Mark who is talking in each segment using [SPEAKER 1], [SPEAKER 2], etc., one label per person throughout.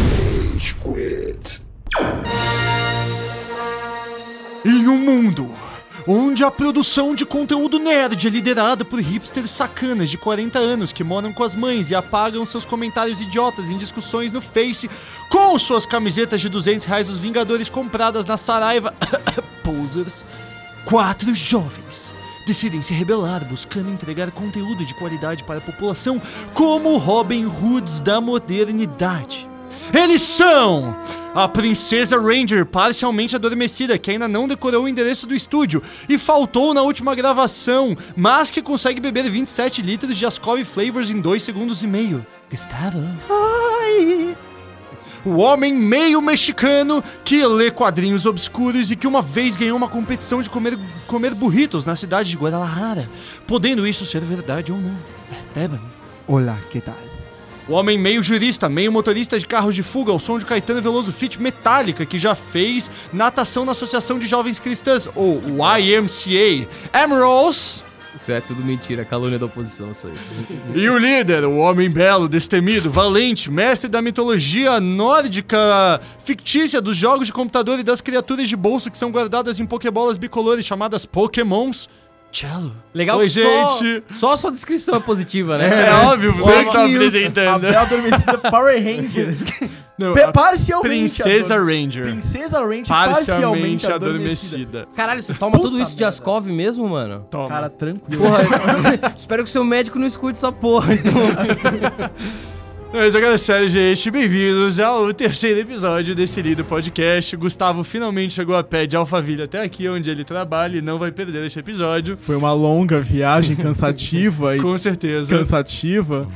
[SPEAKER 1] Rage Quit.
[SPEAKER 2] Em um mundo onde a produção de conteúdo nerd é liderada por hipsters sacanas de 40 anos que moram com as mães e apagam seus comentários idiotas em discussões no Face com suas camisetas de 200 reais dos Vingadores compradas na Saraiva Posers, quatro jovens decidem se rebelar buscando entregar conteúdo de qualidade para a população como Robin Hoods da modernidade. Eles são a Princesa Ranger, parcialmente adormecida, que ainda não decorou o endereço do estúdio e faltou na última gravação, mas que consegue beber 27 litros de Ascov Flavors em 2 segundos e meio. Gostaram? Ai! O homem meio mexicano que lê quadrinhos obscuros e que uma vez ganhou uma competição de comer, comer burritos na cidade de Guadalajara, podendo isso ser verdade ou não. É, Esteban.
[SPEAKER 3] Olá, que tal?
[SPEAKER 2] O homem meio jurista, meio motorista de carros de fuga, ao som de Caetano Veloso Fit Metallica, que já fez natação na Associação de Jovens Cristãs, ou YMCA. Emeralds.
[SPEAKER 4] Isso é tudo mentira, calúnia da oposição, isso aí.
[SPEAKER 2] E o líder, o homem belo, destemido, valente, mestre da mitologia nórdica fictícia dos jogos de computador e das criaturas de bolso que são guardadas em pokebolas bicolores chamadas Pokémons. Cello.
[SPEAKER 4] Legal
[SPEAKER 2] Oi,
[SPEAKER 4] que só,
[SPEAKER 2] gente.
[SPEAKER 4] só a sua descrição é positiva,
[SPEAKER 2] É,
[SPEAKER 4] né?
[SPEAKER 2] óbvio, você que tá
[SPEAKER 3] Fake news.
[SPEAKER 2] apresentando.
[SPEAKER 3] Abel Adormecida
[SPEAKER 4] É,
[SPEAKER 3] Power Ranger.
[SPEAKER 2] Não,
[SPEAKER 3] Pe-
[SPEAKER 2] a
[SPEAKER 3] Parcialmente
[SPEAKER 2] Princesa
[SPEAKER 3] adorme-
[SPEAKER 2] Ranger.
[SPEAKER 3] Princesa Ranger
[SPEAKER 2] Parcialmente
[SPEAKER 3] parcialmente adormecida.
[SPEAKER 2] adormecida.
[SPEAKER 4] Caralho, você toma tudo
[SPEAKER 3] Puta
[SPEAKER 4] isso de Ascov mesmo, mano?
[SPEAKER 2] Toma.
[SPEAKER 3] Cara, tranquilo.
[SPEAKER 4] Porra, espero que o seu médico não escute essa porra, então.
[SPEAKER 2] Mas agora sério, gente, bem-vindos ao terceiro episódio desse lido podcast. Gustavo finalmente chegou a pé de Alphaville até aqui, onde ele trabalha e não vai perder esse episódio,
[SPEAKER 5] Foi uma longa viagem cansativa e
[SPEAKER 2] com certeza.
[SPEAKER 5] cansativa.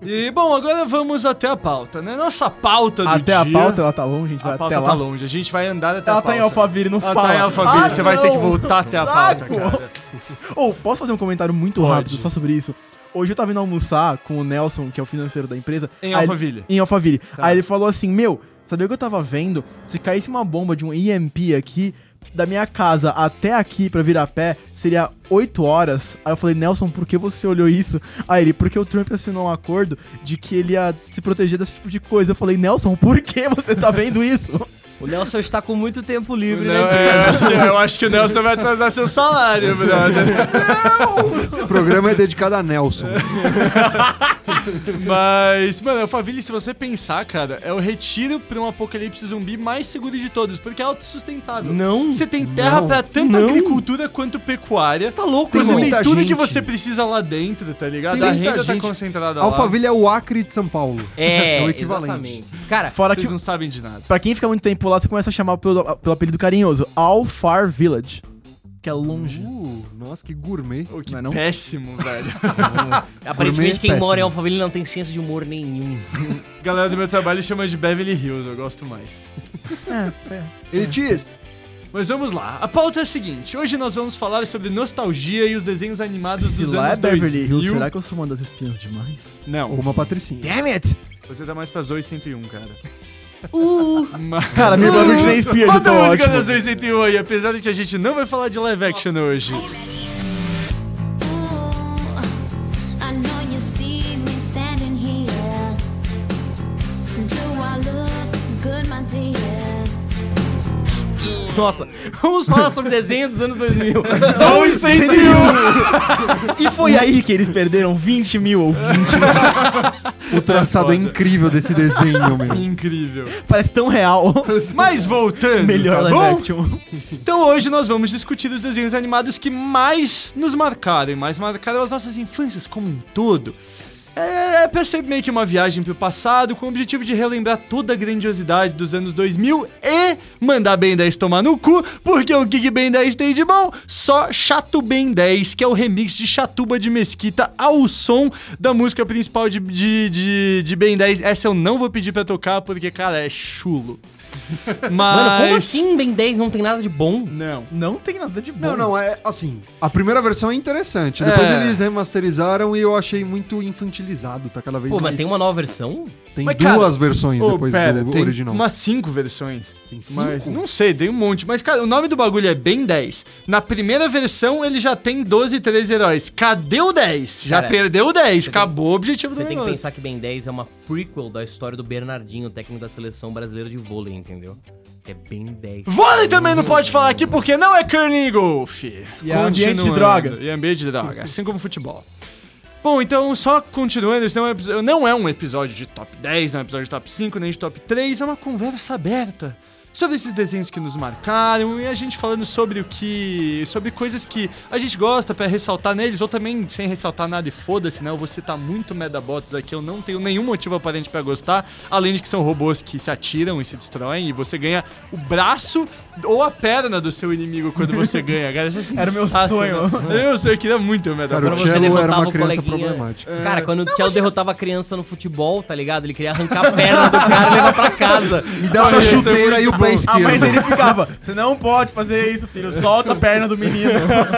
[SPEAKER 2] E, bom, agora vamos até a pauta, né? Nossa pauta do
[SPEAKER 5] Até
[SPEAKER 2] dia...
[SPEAKER 5] a pauta, ela tá longe, a gente
[SPEAKER 2] A
[SPEAKER 5] vai
[SPEAKER 2] pauta
[SPEAKER 5] até
[SPEAKER 2] tá
[SPEAKER 5] lá.
[SPEAKER 2] longe, a gente vai andar até a
[SPEAKER 5] ela
[SPEAKER 2] pauta.
[SPEAKER 5] tá em Alphaville, não
[SPEAKER 2] Ela
[SPEAKER 5] fala.
[SPEAKER 2] tá em Alphaville,
[SPEAKER 3] Ah,
[SPEAKER 2] você vai ter que
[SPEAKER 3] não!
[SPEAKER 2] voltar até a pauta,
[SPEAKER 3] Saco!
[SPEAKER 2] cara.
[SPEAKER 5] Ou, posso fazer um comentário muito
[SPEAKER 2] Pode.
[SPEAKER 5] rápido só sobre isso? Hoje eu tava indo almoçar com o Nelson, que é o financeiro da empresa.
[SPEAKER 2] Em
[SPEAKER 5] aí ele-
[SPEAKER 2] Alphaville. Tá.
[SPEAKER 5] Em Alphaville. Aí ele falou assim, meu, sabia o que eu tava vendo? Se caísse uma bomba de um EMP aqui, da minha casa até aqui pra vir a pé, seria 8 horas. Aí eu falei, Nelson, por que você olhou isso? Aí ele, porque o Trump assinou um acordo de que ele ia se proteger desse tipo de coisa. Eu falei, Nelson, por que você tá vendo isso?
[SPEAKER 4] o Nelson está com muito tempo livre,
[SPEAKER 2] Não,
[SPEAKER 4] né?
[SPEAKER 2] é, eu, acho, eu acho que o Nelson vai atrasar seu salário, brother.
[SPEAKER 1] Esse programa é dedicado a Nelson.
[SPEAKER 2] É. Mas, mano, Alphaville, se você pensar, cara, é o retiro pra um apocalipse zumbi mais seguro de todos, porque é autossustentável.
[SPEAKER 4] Não.
[SPEAKER 2] Você tem terra pra tanto agricultura quanto pecuária.
[SPEAKER 4] Você tá louco,
[SPEAKER 1] Tem
[SPEAKER 2] Você
[SPEAKER 4] irmão?
[SPEAKER 2] tem
[SPEAKER 1] muita
[SPEAKER 2] tudo que
[SPEAKER 1] gente.
[SPEAKER 2] você precisa lá dentro, tá ligado?
[SPEAKER 1] Tem
[SPEAKER 2] a
[SPEAKER 1] muita
[SPEAKER 2] renda tá
[SPEAKER 1] gente.
[SPEAKER 2] concentrada lá.
[SPEAKER 1] Alphaville é o Acre de São Paulo.
[SPEAKER 4] É,
[SPEAKER 1] É o equivalente.
[SPEAKER 4] exatamente. Cara,
[SPEAKER 5] Fora
[SPEAKER 2] Vocês
[SPEAKER 5] que
[SPEAKER 2] não sabem de nada.
[SPEAKER 5] Pra quem fica muito tempo lá, você começa a chamar pelo, pelo apelido carinhoso, All Far Village. Que é longe.
[SPEAKER 1] Uh, nossa, que gourmet.
[SPEAKER 2] Oh, que
[SPEAKER 5] Não é não?
[SPEAKER 2] péssimo, velho.
[SPEAKER 4] aparentemente quem
[SPEAKER 5] péssimo.
[SPEAKER 4] mora em Alphaville não tem senso de humor nenhum.
[SPEAKER 2] Galera do meu trabalho chama de Beverly Hills, eu gosto mais. É.
[SPEAKER 1] Elitista.
[SPEAKER 2] Mas vamos lá. A pauta é a seguinte: hoje nós vamos falar sobre nostalgia e os desenhos animados
[SPEAKER 5] Se
[SPEAKER 2] dos
[SPEAKER 5] lá é
[SPEAKER 2] anos
[SPEAKER 5] Beverly
[SPEAKER 2] 2000.
[SPEAKER 5] Hills, será que eu sou uma das espiãs demais?
[SPEAKER 2] Não,
[SPEAKER 1] Ou uma patricinha.
[SPEAKER 5] Damn it!
[SPEAKER 2] você tá mais pra Zoe 101, cara.
[SPEAKER 4] Uh,
[SPEAKER 2] Mas...
[SPEAKER 5] Cara, minha irmã Britney Spears, eu
[SPEAKER 2] Bota
[SPEAKER 5] tô
[SPEAKER 2] a música
[SPEAKER 5] ótimo.
[SPEAKER 2] da Zoe 101 aí, apesar de que a gente não vai falar de live action hoje.
[SPEAKER 6] I know you see me standing here. Do I look good, my dear?
[SPEAKER 4] nossa, vamos falar sobre desenho dos anos 2000.
[SPEAKER 5] Zoe 101! e foi aí que eles perderam 20 mil ouvintes.
[SPEAKER 1] O traçado é incrível desse desenho, meu.
[SPEAKER 2] um! Incrível.
[SPEAKER 5] Parece tão real.
[SPEAKER 2] Mas voltando,
[SPEAKER 5] Melhor
[SPEAKER 2] tá
[SPEAKER 5] live
[SPEAKER 2] bom?
[SPEAKER 5] action.
[SPEAKER 2] Então hoje nós vamos discutir os desenhos animados que mais nos marcaram, e mais marcaram as nossas infâncias como um todo. É, é pra ser meio que uma viagem pro passado, com o objetivo de relembrar toda a grandiosidade dos anos 2000 e mandar Ben 10 tomar no cu, porque o que que Ben 10 tem de bom? Só Chato Ben 10, que é o remix de Chatuba de Mesquita ao som da música principal de, de, de, de Ben 10. Essa eu não vou pedir pra tocar, porque, cara, é chulo. Mas...
[SPEAKER 4] Mano, como assim Ben 10 não tem nada de bom?
[SPEAKER 2] Não.
[SPEAKER 5] Não tem nada de bom.
[SPEAKER 1] Não, não, é assim. A primeira versão é interessante. Depois
[SPEAKER 2] É.
[SPEAKER 1] eles remasterizaram e eu achei muito utilizado, tá cada vez
[SPEAKER 4] Pô,
[SPEAKER 1] mais.
[SPEAKER 4] mas tem uma nova versão?
[SPEAKER 1] Tem
[SPEAKER 2] Mas, cara,
[SPEAKER 1] duas versões
[SPEAKER 2] Ô,
[SPEAKER 1] depois
[SPEAKER 2] pera,
[SPEAKER 1] do
[SPEAKER 2] tem
[SPEAKER 1] original.
[SPEAKER 2] umas cinco versões.
[SPEAKER 1] Tem
[SPEAKER 2] Mas, não sei, tem um monte. Mas, cara, o nome do bagulho é bem 10. Na primeira versão, ele já tem 12, 13 heróis. Cadê o 10? Já
[SPEAKER 4] Cara,
[SPEAKER 2] perdeu o 10.
[SPEAKER 4] tem-
[SPEAKER 2] Acabou o objetivo
[SPEAKER 4] Você
[SPEAKER 2] do
[SPEAKER 4] tem que
[SPEAKER 2] negócio.
[SPEAKER 4] pensar que Ben 10 é uma prequel da história do Bernardinho, técnico da seleção brasileira de vôlei, entendeu? Que é Ben 10.
[SPEAKER 2] Vôlei também não pode falar aqui porque não é curling e golfe.
[SPEAKER 5] E é ambiente de
[SPEAKER 2] Continuando.
[SPEAKER 5] droga.
[SPEAKER 2] E é ambiente de droga, assim como futebol. Bom, então, só continuando, esse não é, um episo- não é um episódio de top 10, não é um episódio de top 5, nem de top 3, é uma conversa aberta sobre esses desenhos que nos marcaram e a gente falando sobre o que... sobre coisas que a gente gosta pra ressaltar neles ou também sem ressaltar nada e foda-se, né? Eu vou citar muito Medabots aqui, eu não tenho nenhum motivo aparente pra gostar, além de que são robôs que se atiram e se destroem e você ganha o braço ou a perna do seu inimigo quando você ganha, cara. Isso é
[SPEAKER 5] Era o meu
[SPEAKER 2] sensacional. Eu sei, eu queria muito o Medabots.
[SPEAKER 1] Cara, o
[SPEAKER 4] Quando você
[SPEAKER 1] Cello era
[SPEAKER 4] levantava
[SPEAKER 1] uma
[SPEAKER 4] o
[SPEAKER 1] criança
[SPEAKER 4] coleguinha-
[SPEAKER 1] problemática.
[SPEAKER 4] Cara, quando o Tchelo derrotava a criança no futebol, tá ligado? Ele queria arrancar a perna do cara e levar pra casa.
[SPEAKER 1] Me dá um essa
[SPEAKER 2] Olha, isso é
[SPEAKER 1] chuteira
[SPEAKER 2] muito
[SPEAKER 1] e o
[SPEAKER 2] bom.
[SPEAKER 1] pé
[SPEAKER 5] A mãe
[SPEAKER 1] esquerdo.
[SPEAKER 5] dele ficava, você não pode fazer isso, filho, solta a perna do menino.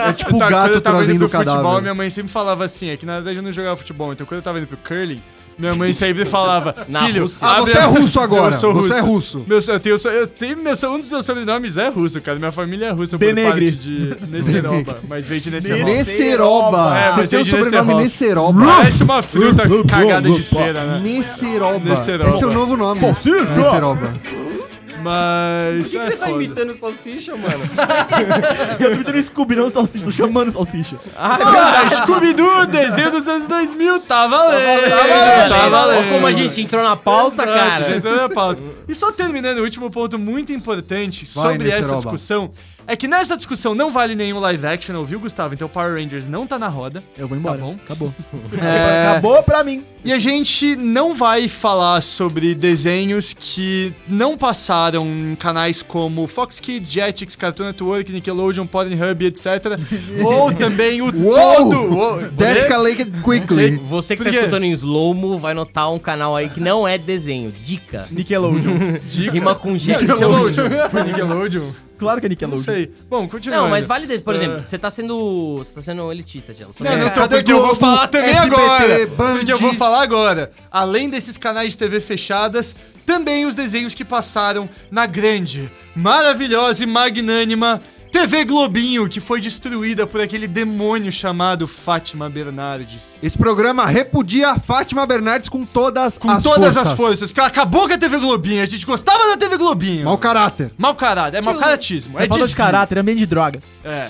[SPEAKER 1] É tipo o
[SPEAKER 2] Tá, quando
[SPEAKER 1] gato
[SPEAKER 2] eu tava
[SPEAKER 1] trazendo
[SPEAKER 2] indo
[SPEAKER 1] o
[SPEAKER 2] pro futebol, minha
[SPEAKER 1] cadáver.
[SPEAKER 2] mãe sempre falava assim, é que na verdade eu não jogava futebol, então quando eu tava indo pro curling, minha mãe sempre falava,
[SPEAKER 4] Na
[SPEAKER 2] filho,
[SPEAKER 4] Rússia.
[SPEAKER 1] Ah,
[SPEAKER 2] abre
[SPEAKER 1] você
[SPEAKER 2] a-
[SPEAKER 1] é russo agora.
[SPEAKER 2] Eu sou
[SPEAKER 1] Você é
[SPEAKER 2] russo.
[SPEAKER 1] russo.
[SPEAKER 2] Meu, so- eu tenho, so- eu tenho meu, so- um dos meus sobrenomes é russo, cara. Minha família é russa por
[SPEAKER 5] Denegri.
[SPEAKER 2] parte de Nesseroba, mas veio de Nesseroba.
[SPEAKER 1] Neceroba.
[SPEAKER 2] É,
[SPEAKER 1] Você
[SPEAKER 2] mas
[SPEAKER 1] tem o
[SPEAKER 2] eu diria
[SPEAKER 1] sobrenome Neceroba.
[SPEAKER 2] Parece uma fruta cagada de feira, né?
[SPEAKER 1] Neceroba.
[SPEAKER 2] Neceroba.
[SPEAKER 1] Esse é o novo nome. Neceroba.
[SPEAKER 2] Mas. é foda.
[SPEAKER 4] salsicha, mano?
[SPEAKER 5] Eu tô imitando Scooby, não salsicha, tô chamando salsicha.
[SPEAKER 2] Ah, Scooby-Doo, desenho dos anos 2000, tá valendo! Tá
[SPEAKER 4] né? Olha como a gente entrou na pauta,
[SPEAKER 2] Exato, já
[SPEAKER 4] cara.
[SPEAKER 2] entrou na pauta. E só terminando, o último ponto muito importante
[SPEAKER 1] Vai,
[SPEAKER 2] sobre essa
[SPEAKER 1] Nesseroba.
[SPEAKER 2] discussão é que nessa discussão não vale nenhum live action, ouviu, Gustavo? Então Power Rangers não tá na roda.
[SPEAKER 5] Eu vou embora.
[SPEAKER 2] Tá bom.
[SPEAKER 5] Acabou.
[SPEAKER 2] É.
[SPEAKER 5] Acabou pra mim.
[SPEAKER 2] E a gente não vai falar sobre desenhos que não passaram em canais como Fox Kids, Jetix, Cartoon Network, Nickelodeon, Pornhub, etc. ou também o todo... Uou,
[SPEAKER 1] That's
[SPEAKER 2] Você-
[SPEAKER 1] escalated quickly.
[SPEAKER 4] Você que
[SPEAKER 2] Por
[SPEAKER 4] tá
[SPEAKER 2] quê?
[SPEAKER 4] escutando em slow-mo vai notar um canal aí que não é desenho, dica.
[SPEAKER 5] Nickelodeon.
[SPEAKER 4] Rima com G.
[SPEAKER 2] Nickelodeon. Nickelodeon?
[SPEAKER 5] claro que é
[SPEAKER 2] Não
[SPEAKER 5] Nickelodeon.
[SPEAKER 2] sei. Bom, continua.
[SPEAKER 4] Não, mas vale, de- por exemplo, você tá sendo, você tá sendo elitista, Tchelo.
[SPEAKER 2] Não, não tô,
[SPEAKER 1] É. Cadê
[SPEAKER 2] porque eu vou
[SPEAKER 1] Globo,
[SPEAKER 2] falar também
[SPEAKER 1] SBT,
[SPEAKER 2] agora.
[SPEAKER 1] Band?
[SPEAKER 2] Porque eu vou falar agora. Além desses canais de TV fechadas, também os desenhos que passaram na grande, maravilhosa e magnânima TV Globinho, que foi destruída por aquele demônio chamado Fátima Bernardes.
[SPEAKER 1] Esse programa repudia a Fátima Bernardes com todas
[SPEAKER 2] Com
[SPEAKER 1] as
[SPEAKER 2] todas
[SPEAKER 1] forças.
[SPEAKER 2] as forças, porque ela acabou com a TV Globinho, a gente gostava da TV Globinho.
[SPEAKER 1] Mau caráter.
[SPEAKER 2] Mau caralho, é mau caratismo. É
[SPEAKER 5] É falta de
[SPEAKER 2] desvio.
[SPEAKER 1] né?
[SPEAKER 5] caráter, é ambiente de droga.
[SPEAKER 2] É.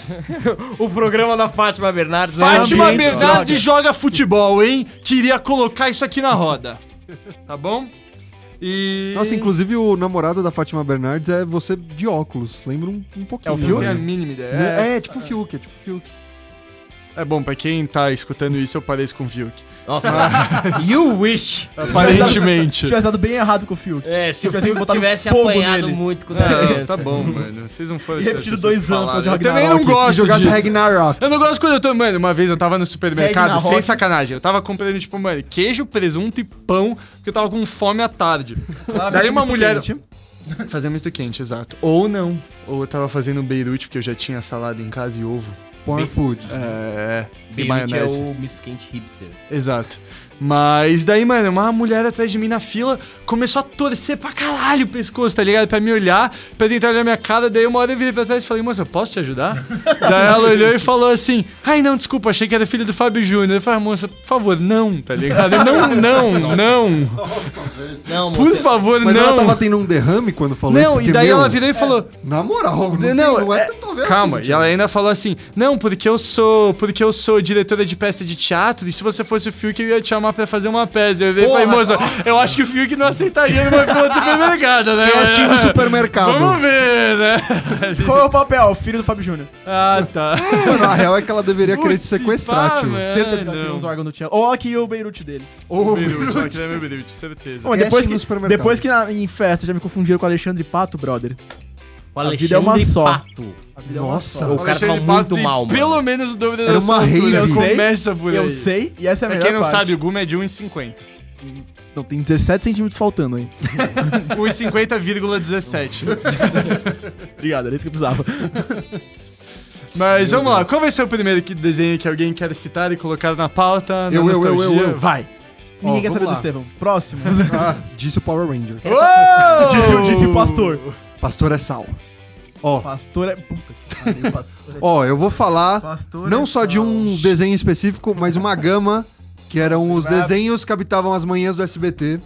[SPEAKER 4] O programa da Fátima Bernardes. né?
[SPEAKER 2] Fátima
[SPEAKER 5] ambiente,
[SPEAKER 2] Bernardes joga futebol, hein? Queria colocar isso aqui na roda. Tá bom? E.
[SPEAKER 1] Nossa, inclusive o namorado da Fátima Bernardes é você de óculos. Lembra um, um pouquinho.
[SPEAKER 2] Eu não tenho a mínima ideia. É,
[SPEAKER 1] É, é tipo o Fiuk, é tipo o Fiuk.
[SPEAKER 2] é bom, pra quem tá escutando isso, eu pareço com o Vilk.
[SPEAKER 4] Nossa. you wish.
[SPEAKER 2] Aparentemente.
[SPEAKER 5] Se tivesse dado bem errado com o Fiuk.
[SPEAKER 4] É, se
[SPEAKER 5] Eu
[SPEAKER 4] o
[SPEAKER 5] pensei que
[SPEAKER 4] Fiuk
[SPEAKER 5] botaram
[SPEAKER 4] tivesse
[SPEAKER 5] fogo
[SPEAKER 4] apanhado
[SPEAKER 5] nele.
[SPEAKER 4] muito com
[SPEAKER 2] Não,
[SPEAKER 4] certeza.
[SPEAKER 2] tá bom, mano. Vocês não foram.
[SPEAKER 5] E
[SPEAKER 2] essas
[SPEAKER 5] repetido
[SPEAKER 2] pessoas
[SPEAKER 5] dois anos
[SPEAKER 2] faladas.
[SPEAKER 5] pra jogar
[SPEAKER 2] Eu também não
[SPEAKER 5] Ragnarok.
[SPEAKER 1] E
[SPEAKER 2] gosto
[SPEAKER 1] jogasse
[SPEAKER 2] disso.
[SPEAKER 1] Ragnarok.
[SPEAKER 2] Eu não gosto quando eu tô. Mano, uma vez eu tava no supermercado,
[SPEAKER 5] Ragnarok.
[SPEAKER 2] sem sacanagem. Eu tava comprando, tipo, mano, queijo, presunto e pão, porque eu tava com fome à tarde. Daí uma mulher. Fazer um misto quente, exato. Ou não. Ou eu tava fazendo beirute, porque eu já tinha salada em casa e ovo.
[SPEAKER 1] Porn food.
[SPEAKER 2] É, é. E
[SPEAKER 4] Beirute
[SPEAKER 2] maionese.
[SPEAKER 4] é o misto quente hipster.
[SPEAKER 2] Exato. Mas daí, mano, uma mulher atrás de mim na fila começou a torcer pra caralho o pescoço, tá ligado? Pra me olhar, pra tentar olhar minha cara. Daí uma hora eu virei pra trás e falei, moça, posso te ajudar? daí ela olhou e falou assim, ai não, desculpa, achei que era filho do Fábio Júnior. Eu falei, moça, por favor, não, tá ligado? Eu, Não, não, não.
[SPEAKER 4] Não,
[SPEAKER 2] Por
[SPEAKER 4] moça,
[SPEAKER 2] favor,
[SPEAKER 1] Mas ela
[SPEAKER 2] não.
[SPEAKER 1] tava tendo um derrame quando falou isso.
[SPEAKER 2] Não,
[SPEAKER 1] porque,
[SPEAKER 2] e daí
[SPEAKER 1] meu,
[SPEAKER 2] ela virou e falou,
[SPEAKER 1] Na moral, não, tem-
[SPEAKER 2] Não,
[SPEAKER 1] não é,
[SPEAKER 2] é-
[SPEAKER 1] tanto ver
[SPEAKER 2] Calma,
[SPEAKER 1] assim,
[SPEAKER 2] e ela ainda falou assim: Não, porque eu sou. Porque eu sou diretora de peça de teatro, e se você fosse o Fiuk, eu ia te chamar pra fazer uma peça. Eu falei,
[SPEAKER 4] Porra.
[SPEAKER 2] moça, eu acho que o Fiuk não aceitaria numa fila de supermercado, né?
[SPEAKER 1] Casting um no supermercado.
[SPEAKER 2] Vamos ver, né?
[SPEAKER 5] Qual é o papel? O filho do Fábio Júnior.
[SPEAKER 2] ah, tá.
[SPEAKER 1] Mano, a real é que ela deveria querer te sequestrar, tio.
[SPEAKER 5] Certeza que ela queria
[SPEAKER 2] não.
[SPEAKER 5] uns órgãos do Tchan. Ou ela queria o Beirute dele.
[SPEAKER 1] Ô,
[SPEAKER 2] Beirute, ela queria meu Beirute, certeza.
[SPEAKER 5] Bom, mas depois
[SPEAKER 1] Casting no
[SPEAKER 5] que,
[SPEAKER 1] supermercado.
[SPEAKER 5] depois que na- em festa já me confundiram com o Alexandre Pato, brother. é
[SPEAKER 4] o
[SPEAKER 5] a
[SPEAKER 4] Alexandre
[SPEAKER 5] vida é uma só.
[SPEAKER 4] Pato.
[SPEAKER 1] Nossa.
[SPEAKER 4] O cara tava
[SPEAKER 2] Alexandre
[SPEAKER 4] muito
[SPEAKER 2] Pato tem
[SPEAKER 4] mal, mano.
[SPEAKER 2] Pelo menos o dúvida
[SPEAKER 1] Era
[SPEAKER 2] da
[SPEAKER 1] uma
[SPEAKER 2] sua
[SPEAKER 1] rave.
[SPEAKER 2] altura.
[SPEAKER 5] Eu sei,
[SPEAKER 2] Começa por
[SPEAKER 5] Eu
[SPEAKER 2] aí.
[SPEAKER 5] sei, e essa é a
[SPEAKER 2] Pra
[SPEAKER 5] melhor
[SPEAKER 2] quem não
[SPEAKER 5] parte.
[SPEAKER 2] sabe, o Guma é de 1,50.
[SPEAKER 5] Não, tem 17 centímetros faltando aí.
[SPEAKER 2] 1,50,17.
[SPEAKER 5] Obrigado, era isso que eu precisava.
[SPEAKER 2] Mas vamos lá, qual vai ser o primeiro que- desenho que alguém quer citar e colocar na pauta? na
[SPEAKER 1] Eu, eu, eu,
[SPEAKER 2] nostalgia?
[SPEAKER 1] eu, eu.
[SPEAKER 2] Vai.
[SPEAKER 5] Ninguém quer
[SPEAKER 1] vamos
[SPEAKER 5] saber do
[SPEAKER 1] lá.
[SPEAKER 5] Estevão. Próximo.
[SPEAKER 1] Ah, disse o Power Ranger.
[SPEAKER 5] disse, o- disse o pastor.
[SPEAKER 1] Pastor é sal. Ó,
[SPEAKER 5] Pastor é. Puta que pariu, pastor é-
[SPEAKER 1] ó, eu vou falar
[SPEAKER 5] Pastor
[SPEAKER 1] não
[SPEAKER 5] é
[SPEAKER 1] só de um desenho específico, mas uma gama que eram os desenhos que habitavam as manhãs do SBT,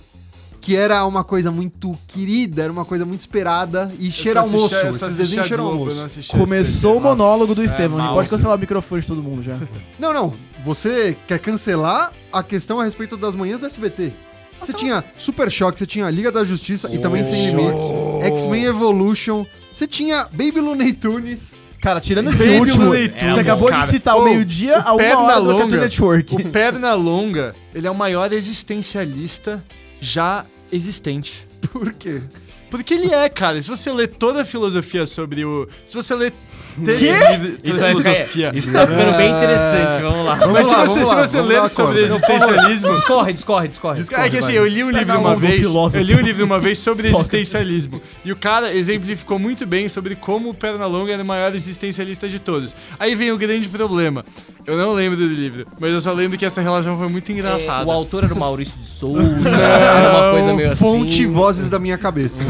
[SPEAKER 1] que era uma coisa muito querida, era uma coisa muito esperada e cheira almoço. Esses desenhos cheiram
[SPEAKER 5] né?
[SPEAKER 1] almoço.
[SPEAKER 5] Começou o monólogo do Estevão. Ele
[SPEAKER 2] É mal,
[SPEAKER 5] pode cancelar o microfone de todo mundo já.
[SPEAKER 1] Não, não. Você quer cancelar a questão a respeito das manhãs do SBT. Você tinha Super Choque, você tinha Liga da Justiça e também Sem Limites, X-Men Evolution, você tinha Baby Looney Tunes,
[SPEAKER 5] Cara, tirando esse
[SPEAKER 2] Baby
[SPEAKER 5] último,
[SPEAKER 2] Looney Tunes,
[SPEAKER 5] você acabou
[SPEAKER 2] cara.
[SPEAKER 5] de citar
[SPEAKER 2] Ô,
[SPEAKER 5] o meio-dia a uma
[SPEAKER 2] Perna
[SPEAKER 5] hora do
[SPEAKER 2] Longa.
[SPEAKER 5] Cartoon Network.
[SPEAKER 2] O Pernalonga, ele é o maior existencialista já existente.
[SPEAKER 1] por quê?
[SPEAKER 2] Porque ele é, cara. Se você ler toda a filosofia sobre o. Se você ler. Toda
[SPEAKER 4] Isso
[SPEAKER 2] a
[SPEAKER 4] vai
[SPEAKER 2] filosofia.
[SPEAKER 4] ficar, isso tá ficando bem interessante, vamos lá.
[SPEAKER 2] Mas
[SPEAKER 1] Vamos lá,
[SPEAKER 2] se você,
[SPEAKER 1] vamos
[SPEAKER 2] se
[SPEAKER 1] lá,
[SPEAKER 2] você
[SPEAKER 1] vamos
[SPEAKER 2] ler
[SPEAKER 1] lá,
[SPEAKER 2] sobre
[SPEAKER 1] Cobra.
[SPEAKER 2] existencialismo.
[SPEAKER 4] Discorre, discorre, discorre.
[SPEAKER 2] Cara, é que assim, eu li um livro
[SPEAKER 5] na
[SPEAKER 2] uma
[SPEAKER 5] mão do
[SPEAKER 2] vez.
[SPEAKER 5] filósofo.
[SPEAKER 2] Eu li um livro uma vez sobre
[SPEAKER 5] Sócrates.
[SPEAKER 2] existencialismo. E o cara exemplificou muito bem sobre como o Pernalonga era o maior existencialista de todos. Aí vem o grande problema. Eu não lembro do livro, mas eu só lembro que essa relação foi muito
[SPEAKER 4] É,
[SPEAKER 2] engraçada.
[SPEAKER 4] o autor era o Maurício de Souza, era uma
[SPEAKER 2] É
[SPEAKER 4] coisa meio assim.
[SPEAKER 1] Fonte Vozes da Minha Cabeça.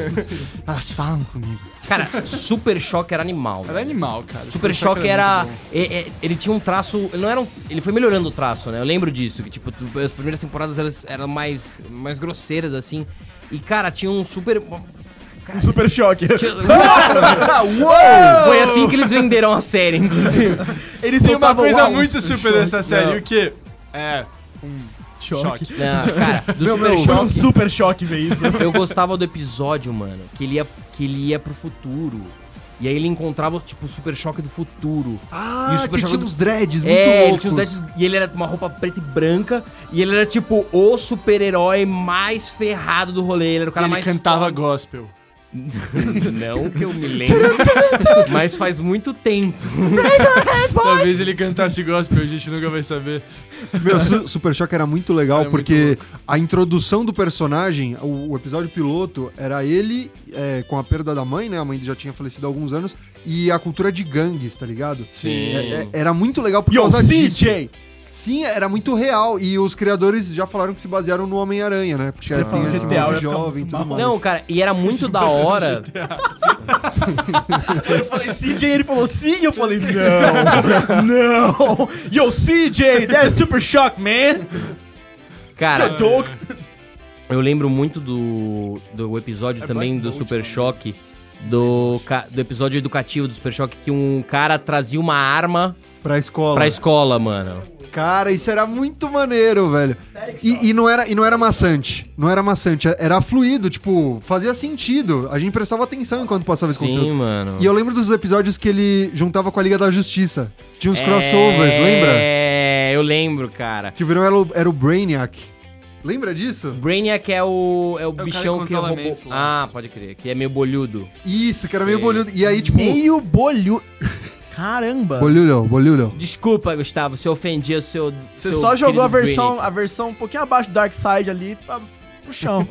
[SPEAKER 2] Elas falam comigo.
[SPEAKER 4] Cara, Super Choque era animal. né?
[SPEAKER 2] Era animal, cara.
[SPEAKER 4] Super Choque era. é, é, ele tinha um traço. Ele não era um- Ele foi melhorando o traço, né? Eu lembro disso. Que, tipo, tu- as primeiras temporadas elas eram mais, mais grosseiras, assim. E, cara, tinha um super.
[SPEAKER 5] Um super choque.
[SPEAKER 4] Foi assim que eles venderam a série, inclusive.
[SPEAKER 5] Eles
[SPEAKER 2] Tem uma
[SPEAKER 5] soltavam,
[SPEAKER 2] coisa
[SPEAKER 5] "Uau, um
[SPEAKER 2] muito super dessa série.
[SPEAKER 5] Não.
[SPEAKER 2] O quê? É.
[SPEAKER 5] Choque.
[SPEAKER 2] Choque.
[SPEAKER 4] Não, cara, do
[SPEAKER 1] Meu,
[SPEAKER 4] Super
[SPEAKER 1] meu,
[SPEAKER 5] Foi
[SPEAKER 4] Choque.
[SPEAKER 5] um super choque ver isso.
[SPEAKER 4] Eu gostava do episódio, mano, que ele ia, que ele ia pro futuro. E aí ele encontrava, tipo, o super choque do futuro.
[SPEAKER 1] Ah,
[SPEAKER 4] E o Super
[SPEAKER 1] que
[SPEAKER 4] Choque
[SPEAKER 1] tinha
[SPEAKER 4] do-
[SPEAKER 1] uns dreads muito
[SPEAKER 4] é, ele
[SPEAKER 1] loucos.
[SPEAKER 4] tinha os dentes, e ele era com uma roupa preta e branca. E ele era, tipo, o super-herói mais ferrado do rolê. Ele era o cara
[SPEAKER 2] ele
[SPEAKER 4] mais.
[SPEAKER 2] cantava gospel.
[SPEAKER 4] Não que eu me lembro. mas faz muito tempo.
[SPEAKER 2] Talvez ele cantasse gospel, a gente nunca vai saber.
[SPEAKER 1] Meu, Su- Super Choque era muito legal,
[SPEAKER 2] Era muito
[SPEAKER 1] porque a introdução do personagem, o, o episódio piloto, era ele é, com a perda da mãe, né? A mãe já tinha falecido há alguns anos, e a cultura de gangues, tá ligado?
[SPEAKER 2] Sim.
[SPEAKER 1] É- é- era muito legal por
[SPEAKER 5] Yo,
[SPEAKER 1] causa disso.
[SPEAKER 5] CJ!
[SPEAKER 1] Sim, era muito real. E os criadores já falaram que se basearam no Homem-Aranha, né? Porque era,
[SPEAKER 5] falar
[SPEAKER 1] tem
[SPEAKER 5] que
[SPEAKER 1] esse
[SPEAKER 5] GTA
[SPEAKER 1] mundo
[SPEAKER 5] ia ficar
[SPEAKER 1] jovem e tudo
[SPEAKER 5] maluco.
[SPEAKER 1] mais.
[SPEAKER 4] Não, cara, e era muito da hora.
[SPEAKER 5] Eu falei CJ, ele falou sim, eu falei não, não. Yo, CJ, that's super shock, man.
[SPEAKER 4] Cara,
[SPEAKER 5] Dog.
[SPEAKER 4] Eu lembro muito do, do
[SPEAKER 2] É
[SPEAKER 4] episódio também do Super Choque, do, ca- do episódio educativo do Super Choque, que um cara trazia uma arma
[SPEAKER 1] Pra escola.
[SPEAKER 4] pra escola, mano.
[SPEAKER 1] Cara, isso era muito maneiro, velho. E, e não era, e não era maçante. Não era maçante. Era fluido, tipo, fazia sentido. A gente prestava atenção enquanto passava esse
[SPEAKER 4] Sim,
[SPEAKER 1] conteúdo.
[SPEAKER 4] mano.
[SPEAKER 1] E eu lembro dos episódios que ele juntava com a Liga da Justiça. Tinha uns
[SPEAKER 4] É,
[SPEAKER 1] crossovers, lembra?
[SPEAKER 4] É, eu lembro, cara.
[SPEAKER 1] Que viram era o, era o Brainiac. Lembra disso?
[SPEAKER 4] Brainiac é o, é o
[SPEAKER 2] cara
[SPEAKER 4] bichão
[SPEAKER 2] que
[SPEAKER 4] que é o
[SPEAKER 2] controla
[SPEAKER 4] robô.
[SPEAKER 2] mentes lá.
[SPEAKER 4] Ah, pode crer, que é meio bolhudo.
[SPEAKER 1] Isso, que era meio
[SPEAKER 4] Sim.
[SPEAKER 1] bolhudo. E aí, tipo.
[SPEAKER 5] Meio bolho. Caramba.
[SPEAKER 1] Bolhudo, bolhudo.
[SPEAKER 4] Desculpa, Gustavo, se eu ofendi o seu.
[SPEAKER 5] Você
[SPEAKER 4] seu
[SPEAKER 5] só jogou a
[SPEAKER 4] querido
[SPEAKER 5] versão,
[SPEAKER 4] Brainiac.
[SPEAKER 5] a versão um pouquinho abaixo do Dark Side ali pra, pro chão.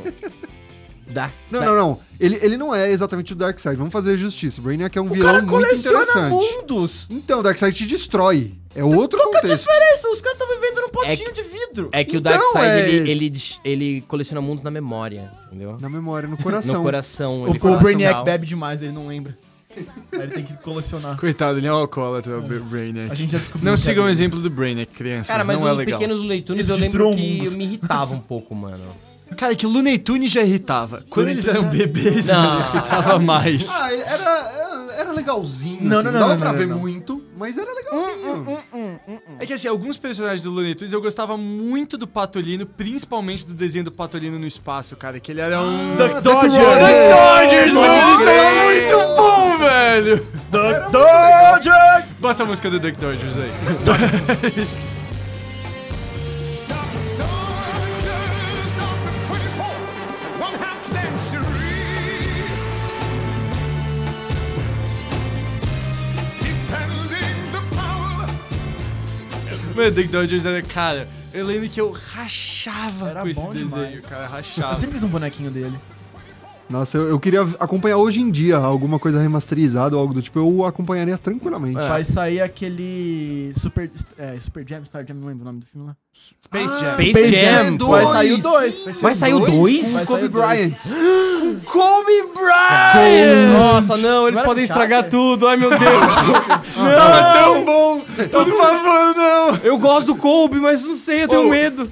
[SPEAKER 4] Da,
[SPEAKER 1] Não,
[SPEAKER 4] da-
[SPEAKER 5] Tá.
[SPEAKER 1] não, não. Ele, ele não é exatamente o Darkseid. Vamos fazer justiça. O Brainiac é um
[SPEAKER 5] o
[SPEAKER 1] vilão
[SPEAKER 5] cara
[SPEAKER 1] muito
[SPEAKER 5] coleciona
[SPEAKER 1] interessante.
[SPEAKER 5] mundos.
[SPEAKER 1] Então, o Darkseid te destrói. É outro
[SPEAKER 5] Qual que é a
[SPEAKER 1] contexto.
[SPEAKER 5] diferença? Os caras estão vivendo num potinho
[SPEAKER 4] É
[SPEAKER 5] de vidro.
[SPEAKER 4] É que o
[SPEAKER 1] Então,
[SPEAKER 4] Darkseid,
[SPEAKER 1] é-
[SPEAKER 4] ele, ele, des- ele coleciona mundos na memória, entendeu?
[SPEAKER 1] Na memória, no coração.
[SPEAKER 4] No coração.
[SPEAKER 5] O, é
[SPEAKER 4] ele
[SPEAKER 5] o
[SPEAKER 4] fala
[SPEAKER 5] Brainiac
[SPEAKER 4] assim,
[SPEAKER 5] bebe demais, ele não lembra. Aí ele tem que colecionar.
[SPEAKER 2] Coitado, ele é um alcoólatra, o Bra- Brainiac.
[SPEAKER 5] A gente já descobriu.
[SPEAKER 2] Não
[SPEAKER 5] que é
[SPEAKER 2] sigam o
[SPEAKER 5] dele.
[SPEAKER 2] exemplo do Brainiac, crianças.
[SPEAKER 4] Cara, mas
[SPEAKER 2] não é
[SPEAKER 4] os
[SPEAKER 2] legal.
[SPEAKER 4] pequenos leitunes
[SPEAKER 5] Isso
[SPEAKER 4] eu lembro
[SPEAKER 5] destruiu
[SPEAKER 4] que
[SPEAKER 5] mundos.
[SPEAKER 4] me irritava um pouco, mano.
[SPEAKER 2] Cara, é que Looney Tunes já irritava. Quando eles eram bebês,
[SPEAKER 4] Não.
[SPEAKER 2] irritava mais.
[SPEAKER 1] Ah, era, era legalzinho. assim.
[SPEAKER 5] Não, não, não,
[SPEAKER 1] Dava
[SPEAKER 5] não,
[SPEAKER 1] pra
[SPEAKER 5] não,
[SPEAKER 1] ver
[SPEAKER 5] não.
[SPEAKER 1] muito, mas era legalzinho.
[SPEAKER 2] É que assim, alguns personagens do Looney Tunes eu gostava muito do Patolino, principalmente do desenho do Patolino no espaço, cara. Que ele era um.
[SPEAKER 5] Duck Dodgers!
[SPEAKER 2] Dodgers, mano! Isso era muito bom, velho!
[SPEAKER 5] Duck Dodgers!
[SPEAKER 2] Bota a música do Duck Dodgers aí. Mano, Duck Dodgers era, cara, eu lembro que eu rachava
[SPEAKER 5] Era
[SPEAKER 2] com esse
[SPEAKER 5] bom
[SPEAKER 2] desenho,
[SPEAKER 5] demais. Assim,
[SPEAKER 2] cara,
[SPEAKER 5] Eu
[SPEAKER 2] rachava.
[SPEAKER 5] sempre fiz um bonequinho dele.
[SPEAKER 1] Nossa, eu, eu queria acompanhar hoje em dia alguma coisa remasterizada ou algo do tipo. Eu acompanharia tranquilamente.
[SPEAKER 4] Ah.
[SPEAKER 5] Vai sair aquele Super, é, Super Jam, Star Jam, não lembro o nome do filme lá.
[SPEAKER 2] Space Jam.
[SPEAKER 4] Space Jam.
[SPEAKER 1] dois.
[SPEAKER 5] Vai sair o 2.
[SPEAKER 4] Vai sair o 2?
[SPEAKER 1] Com
[SPEAKER 5] Vai sair
[SPEAKER 1] Kobe
[SPEAKER 5] o dois.
[SPEAKER 1] Bryant. Com Kobe Bryant!
[SPEAKER 4] Nossa, não, eles
[SPEAKER 5] Não era
[SPEAKER 4] podem
[SPEAKER 5] com
[SPEAKER 4] estragar
[SPEAKER 5] Chaka?
[SPEAKER 4] tudo. Ai, meu Deus.
[SPEAKER 1] Tão bom! Por favor, não!
[SPEAKER 4] Eu gosto do Kobe, mas não sei, eu tenho
[SPEAKER 2] Ô.
[SPEAKER 4] medo.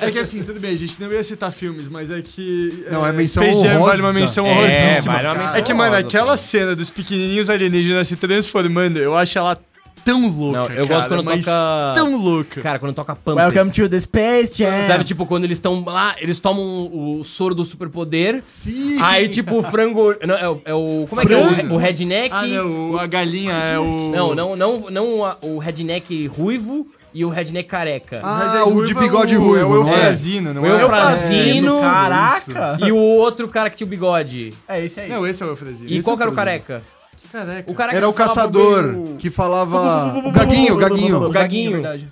[SPEAKER 2] É que assim, tudo bem, a gente não ia citar filmes, mas é que.
[SPEAKER 1] Não, é menção
[SPEAKER 2] Space Jam
[SPEAKER 1] honrosa.
[SPEAKER 2] vale uma menção
[SPEAKER 4] É,
[SPEAKER 2] honrosíssima.
[SPEAKER 4] vale uma menção
[SPEAKER 2] é que, mano,
[SPEAKER 4] honrosa,
[SPEAKER 2] aquela
[SPEAKER 4] cara.
[SPEAKER 2] cena dos pequenininhos alienígenas se transformando, eu acho ela tão louca.
[SPEAKER 4] Não, eu
[SPEAKER 2] cara,
[SPEAKER 4] gosto quando
[SPEAKER 2] mas
[SPEAKER 4] toca-
[SPEAKER 2] Tão louca.
[SPEAKER 4] Cara, quando toca Pump.
[SPEAKER 5] Welcome to the Space Jam.
[SPEAKER 4] Sabe, tipo, quando eles estão lá, eles tomam o soro do superpoder.
[SPEAKER 1] Sim!
[SPEAKER 4] Aí, tipo, o frango. Não, é, o- é o. Como é que é?
[SPEAKER 2] Frango?
[SPEAKER 4] O, o redneck.
[SPEAKER 2] ah, não, o- a galinha é o.
[SPEAKER 4] Não, não, não, não a- o redneck ruivo e o redneck careca.
[SPEAKER 2] Mas é
[SPEAKER 1] Ah, o de
[SPEAKER 2] ruivo,
[SPEAKER 1] bigode
[SPEAKER 2] é o-
[SPEAKER 1] ruivo,
[SPEAKER 2] É o
[SPEAKER 1] não é?
[SPEAKER 2] Eufrazino, não
[SPEAKER 4] O
[SPEAKER 2] é?
[SPEAKER 4] Eufrazino.
[SPEAKER 5] Caraca.
[SPEAKER 4] E o outro cara que tinha o bigode.
[SPEAKER 5] É esse aí.
[SPEAKER 2] Não, esse é o Eufrazino.
[SPEAKER 4] E qual que era o careca?
[SPEAKER 2] Careca.
[SPEAKER 4] O careca
[SPEAKER 1] Era o
[SPEAKER 4] que falava
[SPEAKER 1] caçador
[SPEAKER 4] meio-
[SPEAKER 1] que falava. Gaguinho,
[SPEAKER 5] O
[SPEAKER 1] Gaguinho.
[SPEAKER 5] Gaguinho,
[SPEAKER 4] Gaguinho.
[SPEAKER 5] é verdade.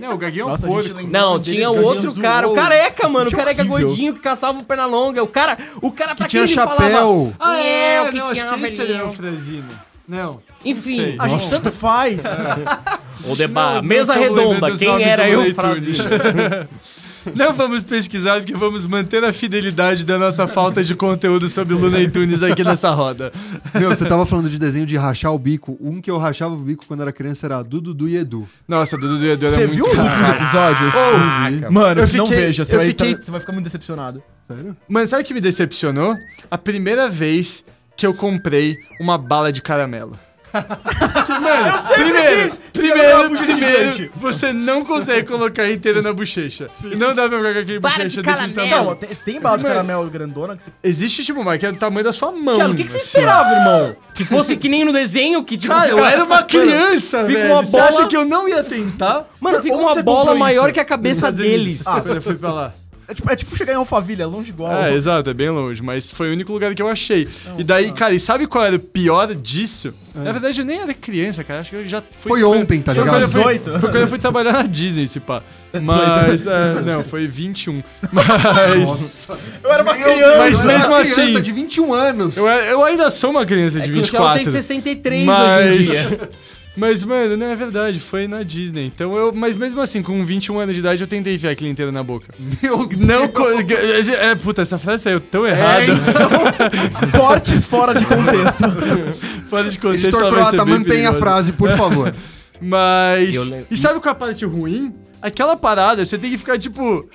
[SPEAKER 2] Não, o Gaguinho é um
[SPEAKER 5] Nossa, a gente
[SPEAKER 2] porco.
[SPEAKER 5] lembra-
[SPEAKER 4] Não,
[SPEAKER 5] O dele
[SPEAKER 4] tinha o
[SPEAKER 5] que
[SPEAKER 4] outro
[SPEAKER 5] zoou.
[SPEAKER 4] cara, o careca, mano, o
[SPEAKER 5] Que
[SPEAKER 4] careca
[SPEAKER 5] horrível.
[SPEAKER 4] gordinho que caçava o perna longa. O cara, o cara pra
[SPEAKER 1] tinha
[SPEAKER 4] quem
[SPEAKER 1] chapéu.
[SPEAKER 4] ele falava. Ah, é, o que
[SPEAKER 2] não, acho
[SPEAKER 4] tinha,
[SPEAKER 2] que esse ele é o
[SPEAKER 4] velhinho.
[SPEAKER 2] Eufrazino. Não.
[SPEAKER 4] Enfim,
[SPEAKER 5] A gente tanto faz.
[SPEAKER 4] o deba,
[SPEAKER 2] Não, não
[SPEAKER 4] mesa
[SPEAKER 2] tô lembrando
[SPEAKER 4] redonda,
[SPEAKER 2] dos
[SPEAKER 4] quem
[SPEAKER 2] nomes
[SPEAKER 4] era
[SPEAKER 2] do
[SPEAKER 4] eu? assim,
[SPEAKER 2] leitor
[SPEAKER 4] Frase.
[SPEAKER 2] disso. Não vamos pesquisar, porque vamos manter a fidelidade da nossa falta de conteúdo sobre Luna e Tunes aqui nessa roda.
[SPEAKER 1] Meu, você tava falando de desenho de rachar o bico. Um que eu rachava o bico quando era criança era Dudu Dudu e Edu.
[SPEAKER 2] Nossa, Dudu do Edu era
[SPEAKER 5] Você
[SPEAKER 2] muito
[SPEAKER 5] viu os últimos episódios? Mano,
[SPEAKER 2] Eu
[SPEAKER 5] se não
[SPEAKER 2] fiquei-
[SPEAKER 5] veja, você
[SPEAKER 2] eu
[SPEAKER 5] vai,
[SPEAKER 2] fiquei-
[SPEAKER 5] tá- você vai ficar muito decepcionado.
[SPEAKER 1] Sério?
[SPEAKER 2] Mano, sabe o que me decepcionou? A primeira vez que eu comprei uma bala de caramelo. Que, Mano, primeiro,
[SPEAKER 5] Primeiro na
[SPEAKER 2] primeiro,
[SPEAKER 5] bochecha
[SPEAKER 2] primeiro,
[SPEAKER 5] gigante.
[SPEAKER 2] você não consegue colocar inteiro na bochecha. Não dá pra colocar aquele
[SPEAKER 4] Bala de
[SPEAKER 2] bochecha
[SPEAKER 4] caramelo.
[SPEAKER 2] tamanho.
[SPEAKER 5] Calma, tem, tem bala de caramelo grandona que você. tá,
[SPEAKER 2] Existe, tipo, uma que é do tamanho da sua mão.
[SPEAKER 4] Tiago, o que, que você
[SPEAKER 2] assim.
[SPEAKER 4] esperava, irmão? Se fosse que nem no desenho, que tipo.
[SPEAKER 2] Cara, eu
[SPEAKER 4] fica-
[SPEAKER 2] era uma criança,
[SPEAKER 4] Fica
[SPEAKER 2] velho.
[SPEAKER 4] uma
[SPEAKER 2] Você
[SPEAKER 4] bola-
[SPEAKER 2] acha que eu não ia tentar?
[SPEAKER 4] Mano, fica
[SPEAKER 5] Onde
[SPEAKER 4] uma
[SPEAKER 5] você
[SPEAKER 4] bola
[SPEAKER 5] comprou
[SPEAKER 4] maior
[SPEAKER 5] isso?
[SPEAKER 4] que a cabeça deles.
[SPEAKER 2] Ah, quando eu fui pra lá.
[SPEAKER 5] É tipo, é tipo chegar em Alphaville, é longe igual.
[SPEAKER 2] É, exato, é bem longe, mas foi o único lugar que eu achei. e daí,
[SPEAKER 4] tá.
[SPEAKER 2] cara, e sabe qual era o pior disso?
[SPEAKER 4] É.
[SPEAKER 2] Na verdade, eu nem era criança, cara, acho que eu já fui...
[SPEAKER 1] Foi ontem, tá
[SPEAKER 2] foi
[SPEAKER 1] ligado?
[SPEAKER 2] quando eu fui-
[SPEAKER 5] 18.
[SPEAKER 2] Foi quando eu fui trabalhar na Disney, esse pá. Mas, é, não, foi 21. Mas,
[SPEAKER 5] Eu era uma
[SPEAKER 1] Meu Deus,
[SPEAKER 5] criança.
[SPEAKER 2] mas
[SPEAKER 1] eu era
[SPEAKER 2] mesmo
[SPEAKER 1] uma né? criança
[SPEAKER 2] assim-
[SPEAKER 1] de 21 anos.
[SPEAKER 2] eu, é- eu ainda sou uma criança de
[SPEAKER 4] É que o Thiago
[SPEAKER 2] 24.
[SPEAKER 4] tem 63 hoje em
[SPEAKER 2] mas,
[SPEAKER 4] dia.
[SPEAKER 2] mas, mano, não é verdade, foi na Disney. Então eu, mas mesmo assim, com 21 anos de idade, eu tentei enfiar aquilo inteiro na boca.
[SPEAKER 1] Meu
[SPEAKER 2] Não, co- é, puta, essa frase saiu tão errada.
[SPEAKER 1] É, então,
[SPEAKER 5] é Cortes fora de contexto.
[SPEAKER 2] Fora de contexto,
[SPEAKER 1] editor
[SPEAKER 2] ela vai ser
[SPEAKER 1] croata,
[SPEAKER 2] é bem
[SPEAKER 1] mantenha a
[SPEAKER 2] perigosa.
[SPEAKER 1] frase, por favor.
[SPEAKER 2] Mas.
[SPEAKER 4] Eu le-
[SPEAKER 2] E sabe qual é a parte ruim? Aquela parada, você tem que ficar tipo.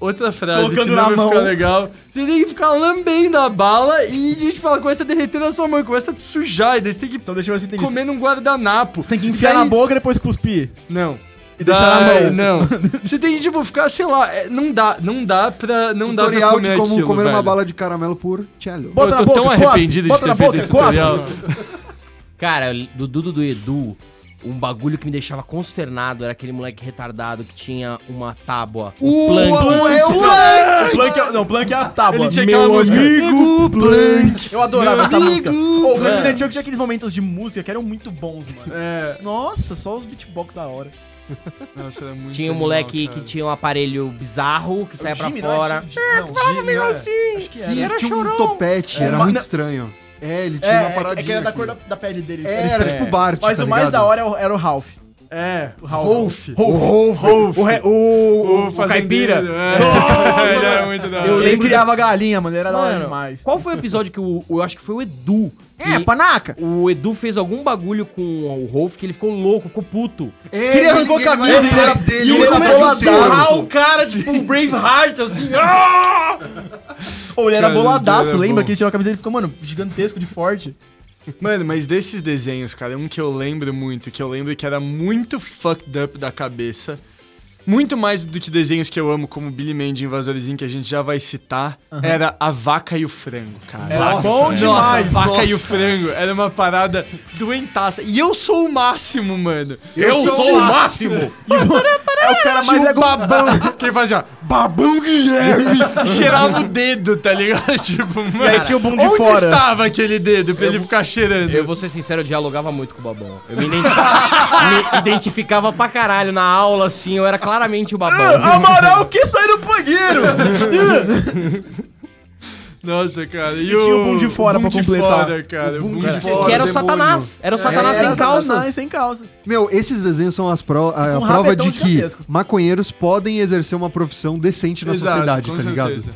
[SPEAKER 2] Outra frase
[SPEAKER 5] Colocando
[SPEAKER 2] que
[SPEAKER 5] na
[SPEAKER 2] não vai
[SPEAKER 5] mão.
[SPEAKER 2] ficar legal. Você tem que ficar lambendo a bala e, tipo, ela começa a derreter na sua mão, começa a te sujar. E daí você tem que
[SPEAKER 5] Então deixa eu ver se tem
[SPEAKER 2] comer num guardanapo.
[SPEAKER 5] Você tem que enfiar
[SPEAKER 2] Daí-
[SPEAKER 5] na boca e depois cuspir.
[SPEAKER 2] Não.
[SPEAKER 5] E deixar na mão.
[SPEAKER 2] Não. Você tem que, tipo, ficar, sei lá, é, não dá, não dá pra. Não dá pra
[SPEAKER 1] Tutorial
[SPEAKER 2] comer
[SPEAKER 1] de como
[SPEAKER 2] aquilo,
[SPEAKER 1] comer uma
[SPEAKER 2] velho.
[SPEAKER 1] bala de caramelo por cello.
[SPEAKER 5] Bota
[SPEAKER 2] eu
[SPEAKER 5] na
[SPEAKER 2] tô
[SPEAKER 5] boca,
[SPEAKER 2] tão
[SPEAKER 5] cospe.
[SPEAKER 2] arrependido
[SPEAKER 5] Bota na
[SPEAKER 2] de ter feito
[SPEAKER 5] boca,
[SPEAKER 2] esse
[SPEAKER 5] cospe.
[SPEAKER 2] tutorial.
[SPEAKER 4] Cara, eu- do Dudu do Edu, um bagulho que me deixava consternado era aquele moleque retardado que tinha uma tábua. O
[SPEAKER 1] Uau,
[SPEAKER 4] Plank.
[SPEAKER 1] é o Plank!
[SPEAKER 5] Plank é, não, Plank é a tábua.
[SPEAKER 2] Uh, Ele tinha aquela
[SPEAKER 5] Meu
[SPEAKER 2] música.
[SPEAKER 5] Amigo Plank. Eu adorava essa música. Ô, O Plank
[SPEAKER 4] Plank.
[SPEAKER 5] Planet Junk tinha aqueles momentos de música que eram muito bons, mano.
[SPEAKER 2] É.
[SPEAKER 5] Nossa, só os beatbox da hora.
[SPEAKER 2] Nossa, era muito
[SPEAKER 4] Tinha um
[SPEAKER 2] animal,
[SPEAKER 4] moleque
[SPEAKER 2] cara.
[SPEAKER 4] que tinha um aparelho bizarro que saia pra
[SPEAKER 5] Jimmy, não,
[SPEAKER 4] fora.
[SPEAKER 5] é Jimmy, Não, Jimmy, não é.
[SPEAKER 4] assim.
[SPEAKER 5] Acho que
[SPEAKER 1] Sim,
[SPEAKER 5] era.
[SPEAKER 1] ele tinha um topete, era
[SPEAKER 5] mas
[SPEAKER 1] muito
[SPEAKER 5] não-
[SPEAKER 1] estranho. É, ele tinha
[SPEAKER 5] É,
[SPEAKER 1] uma
[SPEAKER 5] é que-
[SPEAKER 1] paradinha.
[SPEAKER 5] é que era da
[SPEAKER 1] aqui.
[SPEAKER 5] cor da, da pele dele.
[SPEAKER 1] É, era tipo Bart.
[SPEAKER 5] Mas
[SPEAKER 1] tá
[SPEAKER 5] o mais
[SPEAKER 1] ligado?
[SPEAKER 5] da hora era o- era o Ralph.
[SPEAKER 2] É. Rolf.
[SPEAKER 5] Ralph. Rolf. Rolf. O, re- o, o,
[SPEAKER 2] fazendeiro,
[SPEAKER 4] caipira.
[SPEAKER 2] É. ele era muito da hora.
[SPEAKER 5] Eu ele criava galinha, mano. Era da hora
[SPEAKER 4] Mano,
[SPEAKER 5] demais.
[SPEAKER 4] Qual foi o episódio que o. Eu acho que foi o Edu.
[SPEAKER 5] É,
[SPEAKER 4] que
[SPEAKER 5] panaca.
[SPEAKER 4] o Edu fez algum bagulho com o Rolf que ele ficou louco, ficou puto.
[SPEAKER 1] É,
[SPEAKER 5] Ele arrancou a camisa, ele era-
[SPEAKER 1] dele,
[SPEAKER 5] e ele
[SPEAKER 1] era
[SPEAKER 5] começou a
[SPEAKER 1] boladaço.
[SPEAKER 5] surrar
[SPEAKER 4] o cara, tipo, um Braveheart, assim.
[SPEAKER 5] Ou "Ah!" ele era
[SPEAKER 2] Cara,
[SPEAKER 5] boladaço,
[SPEAKER 2] era
[SPEAKER 5] lembra?
[SPEAKER 2] bom.
[SPEAKER 5] Que ele tirou a camisa dele e ficou, mano, gigantesco de forte.
[SPEAKER 2] Mano, mas desses desenhos, cara, um que eu lembro muito, que eu lembro que era muito fucked up da cabeça. Muito mais do que desenhos que eu amo, como Billy Mandy Invasorzinho, que a gente já vai citar, era A Vaca e o Frango, cara.
[SPEAKER 5] Era bom
[SPEAKER 2] né?
[SPEAKER 5] demais,
[SPEAKER 2] Nossa, a Vaca e o
[SPEAKER 1] nossa.
[SPEAKER 2] Frango era uma parada doentaça. E eu sou o máximo, mano.
[SPEAKER 1] Eu sou o
[SPEAKER 2] máximo!
[SPEAKER 5] É o cara mais
[SPEAKER 2] Mas é
[SPEAKER 5] ego...
[SPEAKER 2] babão. Quem fazia, babão Guilherme, e cheirava o dedo, tá ligado? Tipo, mano.
[SPEAKER 5] aí tinha o bum de
[SPEAKER 2] onde
[SPEAKER 5] fora.
[SPEAKER 2] estava aquele dedo pra ele ficar cheirando?
[SPEAKER 4] Eu vou ser sincero, eu dialogava muito com o Babão. Eu me, identi- me identificava pra caralho na aula, assim, eu era Ah, claramente o Babão.
[SPEAKER 5] Amaral que saiu do banheiro!
[SPEAKER 2] Nossa, cara. E,
[SPEAKER 5] E tinha o Bum de Fora
[SPEAKER 2] Bum
[SPEAKER 5] pra completar.
[SPEAKER 2] Fora, cara.
[SPEAKER 5] O Bum de
[SPEAKER 2] Bum de
[SPEAKER 5] Fora.
[SPEAKER 2] Fora.
[SPEAKER 4] que era o
[SPEAKER 1] demônio.
[SPEAKER 4] Satanás. ah, É, Era o Satanás
[SPEAKER 5] Satanás
[SPEAKER 4] sem calça.
[SPEAKER 5] É, Satanás sem calça.
[SPEAKER 1] Meu, esses desenhos são as pro- a, a
[SPEAKER 5] Um
[SPEAKER 1] prova
[SPEAKER 5] rabetão
[SPEAKER 1] de que
[SPEAKER 5] gigantesco.
[SPEAKER 1] maconheiros podem exercer uma profissão decente na
[SPEAKER 2] Exato,
[SPEAKER 1] sociedade,
[SPEAKER 2] com
[SPEAKER 1] tá ligado?
[SPEAKER 2] certeza.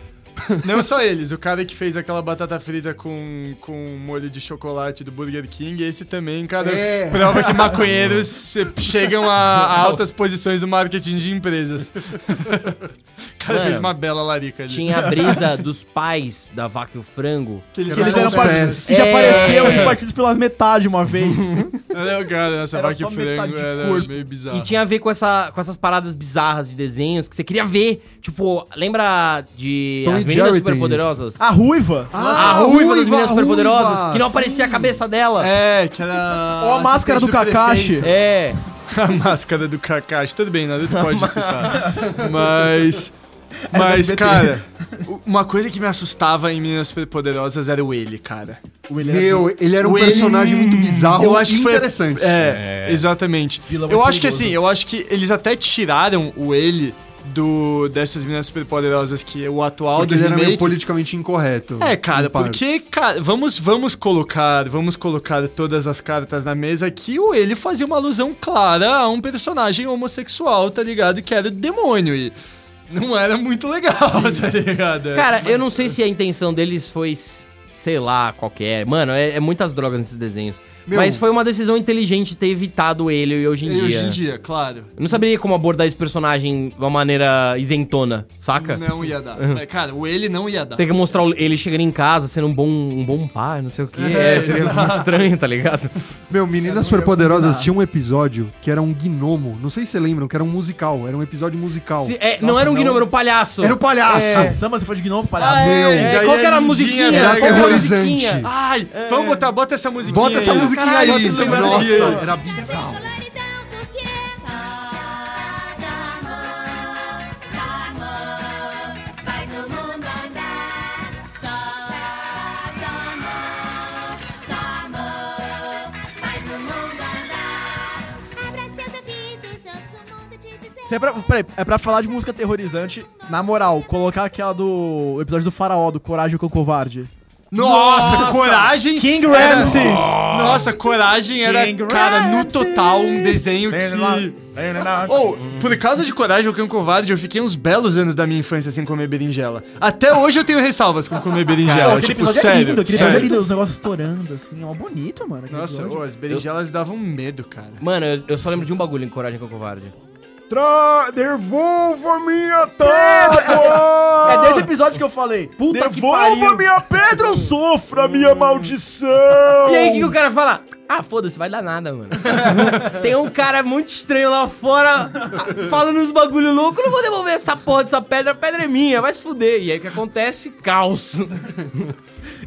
[SPEAKER 2] Não só eles, o cara que fez aquela batata frita com, com molho de chocolate do Burger King, esse também, cara,
[SPEAKER 1] É.
[SPEAKER 2] prova que maconheiros se- chegam a, a altas posições do marketing de empresas. O cara fez
[SPEAKER 4] Mano,
[SPEAKER 2] uma bela larica ali.
[SPEAKER 4] Tinha a brisa dos pais da vaca e o frango.
[SPEAKER 2] Que eles
[SPEAKER 5] Que eles
[SPEAKER 1] Eram
[SPEAKER 5] eram
[SPEAKER 1] os
[SPEAKER 5] partidos.
[SPEAKER 1] pés.
[SPEAKER 5] Que já
[SPEAKER 4] É.
[SPEAKER 5] apareceu eles partidos pelas metades uma vez.
[SPEAKER 2] Era o é, cara, essa
[SPEAKER 5] Era
[SPEAKER 2] vaca
[SPEAKER 5] só
[SPEAKER 2] e frango
[SPEAKER 5] metade de
[SPEAKER 2] era
[SPEAKER 5] corpo.
[SPEAKER 2] meio bizarro.
[SPEAKER 4] E tinha a ver com, essa, com essas paradas bizarras de desenhos que você queria ver. Tipo, lembra de
[SPEAKER 1] Tom
[SPEAKER 4] As
[SPEAKER 1] e
[SPEAKER 4] Meninas
[SPEAKER 1] Jerry tem
[SPEAKER 4] Superpoderosas?
[SPEAKER 5] A ruiva.
[SPEAKER 4] A
[SPEAKER 1] Ah,
[SPEAKER 4] ruiva das
[SPEAKER 1] ruiva,
[SPEAKER 4] Meninas Superpoderosas,
[SPEAKER 1] ruiva,
[SPEAKER 4] que não aparecia a cabeça dela.
[SPEAKER 2] É, que era...
[SPEAKER 5] Ou a máscara do Kakashi.
[SPEAKER 4] É.
[SPEAKER 2] A máscara do Kakashi. Tudo bem, Naruto pode citar. Mas. Mas, cara, u- uma coisa que me assustava em Meninas Superpoderosas era o ele, cara.
[SPEAKER 1] Meu, ele era um
[SPEAKER 2] O ele-
[SPEAKER 1] personagem muito bizarro
[SPEAKER 2] Eu acho
[SPEAKER 1] e
[SPEAKER 2] que foi.
[SPEAKER 1] interessante.
[SPEAKER 2] É, exatamente.
[SPEAKER 5] Vilão
[SPEAKER 2] eu
[SPEAKER 5] mais
[SPEAKER 2] acho que
[SPEAKER 5] perigoso.
[SPEAKER 2] assim, eu acho que eles até tiraram o ele do, dessas Meninas Superpoderosas, que é o atual
[SPEAKER 1] Porque
[SPEAKER 2] do
[SPEAKER 1] Tipo, ele era meio
[SPEAKER 2] remake.
[SPEAKER 1] politicamente incorreto.
[SPEAKER 2] É, cara,
[SPEAKER 1] em partes.
[SPEAKER 2] porque, cara, vamos, vamos colocar, vamos colocar todas as cartas na mesa que o ele fazia uma alusão clara a um personagem homossexual, tá ligado? Que era o demônio e não era muito legal, tá ligado?
[SPEAKER 4] Cara, eu não sei se a intenção deles foi, s- sei lá, qual que é. Mano, é, é muitas drogas nesses desenhos.
[SPEAKER 1] Meu.
[SPEAKER 4] Mas foi uma decisão inteligente ter evitado ele e hoje em
[SPEAKER 2] E
[SPEAKER 4] dia.
[SPEAKER 2] hoje em dia, claro.
[SPEAKER 4] Eu não saberia como abordar esse personagem de uma maneira isentona, saca?
[SPEAKER 2] Não ia dar. É, Cara, o ele não ia dar.
[SPEAKER 4] Tem que mostrar o- ele chegando em casa, sendo um bom, um bom pai, não sei o que. É, seria estranho, tá ligado?
[SPEAKER 1] Meu, Meninas Superpoderosas tinha um episódio que era um gnomo. Não sei se vocês lembram, que era um musical. Era um episódio musical.
[SPEAKER 4] Se- é, não era um gnomo, era um palhaço.
[SPEAKER 1] Era o palhaço.
[SPEAKER 2] é,
[SPEAKER 5] A Samba, Ah, você foi de gnomo, palhaço.
[SPEAKER 1] Meu,
[SPEAKER 4] É, qual que era a musiquinha?
[SPEAKER 1] era
[SPEAKER 4] Qual que era a
[SPEAKER 1] aterrorizante.
[SPEAKER 4] musiquinha?
[SPEAKER 2] Ai, vamos botar, bota essa musiquinha
[SPEAKER 1] Bota essa
[SPEAKER 2] aí.
[SPEAKER 1] musiquinha
[SPEAKER 2] Caralho,
[SPEAKER 1] aí.
[SPEAKER 2] bota essa
[SPEAKER 1] Nossa,
[SPEAKER 2] musiquinha aí.
[SPEAKER 1] era bizarro.
[SPEAKER 5] Isso é pra, peraí, é pra falar de música aterrorizante. Na moral, colocar aquela do episódio do Faraó, do Coragem com o Covarde.
[SPEAKER 2] Nossa, coragem.
[SPEAKER 5] King
[SPEAKER 2] era-
[SPEAKER 5] Ramses!
[SPEAKER 2] Nossa, coragem era,
[SPEAKER 5] King
[SPEAKER 2] cara, no
[SPEAKER 5] Ramses.
[SPEAKER 2] total um desenho que.
[SPEAKER 5] Ah,
[SPEAKER 2] Ou, por causa de Coragem, o Cão Covarde, eu fiquei uns belos anos da minha infância sem comer berinjela. Até hoje eu tenho ressalvas com comer
[SPEAKER 5] Pô,
[SPEAKER 2] berinjela.
[SPEAKER 5] aquele
[SPEAKER 2] tipo,
[SPEAKER 5] episódio
[SPEAKER 2] sério.
[SPEAKER 5] é lindo, aquele
[SPEAKER 2] sério.
[SPEAKER 5] episódio é lindo, os negócios estourando, assim, é uma bonita, mano. aquele
[SPEAKER 2] Nossa,
[SPEAKER 5] episódio.
[SPEAKER 2] ô, as berinjelas davam medo, cara.
[SPEAKER 4] Mano, eu, eu só lembro de um bagulho em Coragem com o Covarde.
[SPEAKER 2] Devolva minha
[SPEAKER 5] É
[SPEAKER 2] tábua!
[SPEAKER 5] desse episódio que eu falei. Puta
[SPEAKER 4] que pariu.
[SPEAKER 5] minha pedra, sofra minha maldição!
[SPEAKER 4] E aí, o que, que o cara fala? Ah, foda-se, vai dar nada, mano. Tem um cara muito estranho lá fora falando uns bagulho louco. Não vou devolver essa porra dessa pedra, a pedra é minha, vai se fuder. E aí o que acontece? Caos.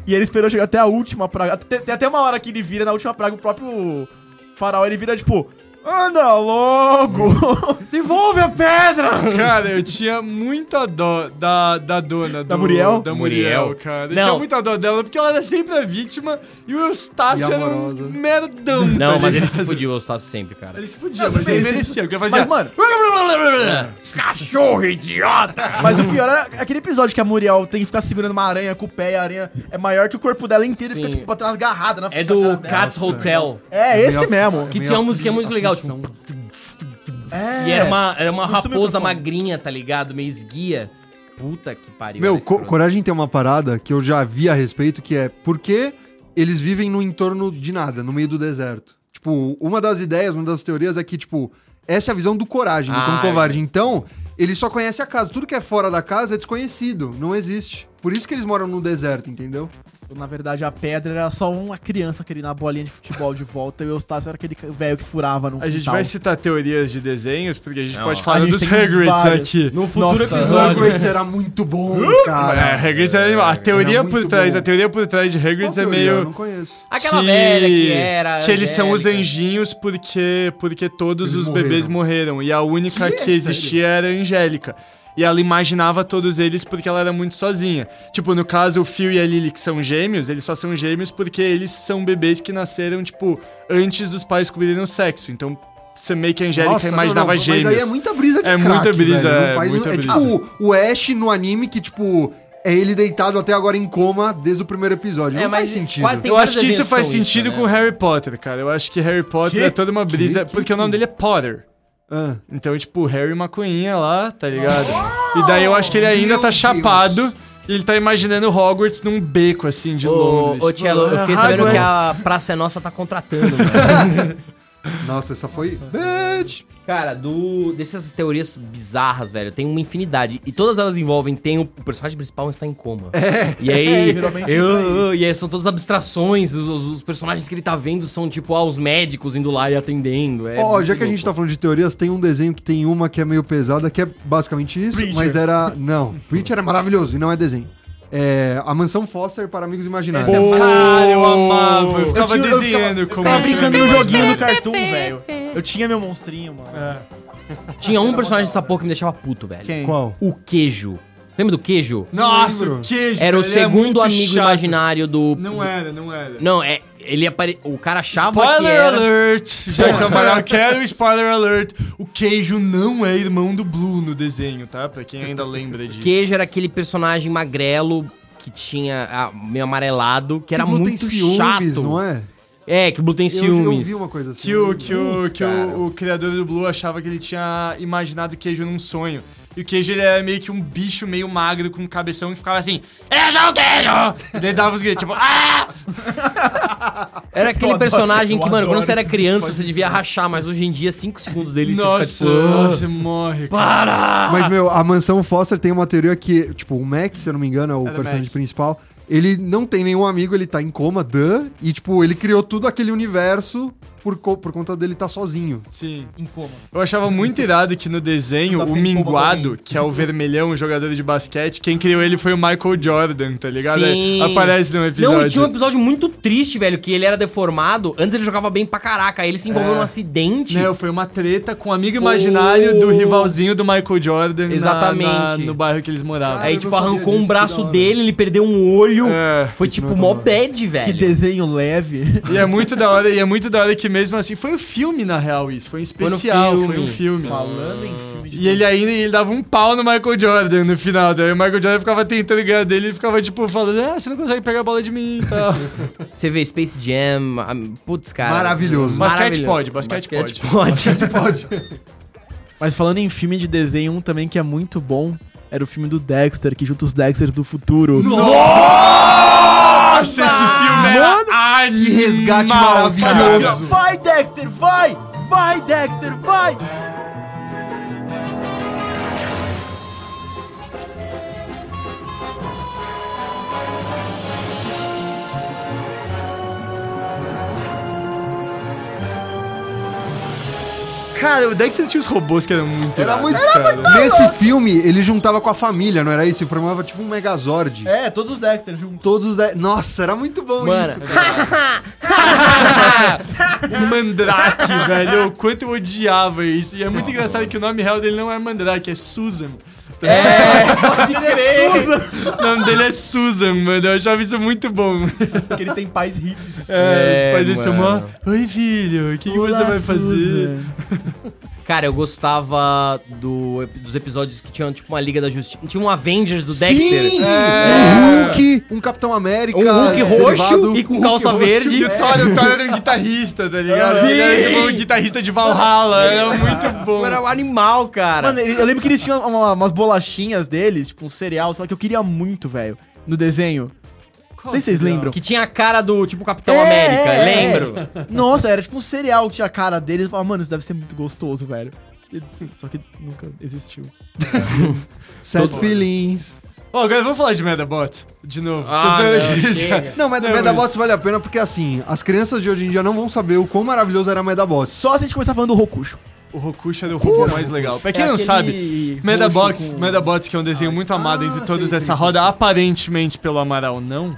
[SPEAKER 5] E ele esperou chegar até a última praga. Tem, tem até uma hora que ele vira, na última praga, o próprio faraó, ele vira tipo... Anda logo!
[SPEAKER 4] Devolve a pedra!
[SPEAKER 2] Cara, eu tinha muita dó da, da dona.
[SPEAKER 5] Da
[SPEAKER 2] do-
[SPEAKER 5] Muriel?
[SPEAKER 2] Da Muriel,
[SPEAKER 4] Muriel.
[SPEAKER 2] cara. Eu
[SPEAKER 4] Não.
[SPEAKER 2] tinha muita dó dela porque ela era sempre a vítima e o Eustácio
[SPEAKER 1] E
[SPEAKER 2] era um
[SPEAKER 1] amorosa.
[SPEAKER 2] merdão.
[SPEAKER 4] Não,
[SPEAKER 2] tá
[SPEAKER 4] mas ele
[SPEAKER 2] ligado?
[SPEAKER 4] se fudiu, eu Eustácio sempre, cara.
[SPEAKER 2] Ele se fudia, mas ele merecia. Porque ele fazia...
[SPEAKER 5] Mas, mano,
[SPEAKER 4] Cachorro idiota!
[SPEAKER 5] mas o pior era aquele episódio que a Muriel tem que ficar segurando uma aranha com o pé e a aranha é maior que o corpo dela inteiro e
[SPEAKER 4] Sim.
[SPEAKER 5] fica, tipo, pra trás agarrada na
[SPEAKER 4] É
[SPEAKER 5] frente da cara
[SPEAKER 4] do
[SPEAKER 5] dela.
[SPEAKER 4] Cats Hotel.
[SPEAKER 5] É, esse mesmo.
[SPEAKER 4] Que tinha uma musiquinha muito legal, tipo,
[SPEAKER 5] É.
[SPEAKER 4] E era uma, era uma
[SPEAKER 5] Custa
[SPEAKER 4] raposa
[SPEAKER 5] o microfone.
[SPEAKER 4] magrinha, tá ligado? Meio esguia. Puta que pariu. né,
[SPEAKER 1] Meu,
[SPEAKER 4] era
[SPEAKER 1] co-
[SPEAKER 4] escroto.
[SPEAKER 1] Coragem tem uma parada que eu já vi a respeito, que é por que eles vivem no entorno de nada, no meio do deserto. Tipo, uma das ideias, uma das teorias é que, tipo, essa é a visão do Coragem, do
[SPEAKER 4] Ah,
[SPEAKER 1] Cão Covarde. Então, ele só conhece a casa. Tudo que é fora da casa é desconhecido, não existe. Por isso que eles moram no deserto, entendeu?
[SPEAKER 5] Na verdade, a pedra era só uma criança querendo a bolinha de futebol de volta e o Eustácio era aquele velho que furava no
[SPEAKER 2] A gente
[SPEAKER 5] quintal.
[SPEAKER 2] vai citar teorias de desenhos, porque a gente
[SPEAKER 4] Não,
[SPEAKER 2] pode
[SPEAKER 4] a
[SPEAKER 2] falar
[SPEAKER 5] gente
[SPEAKER 2] dos
[SPEAKER 5] tem
[SPEAKER 2] Hagrids
[SPEAKER 5] várias.
[SPEAKER 2] aqui.
[SPEAKER 5] No futuro
[SPEAKER 4] Nossa.
[SPEAKER 5] episódio.
[SPEAKER 1] Hogwarts era muito bom,
[SPEAKER 2] É,
[SPEAKER 1] cara.
[SPEAKER 2] Hagrids é animal. A teoria
[SPEAKER 1] Era muito
[SPEAKER 2] por trás,
[SPEAKER 1] bom.
[SPEAKER 2] a teoria por trás de Hagrids é
[SPEAKER 1] Qual teoria? Eu não
[SPEAKER 2] meio...
[SPEAKER 1] conheço.
[SPEAKER 4] Aquela velha que era.
[SPEAKER 2] Que eles são os
[SPEAKER 4] angélica.
[SPEAKER 2] anjinhos porque, porque todos
[SPEAKER 1] Eles é,
[SPEAKER 2] os bebês morreram. E a única que, existia era a Angélica. E ela imaginava todos eles porque ela era muito sozinha. Tipo, no caso, o Phil e a Lily, que são gêmeos, eles só são gêmeos porque eles são bebês que nasceram, tipo, antes dos pais descobrirem o sexo. Então, você meio que a Angélica
[SPEAKER 1] Nossa, não,
[SPEAKER 2] imaginava
[SPEAKER 1] não,
[SPEAKER 2] gêmeos.
[SPEAKER 1] Mas aí é muita brisa de
[SPEAKER 2] É
[SPEAKER 1] crack,
[SPEAKER 2] muita brisa,
[SPEAKER 1] velho. Não
[SPEAKER 2] é muita
[SPEAKER 1] é
[SPEAKER 2] brisa.
[SPEAKER 1] tipo o Ash no anime que, tipo, é ele deitado até agora em coma desde o primeiro episódio.
[SPEAKER 4] É,
[SPEAKER 1] Não faz
[SPEAKER 4] mas
[SPEAKER 1] sentido.
[SPEAKER 4] quase tem
[SPEAKER 2] eu acho
[SPEAKER 4] vários
[SPEAKER 2] que isso
[SPEAKER 4] desenhos
[SPEAKER 2] faz
[SPEAKER 4] que são
[SPEAKER 2] sentido
[SPEAKER 4] isso,
[SPEAKER 2] com
[SPEAKER 4] né?
[SPEAKER 2] Harry Potter, cara. Eu acho que Harry Potter é toda uma brisa. porque o nome dele é Potter.
[SPEAKER 1] Ah.
[SPEAKER 2] Então, tipo, Harry Macuinha lá, tá ligado? E daí eu acho que ele ainda
[SPEAKER 1] Meu
[SPEAKER 2] tá
[SPEAKER 1] Deus.
[SPEAKER 2] chapado e ele tá imaginando Hogwarts num beco, assim, de
[SPEAKER 4] Ô,
[SPEAKER 2] Londres.
[SPEAKER 4] ô Tchelo, eu fiquei
[SPEAKER 2] Ah,
[SPEAKER 4] sabendo que a
[SPEAKER 2] Hogwarts.
[SPEAKER 4] Praça é Nossa tá contratando, mano.
[SPEAKER 1] Nossa, essa foi. Bitch.
[SPEAKER 4] Cara, do, dessas teorias bizarras, velho, tem uma infinidade. E todas elas envolvem, tem o, o personagem principal está em coma. E aí, eu, e aí são todas abstrações, os, os- os personagens que ele tá vendo são, tipo, ah, os médicos indo lá e atendendo. é
[SPEAKER 1] Ó,
[SPEAKER 4] muito
[SPEAKER 1] já que a gente tá
[SPEAKER 4] louco.
[SPEAKER 1] falando de teorias, tem um desenho que tem uma que é meio pesada, que é basicamente isso, mas era. Não, Preacher era maravilhoso e não é desenho. É A Mansão Foster para Amigos Imaginários.
[SPEAKER 4] é
[SPEAKER 2] Cara, eu amava. Eu ficava
[SPEAKER 5] tinha- eu
[SPEAKER 2] desenhando
[SPEAKER 5] ficava-
[SPEAKER 2] como
[SPEAKER 5] Eu tava
[SPEAKER 2] esse
[SPEAKER 5] brincando no
[SPEAKER 2] negócio.
[SPEAKER 5] joguinho do Cartoon, velho. Eu tinha meu monstrinho, mano.
[SPEAKER 2] É.
[SPEAKER 4] Tinha um personagem dessa porra que me deixava puto, velho.
[SPEAKER 5] Quem?
[SPEAKER 7] Qual?
[SPEAKER 4] O Queijo. Lembra do Queijo?
[SPEAKER 2] Nossa,
[SPEAKER 1] Lembro.
[SPEAKER 2] o queijo.
[SPEAKER 4] Era o
[SPEAKER 2] velho, ele é
[SPEAKER 4] segundo
[SPEAKER 2] muito
[SPEAKER 4] amigo
[SPEAKER 2] chato.
[SPEAKER 4] imaginário do...
[SPEAKER 2] Não era, não era.
[SPEAKER 4] Não, é... Ele apare... O cara achava que
[SPEAKER 2] Spoiler
[SPEAKER 4] era...
[SPEAKER 2] alert! Já que trabalhava, quero spoiler alert. O queijo não é irmão do Blue no desenho, tá? Pra quem ainda lembra disso.
[SPEAKER 4] Uhum. Queijo era aquele personagem magrelo que tinha ah, meio amarelado, que era
[SPEAKER 1] Blue tem
[SPEAKER 4] muito
[SPEAKER 1] ciúmes,
[SPEAKER 4] chato.
[SPEAKER 1] não é?
[SPEAKER 4] é? que o Blue tem
[SPEAKER 1] Eu- Eu,
[SPEAKER 4] ciúmes.
[SPEAKER 1] vi uma coisa assim.
[SPEAKER 2] Que o, que, o,
[SPEAKER 4] Putz,
[SPEAKER 2] que
[SPEAKER 4] cara.
[SPEAKER 2] o, o criador do Blue achava que ele tinha imaginado o queijo num sonho. E o queijo ele era meio que um bicho meio magro com um cabeção que ficava assim: Eu sou o queijo! E daí dava os gritos, tipo, ah!
[SPEAKER 4] Era aquele
[SPEAKER 5] Eu
[SPEAKER 4] personagem
[SPEAKER 5] adoro-
[SPEAKER 4] que,
[SPEAKER 5] eu
[SPEAKER 4] mano, quando
[SPEAKER 5] adoro
[SPEAKER 4] você era
[SPEAKER 5] esse
[SPEAKER 4] criança, você devia rachar, mas hoje em dia, 5 segundos dele
[SPEAKER 2] Nossa,
[SPEAKER 4] você fica tipo.
[SPEAKER 2] você morre. cara.
[SPEAKER 4] Para!
[SPEAKER 1] Mas, meu, a Mansão Foster tem uma teoria que, tipo, o Mac, se eu não me engano, é o
[SPEAKER 2] Era o
[SPEAKER 1] personagem
[SPEAKER 2] Mac.
[SPEAKER 1] principal. Ele não tem nenhum amigo, ele tá em coma, duh. E, tipo, ele criou tudo aquele universo por, co- por conta dele tá sozinho.
[SPEAKER 2] Sim.
[SPEAKER 5] Em coma.
[SPEAKER 2] Eu achava muito irado que no desenho,
[SPEAKER 5] Tá
[SPEAKER 2] o
[SPEAKER 5] ficando com
[SPEAKER 2] Minguado,
[SPEAKER 5] alguém.
[SPEAKER 2] que é o vermelhão, o jogador de basquete, quem criou ele foi o Michael Jordan, tá ligado?
[SPEAKER 4] Sim.
[SPEAKER 2] Aparece num episódio.
[SPEAKER 4] Não, e tinha um episódio muito triste, velho, que ele era deformado. Antes ele jogava bem pra caraca, aí ele se envolveu
[SPEAKER 2] É.
[SPEAKER 4] num acidente.
[SPEAKER 2] Não, foi uma treta com um amigo imaginário do rivalzinho do Michael Jordan na-
[SPEAKER 4] Exatamente.
[SPEAKER 2] na- no bairro que eles moravam.
[SPEAKER 4] Aí,
[SPEAKER 1] eu
[SPEAKER 4] tipo,
[SPEAKER 1] não sabia
[SPEAKER 4] arrancou um
[SPEAKER 1] disso, que
[SPEAKER 4] braço
[SPEAKER 1] da hora.
[SPEAKER 4] dele, ele perdeu um olho.
[SPEAKER 2] É.
[SPEAKER 4] Foi tipo mó bad, velho.
[SPEAKER 5] Que desenho leve.
[SPEAKER 2] E é muito da hora, e é muito da hora que mesmo assim, foi um filme na real isso, foi um especial, foi um filme.
[SPEAKER 5] Falando em filme de
[SPEAKER 2] E ele é- ainda ele dava um pau no Michael Jordan no final, daí o Michael Jordan ficava tentando ganhar dele, ele ficava tipo falando, ah, você não consegue pegar a bola de mim e tal.
[SPEAKER 4] Você vê Space Jam, a- putz, cara.
[SPEAKER 1] Maravilhoso.
[SPEAKER 2] Basquete pode, basquete
[SPEAKER 4] pode.
[SPEAKER 1] Pode.
[SPEAKER 5] Mas falando em filme de desenho, um também que é muito bom era o filme do Dexter, que junta os Dexters do futuro.
[SPEAKER 2] Nossa, esse filme era
[SPEAKER 1] Que resgate
[SPEAKER 2] animal, cara.
[SPEAKER 1] maravilhoso.
[SPEAKER 5] Vai, Dexter, vai! Vai, Dexter, vai!
[SPEAKER 2] Cara, o Dexter tinha os robôs que eram muito
[SPEAKER 1] Era
[SPEAKER 2] irados,
[SPEAKER 1] muito...
[SPEAKER 2] cara.
[SPEAKER 1] Nesse filme, ele juntava com a família, não era isso? Ele formava, tipo, um Megazord.
[SPEAKER 5] É, todos os Dexters juntos.
[SPEAKER 1] Todos os... dez- Nossa, era muito bom
[SPEAKER 4] Mano,
[SPEAKER 1] isso.
[SPEAKER 2] O Mandrake, velho. O quanto eu odiava isso. E é muito engraçado que o nome real dele não é Mandrake, é Susan. É, pode crer. o nome dele é Susan, mano. Eu achava isso muito bom.
[SPEAKER 5] Porque ele tem pais hippies.
[SPEAKER 2] É,
[SPEAKER 4] É,
[SPEAKER 2] os pais dele são mó.
[SPEAKER 4] mano.
[SPEAKER 2] Oi, filho, o que, que você vai fazer?
[SPEAKER 4] Cara, eu gostava do, dos episódios que tinham, tipo, uma Liga da Justiça. Tinha um Avengers do Dexter.
[SPEAKER 1] Sim!
[SPEAKER 2] É.
[SPEAKER 1] Um Hulk, um Capitão América.
[SPEAKER 4] Um Hulk
[SPEAKER 1] é,
[SPEAKER 4] roxo
[SPEAKER 1] derivado.
[SPEAKER 4] e com
[SPEAKER 1] Hulk
[SPEAKER 4] calça
[SPEAKER 1] roxo.
[SPEAKER 2] E
[SPEAKER 4] verde.
[SPEAKER 2] o Thor, o Thor era um guitarrista, tá ligado?
[SPEAKER 4] Sim!
[SPEAKER 2] Ele era tipo um guitarrista de Valhalla, era muito bom.
[SPEAKER 4] Era um animal, cara.
[SPEAKER 5] Mano, ele- eu lembro que eles tinham uma- umas bolachinhas deles, tipo um cereal, só que eu queria muito, velho, no desenho. Não sei se vocês lembram.
[SPEAKER 4] que tinha a cara do, tipo, Capitão
[SPEAKER 5] É,
[SPEAKER 4] América,
[SPEAKER 5] é,
[SPEAKER 4] lembro.
[SPEAKER 5] Nossa, era tipo um cereal que tinha a cara deles. Eu falava, mano, isso deve ser muito gostoso, velho. E- Só que nunca existiu.
[SPEAKER 1] Sad feelings.
[SPEAKER 2] Ó, agora vamos falar de Medabots, de novo.
[SPEAKER 4] Ah,
[SPEAKER 2] Tô
[SPEAKER 4] não,
[SPEAKER 2] zoando aqui, já.
[SPEAKER 4] chega.
[SPEAKER 1] Não, mas
[SPEAKER 2] Não,
[SPEAKER 1] o Medabots vale a pena porque, assim, as crianças de hoje em dia não vão saber o quão maravilhoso era o Medabots.
[SPEAKER 5] Só se a gente começar falando do Rokusho.
[SPEAKER 2] O Rokusha era o robô mais legal. Pra quem não sabe, é
[SPEAKER 1] Ah,
[SPEAKER 2] Medabots, Medabots, que é um desenho muito amado entre todos, essa roda aparentemente pelo Amaral não.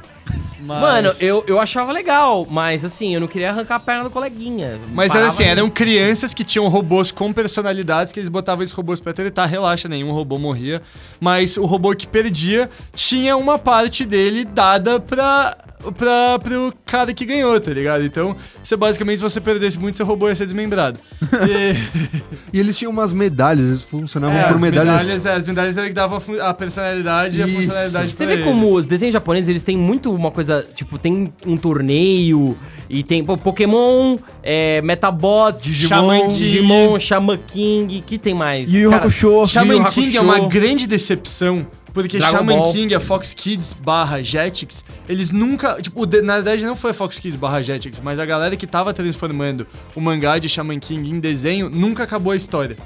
[SPEAKER 2] Mas-
[SPEAKER 4] Mano, eu, eu achava legal, mas assim, eu não queria arrancar a perna do coleguinha.
[SPEAKER 2] Mas era
[SPEAKER 4] Parava-
[SPEAKER 2] assim, eram crianças que tinham robôs com personalidades que eles botavam esses robôs pra tretar, relaxa, nenhum robô morria. Mas o robô que perdia tinha uma parte dele dada pra, pra, pro cara que ganhou, tá ligado? Então, você basicamente, se você perdesse muito, seu robô ia ser desmembrado. E,
[SPEAKER 1] E eles tinham umas medalhas, eles funcionavam
[SPEAKER 2] é,
[SPEAKER 1] por
[SPEAKER 2] as
[SPEAKER 1] medalhas.
[SPEAKER 2] medalhas, é, as medalhas era que davam a fu- a personalidade e a
[SPEAKER 1] Isso.
[SPEAKER 2] funcionalidade
[SPEAKER 4] Você
[SPEAKER 2] pra
[SPEAKER 4] vê
[SPEAKER 2] eles.
[SPEAKER 4] como os desenhos japoneses, eles têm muito uma coisa, tipo, tem um torneio e tem pô, Pokémon, é, Metabot,
[SPEAKER 2] Shaman King.
[SPEAKER 4] Digimon, Shaman King, que tem mais?
[SPEAKER 5] E o
[SPEAKER 4] Cara,
[SPEAKER 5] Hakusho.
[SPEAKER 2] Shaman
[SPEAKER 4] Yu
[SPEAKER 2] King
[SPEAKER 4] Hakusho.
[SPEAKER 2] é uma grande decepção. Porque
[SPEAKER 4] Dragon
[SPEAKER 2] Shaman
[SPEAKER 4] Ball.
[SPEAKER 2] King, a Fox Kids barra Jetix, eles nunca. Tipo, o de- na verdade não foi a Fox Kids barra Jetix, mas a galera que tava transformando o mangá de Shaman King em desenho nunca acabou a história.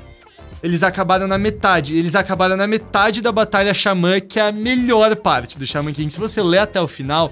[SPEAKER 2] Eles acabaram na metade. Eles acabaram na metade da Batalha Xamã, que é a melhor parte do Shaman King. Se você ler até o final,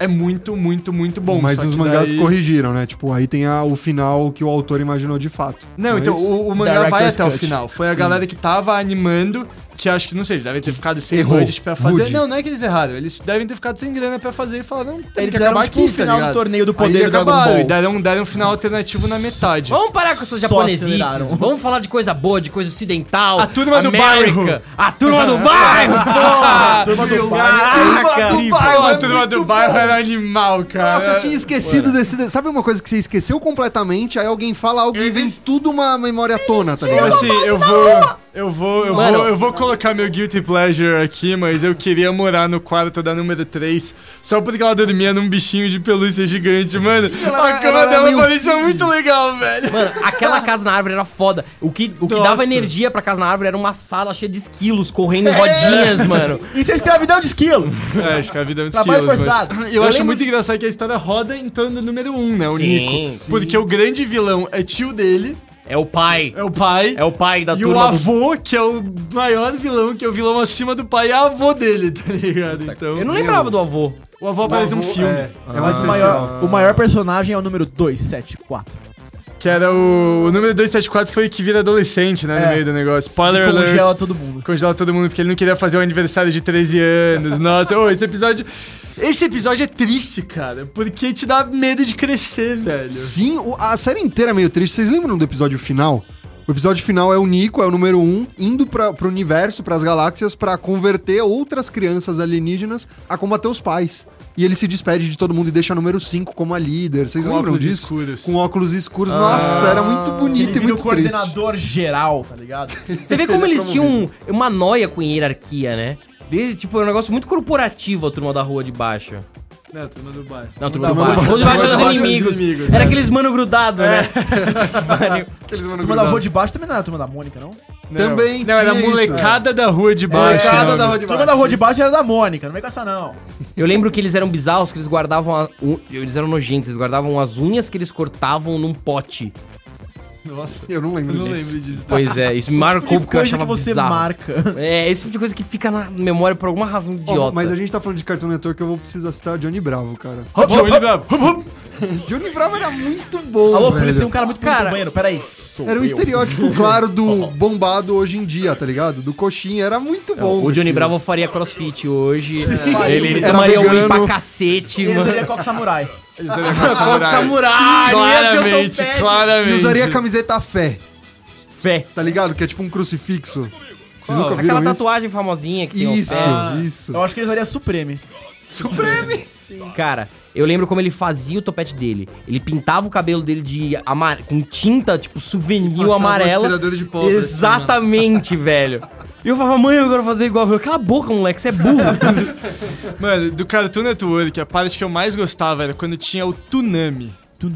[SPEAKER 2] é muito, muito, muito bom.
[SPEAKER 1] Mas
[SPEAKER 2] Só
[SPEAKER 1] os
[SPEAKER 2] que
[SPEAKER 1] mangás
[SPEAKER 2] daí-
[SPEAKER 1] corrigiram, né? Tipo, aí tem a- o final que o autor imaginou de fato.
[SPEAKER 2] Não,
[SPEAKER 1] é
[SPEAKER 2] então
[SPEAKER 1] isso?
[SPEAKER 2] o, o mangá vai
[SPEAKER 5] Director's
[SPEAKER 2] até o
[SPEAKER 5] cut.
[SPEAKER 2] final. Foi a galera que tava animando, que acho que, não sei, eles devem ter ficado sem
[SPEAKER 1] Errou.
[SPEAKER 2] budget pra fazer.
[SPEAKER 1] Rude.
[SPEAKER 2] Não, não é que eles erraram, eles devem ter ficado sem grana pra fazer e falaram, não, tem
[SPEAKER 5] Eles
[SPEAKER 2] que acabar
[SPEAKER 5] deram tipo o
[SPEAKER 2] aqui, tá
[SPEAKER 5] final do
[SPEAKER 2] ligado?
[SPEAKER 5] torneio do
[SPEAKER 2] Aí
[SPEAKER 5] poder do Dragon
[SPEAKER 2] acabaram e
[SPEAKER 5] Ball.
[SPEAKER 2] deram, deram um final alternativo na metade.
[SPEAKER 4] Vamos parar com essas
[SPEAKER 5] Só
[SPEAKER 4] japonesices.
[SPEAKER 5] aceleraram.
[SPEAKER 4] Vamos falar de coisa boa, de coisa ocidental.
[SPEAKER 2] A turma do
[SPEAKER 4] América.
[SPEAKER 2] bairro.
[SPEAKER 4] A turma do bairro, porra!
[SPEAKER 5] Turma do
[SPEAKER 2] Ah,
[SPEAKER 4] Caraca!
[SPEAKER 1] do bairro
[SPEAKER 2] Pô,
[SPEAKER 1] é
[SPEAKER 2] a turma do bairro era animal, cara.
[SPEAKER 1] Nossa, eu tinha esquecido desse. de- Sabe uma coisa que você esqueceu completamente? Aí alguém fala algo e vem tudo uma memória à tona, tá ligado?
[SPEAKER 2] Assim, eu vou, eu vou, eu
[SPEAKER 4] Mano.
[SPEAKER 2] vou, eu vou colocar meu guilty pleasure aqui, mas eu queria morar no quarto da número 3, só porque ela dormia num bichinho de pelúcia gigante, mano.
[SPEAKER 1] ela-
[SPEAKER 2] a cama
[SPEAKER 1] ela era
[SPEAKER 2] dela
[SPEAKER 1] meio
[SPEAKER 2] parecia muito legal, velho.
[SPEAKER 4] Mano, aquela casa na árvore era foda. O que, o que
[SPEAKER 2] Nossa.
[SPEAKER 4] dava energia pra casa na árvore era uma sala cheia de esquilos correndo em rodinhas, mano.
[SPEAKER 5] Isso é escravidão de esquilo.
[SPEAKER 2] É, acho que a vida é muito
[SPEAKER 5] Trabalho
[SPEAKER 2] esquilos, mas-
[SPEAKER 5] forçado.
[SPEAKER 2] Eu,
[SPEAKER 4] Eu
[SPEAKER 2] acho
[SPEAKER 4] lembro-
[SPEAKER 2] muito engraçado que a história roda em torno do número 1, um, né? O
[SPEAKER 4] Sim,
[SPEAKER 2] Nico.
[SPEAKER 4] sim.
[SPEAKER 2] Porque o grande vilão é tio dele,
[SPEAKER 4] É o pai.
[SPEAKER 2] é o pai.
[SPEAKER 4] É o pai da
[SPEAKER 2] e o
[SPEAKER 4] turma do
[SPEAKER 2] avô, que é o maior vilão, que é o vilão acima do pai, é o avô dele, tá ligado? Então,
[SPEAKER 4] Eu não lembrava do avô.
[SPEAKER 2] o avô aparece num
[SPEAKER 1] avô,
[SPEAKER 2] um filme.
[SPEAKER 1] é. É mais
[SPEAKER 5] o,
[SPEAKER 1] especial.
[SPEAKER 5] maior, o maior personagem é o número 274.
[SPEAKER 2] Que era o. O número 274 foi o que vira adolescente, né? No
[SPEAKER 5] É.
[SPEAKER 2] meio do negócio. Spoiler
[SPEAKER 5] E congela
[SPEAKER 2] alert.
[SPEAKER 5] todo mundo.
[SPEAKER 2] Congela todo mundo, porque ele não queria fazer o aniversário de 13 anos. Nossa, ô, esse episódio. Esse episódio é triste, cara. Porque te dá medo de crescer, velho.
[SPEAKER 1] Sim, o- a série inteira é meio triste. Vocês lembram do episódio final? O episódio final é o Nico, é o número um, indo pra, pro universo, pras galáxias, pra converter outras crianças alienígenas a combater os pais. E ele se despede de todo mundo e deixa o número 5 como a líder. Vocês
[SPEAKER 2] Com
[SPEAKER 1] lembram
[SPEAKER 2] óculos
[SPEAKER 1] disso?
[SPEAKER 2] escuros. Ah.
[SPEAKER 1] Com óculos escuros. Nossa, era muito bonito e
[SPEAKER 5] vira
[SPEAKER 1] muito triste.
[SPEAKER 5] geral, tá ligado?
[SPEAKER 4] Você vê como eles tinham um- uma noia com hierarquia, né? Desde, tipo, é um negócio muito corporativo a turma da rua de baixo.
[SPEAKER 2] Não, turma do bairro.
[SPEAKER 4] Não, a turma do
[SPEAKER 1] Turma do
[SPEAKER 4] baixo. A turma de baixo
[SPEAKER 2] Turma
[SPEAKER 4] eram
[SPEAKER 2] do
[SPEAKER 4] os
[SPEAKER 2] baixo,
[SPEAKER 4] inimigos.
[SPEAKER 2] os inimigos,
[SPEAKER 4] Era
[SPEAKER 2] é.
[SPEAKER 4] aqueles mano grudado, né?
[SPEAKER 1] Aqueles
[SPEAKER 5] Turma da rua de baixo também não era a turma da Mônica, não?
[SPEAKER 1] Também
[SPEAKER 2] Não, era a
[SPEAKER 1] tinha isso,
[SPEAKER 2] molecada da rua de baixo.
[SPEAKER 1] Molecada
[SPEAKER 2] mano.
[SPEAKER 1] da rua de
[SPEAKER 5] turma da rua de baixo era da Mônica, não vem com essa não. Tipo
[SPEAKER 4] Eu lembro que eles eram bizarros, que eles guardavam. a- u- eles eram nojentos, eles guardavam as unhas que eles cortavam num pote.
[SPEAKER 2] Nossa.
[SPEAKER 1] Eu não
[SPEAKER 2] Eu
[SPEAKER 1] lembro
[SPEAKER 2] não
[SPEAKER 1] disso.
[SPEAKER 2] lembro disso. tá?
[SPEAKER 4] Pois é, isso me
[SPEAKER 5] tipo
[SPEAKER 4] marcou porque eu achava
[SPEAKER 5] você
[SPEAKER 4] bizarro.
[SPEAKER 5] marca.
[SPEAKER 4] É, esse tipo de coisa que fica na memória por alguma razão
[SPEAKER 1] Ó,
[SPEAKER 4] idiota.
[SPEAKER 1] mas a gente tá falando de Cartoon Network, eu vou precisar citar Johnny Bravo, cara.
[SPEAKER 2] Hop, hop, hop, hop, hop.
[SPEAKER 1] Johnny Bravo era muito bom,
[SPEAKER 5] Alô, por
[SPEAKER 1] velho.
[SPEAKER 5] isso tem um cara muito bonito no banheiro, peraí. Sou
[SPEAKER 1] Era um
[SPEAKER 5] eu.
[SPEAKER 1] estereótipo claro do bombado hoje em dia, tá ligado? Do coxinha, era muito bom.
[SPEAKER 4] É, O Johnny
[SPEAKER 1] aquilo.
[SPEAKER 4] Bravo faria crossfit hoje. Ele, ele
[SPEAKER 1] Era
[SPEAKER 4] tomaria um
[SPEAKER 1] vegano.
[SPEAKER 4] pra cacete,
[SPEAKER 5] Ele
[SPEAKER 4] mano.
[SPEAKER 5] seria Coque Samurai.
[SPEAKER 2] Eles eram samurais.
[SPEAKER 4] samurai, ia
[SPEAKER 2] claramente,
[SPEAKER 4] ser o Tom
[SPEAKER 2] claramente.
[SPEAKER 1] E usaria a camiseta fé,
[SPEAKER 4] Fé.
[SPEAKER 1] tá ligado? Que é tipo um crucifixo. Vocês nunca viram
[SPEAKER 4] Aquela
[SPEAKER 1] isso?
[SPEAKER 4] tatuagem famosinha que tem.
[SPEAKER 1] Isso,
[SPEAKER 4] ó, É.
[SPEAKER 2] Ah.
[SPEAKER 1] isso.
[SPEAKER 5] Eu acho que ele usaria Supreme.
[SPEAKER 1] Supreme!
[SPEAKER 4] fé. Cara, eu lembro como ele fazia o topete dele. Ele pintava o cabelo dele de amar... com tinta, tipo, souvenir
[SPEAKER 2] Passava um
[SPEAKER 4] amarela.
[SPEAKER 2] aspirador de pó pra cima.
[SPEAKER 4] Exatamente, velho. E eu falava, mãe, eu quero fazer igual. Eu falei, cala a boca, moleque, você é burro.
[SPEAKER 2] Mano, do Cartoon Network, a parte que eu mais gostava era quando tinha o Tsunami. Que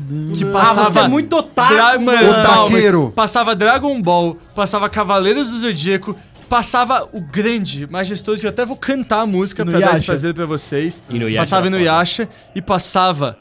[SPEAKER 4] ah,
[SPEAKER 2] passava
[SPEAKER 4] você é muito otário.
[SPEAKER 2] Dra mano,
[SPEAKER 1] mano.
[SPEAKER 2] não, mas
[SPEAKER 1] Otaqueiro.
[SPEAKER 2] passava Dragon Ball, passava Cavaleiros do Zodíaco, passava o grande, majestoso, que eu até vou cantar a música pra dar esse
[SPEAKER 5] Inuyasha.
[SPEAKER 2] prazer pra vocês.
[SPEAKER 4] Inuyasha
[SPEAKER 2] passava
[SPEAKER 4] era
[SPEAKER 2] Inuyasha e passava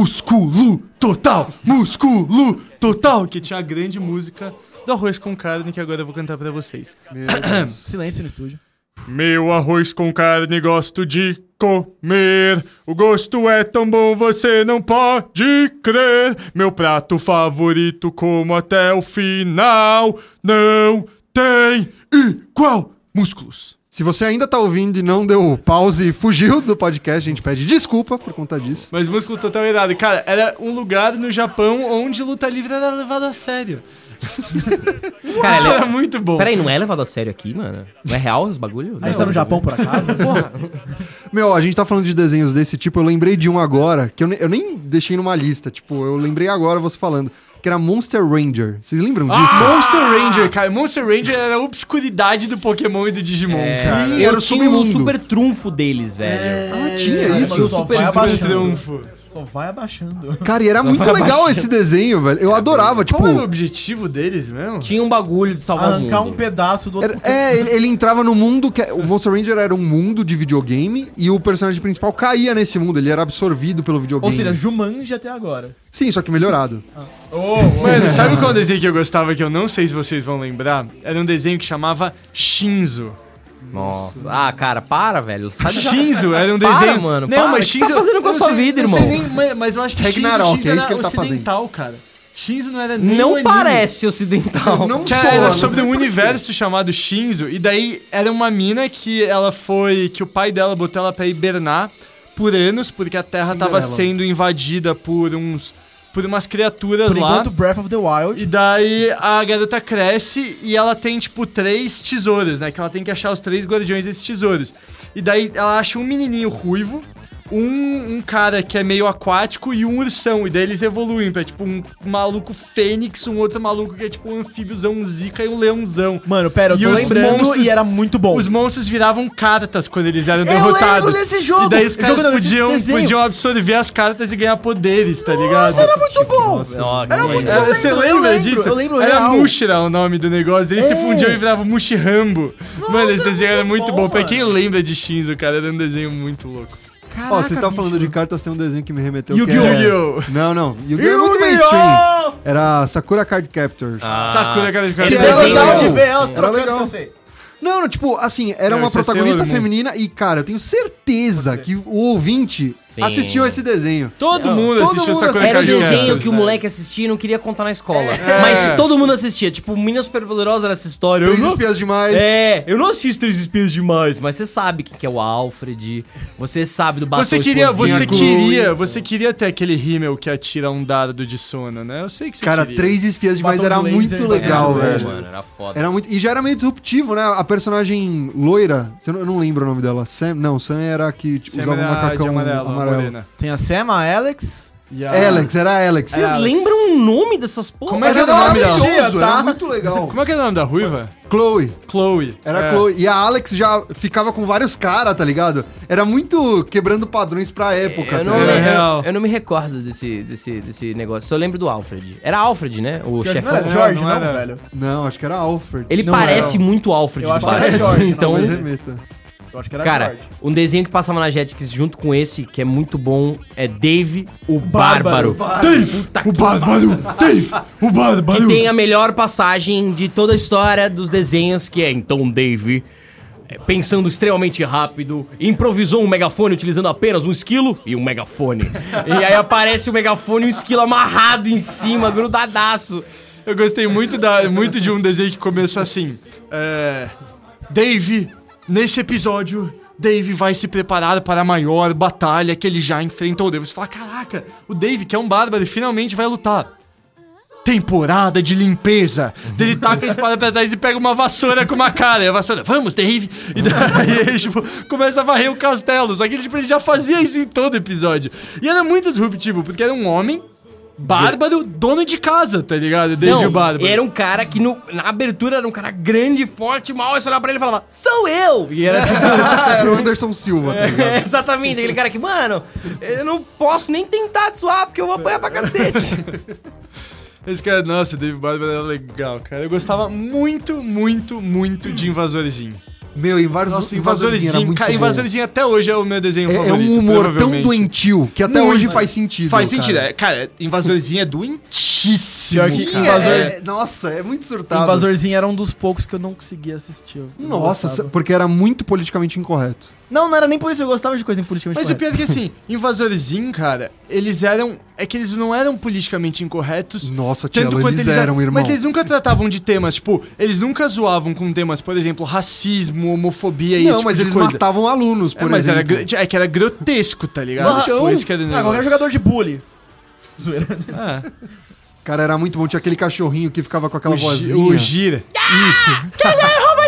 [SPEAKER 2] Musculo Total, Musculo Total, que tinha a grande música do Arroz com Carne, que agora eu vou cantar pra vocês.
[SPEAKER 5] Silêncio no estúdio.
[SPEAKER 2] Meu arroz com carne gosto de comer. O gosto é tão bom, você não pode crer. Meu prato favorito, como até o final. Não tem igual. Músculos.
[SPEAKER 1] Se você ainda tá ouvindo e não deu pause e fugiu do podcast, a gente pede desculpa por conta disso.
[SPEAKER 2] Mas músculo total irado. Cara, era um lugar no Japão onde luta livre era levado a sério.
[SPEAKER 4] Cara,
[SPEAKER 2] Isso
[SPEAKER 4] ele-
[SPEAKER 2] era muito bom.
[SPEAKER 4] Peraí, não é levado a sério aqui, mano? Não é real os bagulho?
[SPEAKER 5] A gente tá no Japão, por acaso?
[SPEAKER 4] Porra.
[SPEAKER 1] Meu, a gente tá falando de desenhos desse tipo, eu lembrei de um agora, que eu, ne- eu nem deixei numa lista, tipo, eu lembrei agora você falando, que era Monster Ranger. Vocês lembram
[SPEAKER 4] Ah,
[SPEAKER 1] disso?
[SPEAKER 2] Monster Ranger, cara. Monster Ranger era a obscuridade do Pokémon e do Digimon, cara.
[SPEAKER 1] Sim,
[SPEAKER 4] Eu tinha um super É, trunfo deles,
[SPEAKER 5] É.
[SPEAKER 4] velho.
[SPEAKER 1] Ah, tinha
[SPEAKER 2] É
[SPEAKER 5] Mano,
[SPEAKER 1] isso?
[SPEAKER 5] só
[SPEAKER 1] Super
[SPEAKER 5] vai
[SPEAKER 1] super
[SPEAKER 5] abaixando.
[SPEAKER 2] Triunfo.
[SPEAKER 5] Só vai abaixando.
[SPEAKER 2] Tá
[SPEAKER 1] Cara, e era muito
[SPEAKER 4] vai
[SPEAKER 1] legal
[SPEAKER 4] abaixando.
[SPEAKER 1] esse desenho, velho.
[SPEAKER 2] É,
[SPEAKER 1] Eu adorava, tipo...
[SPEAKER 2] Qual era o objetivo deles mesmo?
[SPEAKER 4] Tinha um bagulho de salvar o mundo.
[SPEAKER 5] Arrancar um pedaço do outro.
[SPEAKER 1] Era- é, ele, ele entrava no mundo que. O Monster Ranger era um mundo de videogame e o personagem principal caía nesse mundo, ele era absorvido pelo
[SPEAKER 5] Ou
[SPEAKER 1] videogame.
[SPEAKER 5] seja, Jumanji até agora.
[SPEAKER 1] Sim, só que melhorado.
[SPEAKER 2] Mano, sabe qual desenho que eu gostava que eu não sei se vocês vão lembrar? Era um desenho que chamava Shinzo.
[SPEAKER 4] Nossa. Ah, cara, para, velho. Sai do
[SPEAKER 2] Shinzo era um
[SPEAKER 4] Para,
[SPEAKER 2] desenho.
[SPEAKER 4] mano,
[SPEAKER 2] Não,
[SPEAKER 4] para.
[SPEAKER 2] mas
[SPEAKER 4] O que
[SPEAKER 2] Shinzo.
[SPEAKER 4] você tá fazendo com a
[SPEAKER 2] eu
[SPEAKER 4] sua
[SPEAKER 2] sei-
[SPEAKER 4] vida,
[SPEAKER 2] eu sei
[SPEAKER 4] irmão?
[SPEAKER 2] nem- mas- mas eu acho que
[SPEAKER 1] Ragnarok,
[SPEAKER 2] Shinzo, Shinzo
[SPEAKER 1] é isso
[SPEAKER 2] era
[SPEAKER 1] que ele tá fazendo.
[SPEAKER 2] ocidental, cara. Shinzo não era nem um
[SPEAKER 4] Não
[SPEAKER 2] anime.
[SPEAKER 4] parece ocidental.
[SPEAKER 1] Não
[SPEAKER 2] Cara,
[SPEAKER 1] soa,
[SPEAKER 2] era
[SPEAKER 1] não
[SPEAKER 2] sobre
[SPEAKER 1] sei
[SPEAKER 2] um
[SPEAKER 1] por quê.
[SPEAKER 2] universo chamado Shinzo, e daí era uma mina que ela foi. que o pai dela botou ela pra hibernar por anos, porque a Terra tava
[SPEAKER 5] Cinderela.
[SPEAKER 2] sendo invadida por uns. por umas criaturas
[SPEAKER 5] Por
[SPEAKER 2] lá.
[SPEAKER 5] enquanto, Breath of the Wild.
[SPEAKER 2] E daí a garota cresce e ela tem, tipo, três tesouros, né? Que ela tem que achar os três guardiões desses tesouros. E daí ela acha um menininho ruivo, um, um cara que é meio aquático e um ursão. E daí eles evoluem pra, tipo, um maluco fênix, um outro maluco que é, tipo, um anfíbiozão, um zica e um leãozão.
[SPEAKER 5] Mano, pera, eu
[SPEAKER 2] E
[SPEAKER 5] tô
[SPEAKER 2] os
[SPEAKER 5] lembrando
[SPEAKER 2] monstros-
[SPEAKER 5] e era muito bom.
[SPEAKER 2] Os monstros viravam cartas quando eles eram
[SPEAKER 5] Eu lembro
[SPEAKER 2] derrotados.
[SPEAKER 5] desse jogo!
[SPEAKER 2] E daí os
[SPEAKER 5] Eu
[SPEAKER 2] caras
[SPEAKER 5] jogando esse
[SPEAKER 2] podiam,
[SPEAKER 5] desenho.
[SPEAKER 2] podiam absorver as cartas e ganhar poderes, tá ligado?
[SPEAKER 5] Era muito bom!
[SPEAKER 4] Nossa,
[SPEAKER 5] Era muito
[SPEAKER 2] É,
[SPEAKER 5] bom. Eu
[SPEAKER 2] Você
[SPEAKER 5] lembro,
[SPEAKER 2] lembra
[SPEAKER 5] eu lembro,
[SPEAKER 2] disso?
[SPEAKER 5] eu lembro
[SPEAKER 2] era
[SPEAKER 5] real. É.
[SPEAKER 2] Mushra o nome do negócio. Ele se fundiu e virava Mushirambo. Mano, esse
[SPEAKER 5] era
[SPEAKER 2] desenho era muito
[SPEAKER 5] muito
[SPEAKER 2] bom.
[SPEAKER 5] bom,
[SPEAKER 2] Pra quem
[SPEAKER 5] mano.
[SPEAKER 2] lembra de Shinzo, cara, era um desenho muito louco.
[SPEAKER 1] Ó, vocês estavam tá falando de cartas, tem um desenho que me remeteu. que
[SPEAKER 2] Yu-Gi-Oh!
[SPEAKER 1] é-
[SPEAKER 2] Yu-Gi-Oh!
[SPEAKER 1] Não, não. Yu-Gi-Oh! é muito
[SPEAKER 2] Yu-Gi-Oh! Ah.
[SPEAKER 1] mainstream. Era Sakura Card Captors.
[SPEAKER 4] Ah,
[SPEAKER 2] Sakura, né, cara de cara.
[SPEAKER 4] Ele
[SPEAKER 1] Era
[SPEAKER 4] desenho-
[SPEAKER 1] legal de ver
[SPEAKER 5] elas
[SPEAKER 1] Era legal. Não, não, tipo, assim, era
[SPEAKER 2] Não,
[SPEAKER 1] uma
[SPEAKER 2] isso é
[SPEAKER 1] protagonista
[SPEAKER 2] Sailor Moon.
[SPEAKER 1] feminina e, cara, eu tenho certeza que o ouvinte
[SPEAKER 4] Sim.
[SPEAKER 1] assistiu esse desenho.
[SPEAKER 2] Todo
[SPEAKER 4] Não,
[SPEAKER 2] mundo
[SPEAKER 1] todo
[SPEAKER 2] assistiu
[SPEAKER 1] mundo
[SPEAKER 2] Sakura
[SPEAKER 4] Era o
[SPEAKER 2] Card
[SPEAKER 1] Cardcaptors,
[SPEAKER 4] desenho
[SPEAKER 2] Captors,
[SPEAKER 4] que o
[SPEAKER 2] né?
[SPEAKER 4] moleque assistia e não queria contar na escola. Mas todo mundo assistia. Tipo, Minas Superpoderosa era essa história. Eu
[SPEAKER 1] Três
[SPEAKER 4] não...
[SPEAKER 1] espias demais.
[SPEAKER 4] É, eu não assisto Três Espias demais, mas você sabe quem que é o Alfred, você sabe do Batom
[SPEAKER 2] Você queria,
[SPEAKER 4] Explosivo.
[SPEAKER 2] você queria, você queria ter aquele rímel que atira um dardo de sono, né? Eu sei que você
[SPEAKER 1] Cara,
[SPEAKER 2] queria.
[SPEAKER 1] Três Espias Demais
[SPEAKER 5] Batom
[SPEAKER 1] era
[SPEAKER 5] de laser,
[SPEAKER 1] muito
[SPEAKER 5] batom de
[SPEAKER 1] legal,
[SPEAKER 4] Era bom,
[SPEAKER 1] velho.
[SPEAKER 4] mano, era foda.
[SPEAKER 1] Era muito... E já era meio disruptivo, né? A personagem loira, eu não- eu não lembro o nome dela. Sam, não, Sam era a que tipo,
[SPEAKER 2] Sempre
[SPEAKER 1] usava um
[SPEAKER 2] era é de
[SPEAKER 1] macacão amarelo.
[SPEAKER 2] amarelo, morena.
[SPEAKER 5] Tem a Sam, a Alex.
[SPEAKER 2] E a-
[SPEAKER 1] Alex, era Alex.
[SPEAKER 4] Vocês lembram o nome dessas porra?
[SPEAKER 2] Como é que
[SPEAKER 1] era
[SPEAKER 2] é o nome dela?
[SPEAKER 1] maravilhoso,
[SPEAKER 5] tá?
[SPEAKER 1] Era muito legal.
[SPEAKER 2] Como é que é o nome da ruiva?
[SPEAKER 1] Chloe.
[SPEAKER 2] Chloe.
[SPEAKER 1] Era
[SPEAKER 2] É.
[SPEAKER 1] Chloe. E a Alex já ficava com vários caras, tá ligado? Era muito quebrando padrões pra época. tá
[SPEAKER 4] Eu não,
[SPEAKER 1] ligado?
[SPEAKER 2] Era
[SPEAKER 4] lembro-
[SPEAKER 2] real.
[SPEAKER 4] eu não me recordo desse, desse, desse negócio. Só lembro do Alfred. Era Alfred, né? O
[SPEAKER 5] Não
[SPEAKER 4] chefe.
[SPEAKER 5] era
[SPEAKER 2] Não,
[SPEAKER 5] George,
[SPEAKER 2] é não
[SPEAKER 5] não,
[SPEAKER 2] era.
[SPEAKER 5] velho.
[SPEAKER 1] Não, acho que era Alfred.
[SPEAKER 4] Ele
[SPEAKER 5] Não
[SPEAKER 4] parece
[SPEAKER 5] era.
[SPEAKER 4] muito Alfred.
[SPEAKER 5] Eu acho que era
[SPEAKER 4] parece,
[SPEAKER 5] George, não,
[SPEAKER 4] então,
[SPEAKER 1] Mas remeta.
[SPEAKER 5] Eu
[SPEAKER 2] Tá
[SPEAKER 5] acho que era
[SPEAKER 4] cara,
[SPEAKER 5] George.
[SPEAKER 4] um desenho que passava na Jetix junto com esse, que é muito bom, é Dave o Bárbaro.
[SPEAKER 5] Bárbaro.
[SPEAKER 4] Dave, o Bárbaro. Dave, o Bárbaro. Que tem a melhor passagem de toda a história dos desenhos, que é então Dave, é, pensando extremamente rápido, improvisou um megafone utilizando apenas um esquilo e um megafone. e aí aparece o megafone e o esquilo amarrado em cima, grudadaço.
[SPEAKER 2] Eu gostei muito, da, muito de um desenho que começou assim. É, Dave, nesse episódio, Dave vai se preparar para a maior batalha que ele já enfrentou. Daí você fala: Caraca, o Dave, que é um bárbaro, finalmente vai lutar. Temporada de limpeza. Daí Ele taca a espada pra trás e pega uma vassoura com uma cara. E a vassoura, vamos, Dave! E daí ele, tipo, começa a varrer o castelo. Só que ele, tipo, ele já fazia isso em todo episódio. E era muito disruptivo, porque era um homem bárbaro, dono de casa, tá ligado? Dave o Bárbaro.
[SPEAKER 4] era um cara que no- na abertura era um cara grande, forte, mal, aí você olhava pra ele e falava, sou eu! E era
[SPEAKER 1] Ah, era o Anderson Silva, tá ligado?
[SPEAKER 4] É, exatamente, aquele cara que, mano, eu não posso nem tentar te suar, porque eu vou apanhar pra cacete.
[SPEAKER 2] Esse cara, nossa, Dave Bárbaro era legal, cara. Eu gostava muito, muito, muito de Invasorzinho.
[SPEAKER 1] Meu, invasor,
[SPEAKER 2] Nossa,
[SPEAKER 1] invasorzinho era
[SPEAKER 2] Invasorzinho,
[SPEAKER 1] muito
[SPEAKER 2] cara,
[SPEAKER 1] bom.
[SPEAKER 2] Invasorzinho até hoje é o meu desenho
[SPEAKER 1] É, é
[SPEAKER 2] favorito.
[SPEAKER 1] um humor tão
[SPEAKER 2] provavelmente.
[SPEAKER 1] doentio que até
[SPEAKER 2] Muito.
[SPEAKER 1] hoje faz sentido.
[SPEAKER 2] Faz
[SPEAKER 1] cara.
[SPEAKER 2] sentido, é. Cara, Invasorzinho é doentio. chatíssimo.
[SPEAKER 5] Pior que
[SPEAKER 2] cara.
[SPEAKER 5] invasor-
[SPEAKER 1] É, nossa, é muito surtado.
[SPEAKER 5] Invasorzinho era um dos poucos que eu não conseguia assistir. eu não
[SPEAKER 1] Nossa,
[SPEAKER 5] gostava.
[SPEAKER 1] porque era muito politicamente incorreto.
[SPEAKER 5] Não, não era nem por isso, eu gostava de coisa politicamente
[SPEAKER 2] Mas o
[SPEAKER 5] correta.
[SPEAKER 2] pior é que assim, Invasorzinho, cara, eles eram. É que eles não eram politicamente incorretos.
[SPEAKER 1] Nossa,
[SPEAKER 2] Tanto
[SPEAKER 1] Tielo,
[SPEAKER 2] quanto
[SPEAKER 1] eles
[SPEAKER 2] eles,
[SPEAKER 1] eram, um irmão.
[SPEAKER 2] Mas eles nunca tratavam de temas, tipo, eles nunca zoavam com temas, por exemplo, racismo, homofobia e tipo isso.
[SPEAKER 1] Não, mas eles matavam alunos, por
[SPEAKER 2] É, mas era,
[SPEAKER 1] exemplo.
[SPEAKER 2] gr- é que era grotesco, tá ligado?
[SPEAKER 1] Então-
[SPEAKER 2] Tipo, isso que era o
[SPEAKER 5] Ah,
[SPEAKER 2] negócio. É.
[SPEAKER 5] qualquer jogador de bullying.
[SPEAKER 1] Cara, era muito bom. Tinha aquele cachorrinho que ficava com aquela
[SPEAKER 2] O, gi-
[SPEAKER 1] vozinha.
[SPEAKER 2] o gira.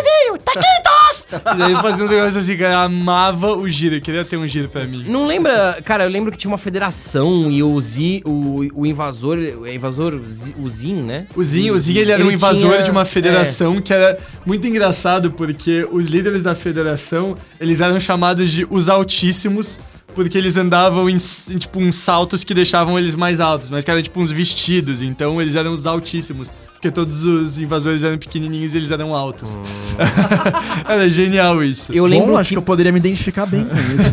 [SPEAKER 2] Isso. Cadê o robozinho? Taquitos! E daí fazia uns negócios assim, cara. eu Amava o gira. Eu queria ter um giro pra mim.
[SPEAKER 4] Não lembra, cara, eu lembro que tinha uma federação e o Zi, o, o invasor, o invasor, Zi- o Zin, né?
[SPEAKER 2] O Zinho, o Zinho ele era
[SPEAKER 4] Ele
[SPEAKER 2] um invasor
[SPEAKER 4] tinha- é.
[SPEAKER 2] de uma federação que era muito engraçado porque os líderes da federação, eles eram chamados de os altíssimos porque eles andavam em, s- em, tipo uns saltos que deixavam eles mais altos, mas que eram tipo uns vestidos, então eles eram os altíssimos. Porque todos os invasores eram pequenininhos e eles eram altos. era genial isso.
[SPEAKER 4] Hum. Eu lembro
[SPEAKER 5] Bom, acho
[SPEAKER 4] que,
[SPEAKER 5] que eu poderia me identificar bem com isso.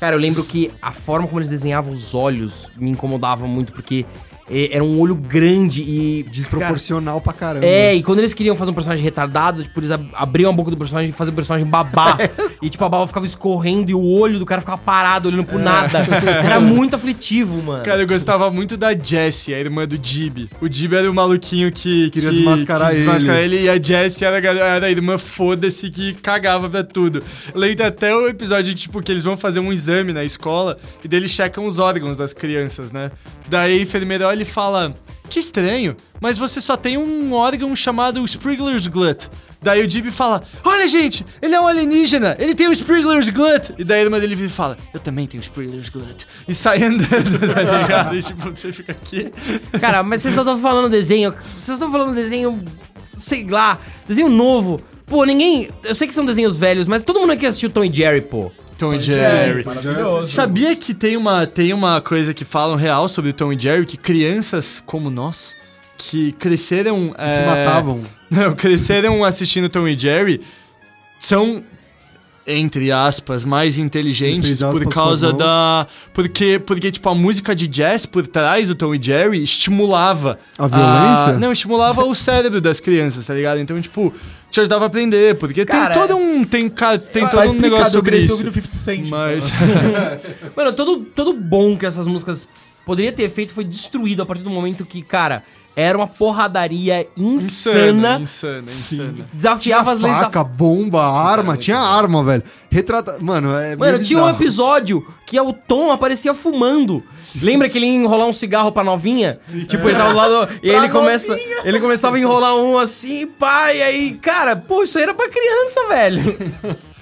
[SPEAKER 4] cara, eu lembro que a forma como eles desenhavam os olhos me incomodava muito porque eh, era um olho grande e desproporcionado.
[SPEAKER 1] Desproporcional pra caramba.
[SPEAKER 4] É, e quando eles queriam fazer um personagem retardado, tipo, eles ab- abriam a boca do personagem e faziam o personagem babar. e, tipo, a baba ficava escorrendo e o olho do cara ficava parado, olhando pro nada. Era muito aflitivo, mano.
[SPEAKER 2] Cara, eu gostava muito da Jessie, a irmã do Jib. O Jib era o maluquinho que
[SPEAKER 1] Queria desmascarar
[SPEAKER 2] ele. E a Jessie era, a gar- era a irmã foda-se que cagava pra tudo. Lembra até o episódio que, tipo, que eles vão fazer um exame na escola e daí eles checam os órgãos das crianças, né? Daí a enfermeira olha e fala: Que estranho, mas você só tem um órgão chamado Sprigler's Glut. Daí o Jib fala: Olha, gente, ele é um alienígena, ele tem o Sprigler's Glut. E daí a irmã dele vira e fala: Eu também tenho Sprigler's Glut. E sai andando, tá ligado? E tipo, você fica aqui.
[SPEAKER 4] Cara, mas vocês só estão falando desenho. Vocês estão falando desenho. Sei lá. Desenho novo. Pô, ninguém. Eu sei que são desenhos velhos, mas todo mundo aqui assistiu Tom e Jerry, pô.
[SPEAKER 2] Tom e
[SPEAKER 1] é,
[SPEAKER 2] Jerry.
[SPEAKER 5] Maravilhoso.
[SPEAKER 2] Sabia que tem uma, tem uma coisa que falam real sobre Tom e Jerry, que crianças como nós, que cresceram...
[SPEAKER 1] Se
[SPEAKER 2] é,
[SPEAKER 1] matavam.
[SPEAKER 2] Não, cresceram assistindo Tom e Jerry, são, entre aspas, mais inteligentes
[SPEAKER 1] Fez aspas
[SPEAKER 2] por
[SPEAKER 1] com
[SPEAKER 2] causa
[SPEAKER 1] as mãos.
[SPEAKER 2] da... Porque, porque, tipo, a música de jazz por trás do Tom e Jerry estimulava...
[SPEAKER 1] A violência?
[SPEAKER 2] não, estimulava o cérebro das criasas, tá ligado? Então, tipo, te ajudava a aprender, porque
[SPEAKER 4] Cara,
[SPEAKER 2] tem todo um... Tem, ca- tem
[SPEAKER 5] Tá
[SPEAKER 2] todo um
[SPEAKER 5] explicado,
[SPEAKER 2] negócio
[SPEAKER 5] eu
[SPEAKER 2] sobre
[SPEAKER 5] cresci
[SPEAKER 2] isso.
[SPEAKER 5] ouvindo 50 Cent. então.
[SPEAKER 2] Mas...
[SPEAKER 4] Mano, todo, todo bom que essas músicas poderia ter feito foi destruído a partir do momento que, cara, era uma porradaria insana.
[SPEAKER 2] Insana, insana.
[SPEAKER 4] Desafiava as leis da
[SPEAKER 1] Faca, bomba, arma. Tinha arma, velho. Retrata... Mano, é
[SPEAKER 4] Mano,
[SPEAKER 1] meio
[SPEAKER 4] tinha um
[SPEAKER 1] bizarro.
[SPEAKER 4] episódio que é o Tom aparecia fumando. Lembra que ele ia enrolar um cigarro pra novinha? Tipo, ele tava do lado. e ele, começa, ele começava a enrolar um assim, pai, aí. Cara, pô, isso aí era pra criança, velho.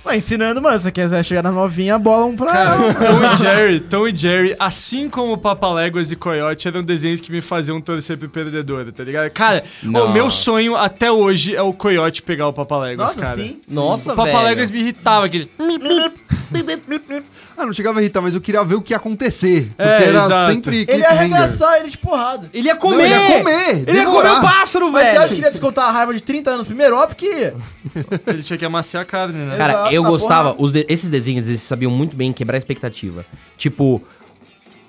[SPEAKER 5] Mas ensinando, mano, se você quiser chegar na novinha, bola um pra
[SPEAKER 2] Cara,
[SPEAKER 5] ela.
[SPEAKER 2] Tom e Jerry, Tom e Jerry, assim como Papaléguas e Coyote, eram desenhos que me faziam torcer pro perdedor, tá ligado? Cara, o meu sonho até hoje é o Coyote pegar o Papaléguas,
[SPEAKER 5] Nossa,
[SPEAKER 2] cara.
[SPEAKER 5] sim.
[SPEAKER 4] Nossa,
[SPEAKER 2] O Papaléguas
[SPEAKER 4] velho.
[SPEAKER 2] me irritava, aquele...
[SPEAKER 1] Ah, não chegava a irritar, mas eu queria ver o que ia acontecer. Porque
[SPEAKER 2] É,
[SPEAKER 1] era
[SPEAKER 2] exato.
[SPEAKER 1] sempre
[SPEAKER 5] Ele ia
[SPEAKER 1] cliffhanger.
[SPEAKER 5] arregaçar ele de porrada.
[SPEAKER 4] Ele ia
[SPEAKER 1] Não,
[SPEAKER 4] comer!
[SPEAKER 1] ele ia comer,
[SPEAKER 4] Ele ia comer
[SPEAKER 1] devorar.
[SPEAKER 4] o pássaro,
[SPEAKER 5] Mas você
[SPEAKER 4] velho!
[SPEAKER 5] acha que ele ia descontar a raiva de 30 anos primeiro? Ó, porque...
[SPEAKER 2] Ele tinha que amaciar a carne, né?
[SPEAKER 4] Cara,
[SPEAKER 5] Exato,
[SPEAKER 4] eu
[SPEAKER 1] tá
[SPEAKER 5] na
[SPEAKER 4] gostava. os de- esses desenhos, eles sabiam muito bem quebrar a expectativa. Tipo,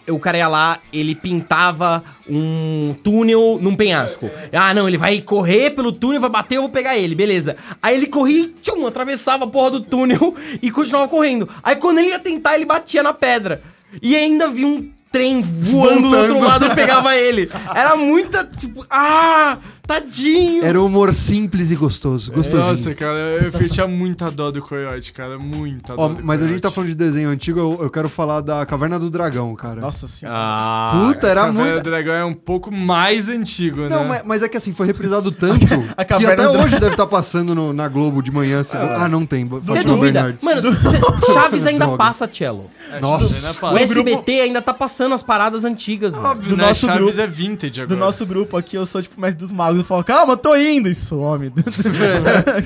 [SPEAKER 4] o cara ia lá, ele pintava um túnel num penhasco. Ah, não, ele vai correr pelo túnel, vai bater, eu vou pegar ele, beleza. Aí ele corria e tchum, atravessava a porra do túnel e continuava correndo. Aí quando ele ia tentar, ele batia na pedra. E ainda vi um trem voando do outro lado e pegava ele. Era muita, tipo, ah, tadinho.
[SPEAKER 1] Era um humor simples e
[SPEAKER 5] É,
[SPEAKER 1] gostoso. Gostosinho.
[SPEAKER 2] É, Nossa, cara, eu, eu tinha muita dó do Coyote, cara, muita dó
[SPEAKER 1] Ó,
[SPEAKER 2] do
[SPEAKER 1] mas a
[SPEAKER 2] Coyote.
[SPEAKER 1] gente tá falando de desenho antigo, eu, eu quero falar da Caverna do Dragão, cara.
[SPEAKER 5] Nossa senhora.
[SPEAKER 2] Ah,
[SPEAKER 1] Puta, era
[SPEAKER 2] Caverna
[SPEAKER 1] muito...
[SPEAKER 2] do Dragão é um pouco mais antigo,
[SPEAKER 1] Não,
[SPEAKER 2] né?
[SPEAKER 1] mas, mas é que assim, foi reprisado tanto
[SPEAKER 5] A
[SPEAKER 1] que
[SPEAKER 5] Caverna
[SPEAKER 1] até
[SPEAKER 5] do Dragão.
[SPEAKER 1] hoje deve estar passando no- na Globo de manhã. assim, ah, não tem.
[SPEAKER 4] Você
[SPEAKER 1] Fátima
[SPEAKER 4] duvida?
[SPEAKER 1] Bernardes.
[SPEAKER 4] Mano, cê- Chaves ainda
[SPEAKER 1] Droga.
[SPEAKER 4] passa, Cello.
[SPEAKER 2] É,
[SPEAKER 1] Nossa.
[SPEAKER 2] China, né, pá?
[SPEAKER 4] O SBT ainda tá passando as paradas antigas, mano.
[SPEAKER 2] Óbvio,
[SPEAKER 5] do
[SPEAKER 2] né?
[SPEAKER 5] nosso
[SPEAKER 2] Chaves
[SPEAKER 5] grupo-
[SPEAKER 2] é vintage agora.
[SPEAKER 5] Do nosso grupo aqui, eu sou tipo mais dos magos. Eu falo, calma, tô indo. E some.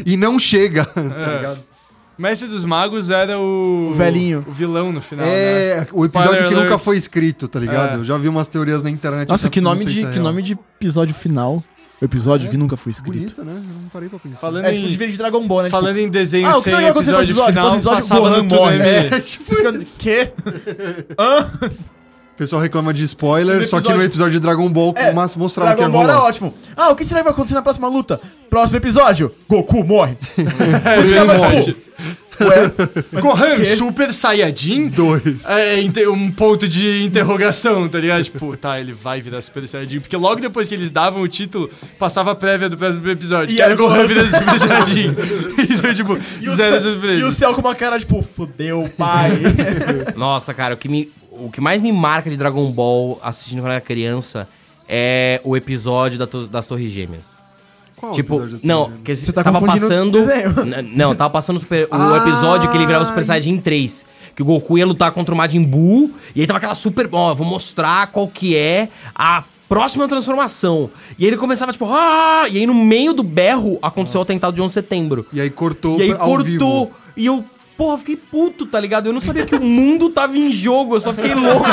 [SPEAKER 1] E não chega.
[SPEAKER 5] É.
[SPEAKER 1] tá ligado?
[SPEAKER 2] É. Mestre dos Magos era o.
[SPEAKER 5] O velhinho.
[SPEAKER 2] O vilão no final.
[SPEAKER 1] É,
[SPEAKER 2] né?
[SPEAKER 1] o episódio
[SPEAKER 2] Spoiler
[SPEAKER 1] que nunca
[SPEAKER 2] alert.
[SPEAKER 1] foi escrito, tá ligado?
[SPEAKER 2] É.
[SPEAKER 1] Eu já vi umas teorias na internet.
[SPEAKER 5] Nossa,
[SPEAKER 1] até
[SPEAKER 5] que
[SPEAKER 1] não
[SPEAKER 5] nome,
[SPEAKER 1] sei
[SPEAKER 5] de,
[SPEAKER 1] se é
[SPEAKER 5] que
[SPEAKER 1] real.
[SPEAKER 5] nome de episódio final. Episódio que nunca foi escrito.
[SPEAKER 1] Bonito, né? Eu não parei pra pensar.
[SPEAKER 2] Falando,
[SPEAKER 5] É tipo
[SPEAKER 2] em,
[SPEAKER 5] de vídeo de Dragon Ball, né? Tipo,
[SPEAKER 2] falando em desenho
[SPEAKER 5] Ah, o que
[SPEAKER 2] sem
[SPEAKER 5] será que vai acontecer
[SPEAKER 2] episódio,
[SPEAKER 5] no episódio?
[SPEAKER 2] final,
[SPEAKER 5] É, Depois do episódio,
[SPEAKER 2] passava
[SPEAKER 5] Gohan
[SPEAKER 2] no Turma
[SPEAKER 5] morre.
[SPEAKER 2] MD.
[SPEAKER 5] Você fica, Quê? Hã?
[SPEAKER 1] O pessoal reclama de spoiler,
[SPEAKER 5] No
[SPEAKER 1] só que no
[SPEAKER 5] episódio-
[SPEAKER 1] episódio de Dragon Ball mas É, mostrava
[SPEAKER 5] é. Dragon
[SPEAKER 1] que ia
[SPEAKER 5] Ball é
[SPEAKER 1] rolar.
[SPEAKER 5] ótimo. Ah, o que será que vai acontecer na próxima luta? Próximo episódio, Goku morre. é. Você ficava
[SPEAKER 2] É Verdade.
[SPEAKER 5] tipo, ué, mas
[SPEAKER 2] Gohan,
[SPEAKER 5] por quê?
[SPEAKER 2] Super Saiyajin?
[SPEAKER 1] Dois.
[SPEAKER 2] É, inte- um ponto de interrogação, tá ligado? Tipo, tá, ele vai virar Super Saiyajin. Porque logo depois que eles davam o título, passava a prévia do próximo episódio.
[SPEAKER 5] E
[SPEAKER 2] que era o
[SPEAKER 5] era o
[SPEAKER 2] Gohan
[SPEAKER 5] Gohan.
[SPEAKER 2] virando Super Saiyajin. então, tipo,
[SPEAKER 5] E
[SPEAKER 2] zero
[SPEAKER 5] o, céu, e o
[SPEAKER 2] surpresa.
[SPEAKER 5] céu com uma cara tipo, fudeu, pai.
[SPEAKER 4] Nossa, cara, o que, me, o que mais me marca de Dragon Ball assistindo quando eu era criança é o episódio da to- das Torres Gêmeas.
[SPEAKER 1] Qual
[SPEAKER 4] tipo,
[SPEAKER 1] episódio do
[SPEAKER 4] não,
[SPEAKER 1] Torres
[SPEAKER 4] que
[SPEAKER 5] Você tá
[SPEAKER 4] tava
[SPEAKER 5] confundindo
[SPEAKER 4] passando.
[SPEAKER 5] desenho.
[SPEAKER 4] N- Não, tava passando super- o
[SPEAKER 1] Ah,
[SPEAKER 4] episódio que ele virava Super Saiyajin 3. Que o Goku ia lutar contra o Majin Buu. E aí tava aquela super. Ó, vou mostrar qual que é a próxima transformação. E aí ele começava, tipo, ah! E aí no meio do berro aconteceu o atentado de 11 de setembro.
[SPEAKER 1] E aí cortou
[SPEAKER 4] E aí
[SPEAKER 1] pra- ao
[SPEAKER 4] cortou.
[SPEAKER 1] vivo.
[SPEAKER 4] E eu, porra, fiquei puto, tá ligado? Eu não sabia que o mundo tava em jogo, eu só fiquei louco.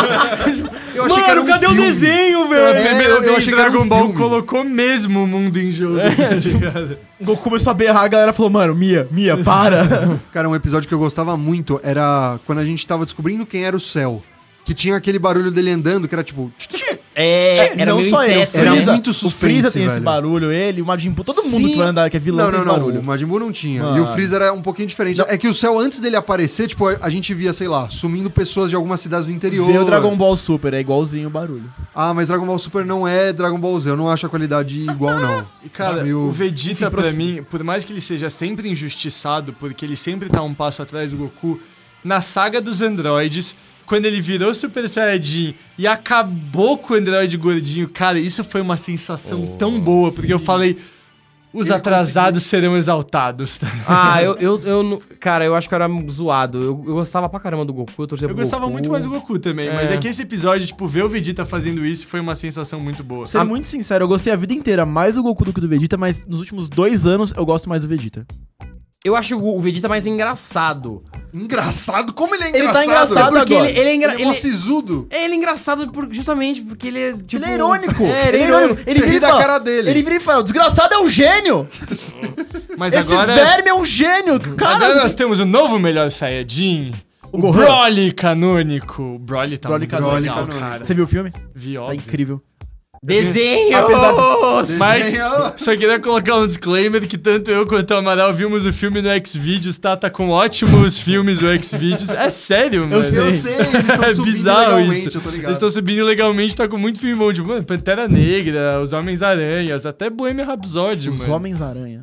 [SPEAKER 1] Eu achei que era um
[SPEAKER 4] cadê o
[SPEAKER 1] filme.
[SPEAKER 4] desenho, velho?
[SPEAKER 1] É,
[SPEAKER 2] Primeira
[SPEAKER 1] eu- eu
[SPEAKER 2] vez
[SPEAKER 1] achei que era um
[SPEAKER 2] Dragon Ball
[SPEAKER 1] filme.
[SPEAKER 2] colocou mesmo o mundo em jogo.
[SPEAKER 5] É.
[SPEAKER 2] tá ligado?
[SPEAKER 5] Goku começou a berrar, a galera falou, mano, Mia, Mia, para.
[SPEAKER 1] Cara, um episódio que eu gostava muito era quando a gente tava descobrindo quem era o céu. Que tinha aquele barulho dele andando, que era tipo. tch, tch,
[SPEAKER 4] É, era meio inseto, né?
[SPEAKER 5] ele, o
[SPEAKER 1] era
[SPEAKER 5] Freeza,
[SPEAKER 1] muito suspense,
[SPEAKER 5] O Freeza tem esse
[SPEAKER 1] velho.
[SPEAKER 5] barulho, ele, o Majin Buu, todo mundo
[SPEAKER 1] Sim.
[SPEAKER 5] que vai andar, que é vilão,
[SPEAKER 1] não,
[SPEAKER 5] tem
[SPEAKER 1] não,
[SPEAKER 5] esse
[SPEAKER 1] não.
[SPEAKER 5] barulho.
[SPEAKER 1] O Majin Buu não tinha.
[SPEAKER 5] Mano.
[SPEAKER 1] E o Freezer era um pouquinho diferente. É que o céu, antes dele aparecer, tipo, a, a gente via, sei lá, sumindo pessoas de algumas cidades do interior.
[SPEAKER 5] Vê o Dragon Ball Super, é igualzinho o barulho.
[SPEAKER 1] Ah, mas Dragon Ball Super não é Dragon Ball Z. Eu não acho a qualidade igual, não.
[SPEAKER 2] E, Cara,
[SPEAKER 1] Meio-
[SPEAKER 2] o Vegeta, pra mim, por mais que ele seja sempre injustiçado, porque ele sempre tá um passo atrás do Goku, na saga dos androides, quando ele virou Super Saiyajin e acabou com o androide gordinho, cara, isso foi uma sensação tão boa, porque eu falei, os atrasados serão exaltados. tá
[SPEAKER 4] Ah, eu, eu, eu não- Cara, eu acho que eu era zoado. Eu, eu gostava pra caramba do Goku, eu torcia
[SPEAKER 2] Eu
[SPEAKER 4] pro
[SPEAKER 2] gostava
[SPEAKER 4] Goku.
[SPEAKER 2] muito mais do Goku também, mas
[SPEAKER 4] É.
[SPEAKER 2] é que esse episódio, tipo, ver o Vegeta fazendo isso foi uma sensação muito boa.
[SPEAKER 5] Sendo
[SPEAKER 4] Ah.
[SPEAKER 5] muito sincero, eu gostei a vida inteira mais do Goku do que do Vegeta, mas nos últimos dois anos eu gosto mais do Vegeta.
[SPEAKER 4] Eu acho o o Vegeta mais engraçado.
[SPEAKER 1] Engraçado? Como ele é
[SPEAKER 5] Ele
[SPEAKER 1] engraçado?
[SPEAKER 5] tá engraçado
[SPEAKER 4] Porque
[SPEAKER 5] agora.
[SPEAKER 4] ele, ele é
[SPEAKER 1] Ele,
[SPEAKER 4] engra-
[SPEAKER 1] é mó
[SPEAKER 4] ele-
[SPEAKER 1] sisudo.
[SPEAKER 4] é, ele é engraçado por- justamente porque ele é, tipo...
[SPEAKER 5] Ele é irônico.
[SPEAKER 4] É,
[SPEAKER 5] ele é irônico. Ele
[SPEAKER 1] Você
[SPEAKER 5] vira
[SPEAKER 1] ri
[SPEAKER 5] e
[SPEAKER 1] da
[SPEAKER 5] fala-
[SPEAKER 1] cara dele.
[SPEAKER 5] Ele vira e fala, "O desgraçado é um gênio.
[SPEAKER 2] Mas
[SPEAKER 5] Esse
[SPEAKER 2] agora...
[SPEAKER 5] verme é um gênio. Cara,
[SPEAKER 2] Agora nós temos o novo melhor Saiyajin. O,
[SPEAKER 5] Gohan.
[SPEAKER 2] Broly canônico. O Broly tá
[SPEAKER 5] Broly
[SPEAKER 2] muito
[SPEAKER 5] canônico.
[SPEAKER 2] legal,
[SPEAKER 1] Broly
[SPEAKER 2] cara.
[SPEAKER 5] Você viu o filme?
[SPEAKER 2] Vi,
[SPEAKER 5] Tá
[SPEAKER 2] óbvio.
[SPEAKER 5] incrível.
[SPEAKER 4] Desenho!
[SPEAKER 5] Apesar
[SPEAKER 2] Mas
[SPEAKER 1] Desenho.
[SPEAKER 2] só queria colocar um disclaimer que tanto eu quanto o Amaral vimos o filme no Xvideos, tá? Tá com ótimos filmes o Xvideos. É sério, mano.
[SPEAKER 1] Eu sei, eles
[SPEAKER 2] É
[SPEAKER 1] estão subindo
[SPEAKER 2] bizarro
[SPEAKER 1] legalmente,
[SPEAKER 2] isso.
[SPEAKER 1] eu tô ligado.
[SPEAKER 2] Eles estão subindo legalmente, tá com muito filme bom. Tipo, mano, Pantera Negra, Os Homens-Aranhas, até Bohemian Rhapsody,
[SPEAKER 5] Os Ah,
[SPEAKER 2] mano. Tá,
[SPEAKER 5] Homens-Aranha.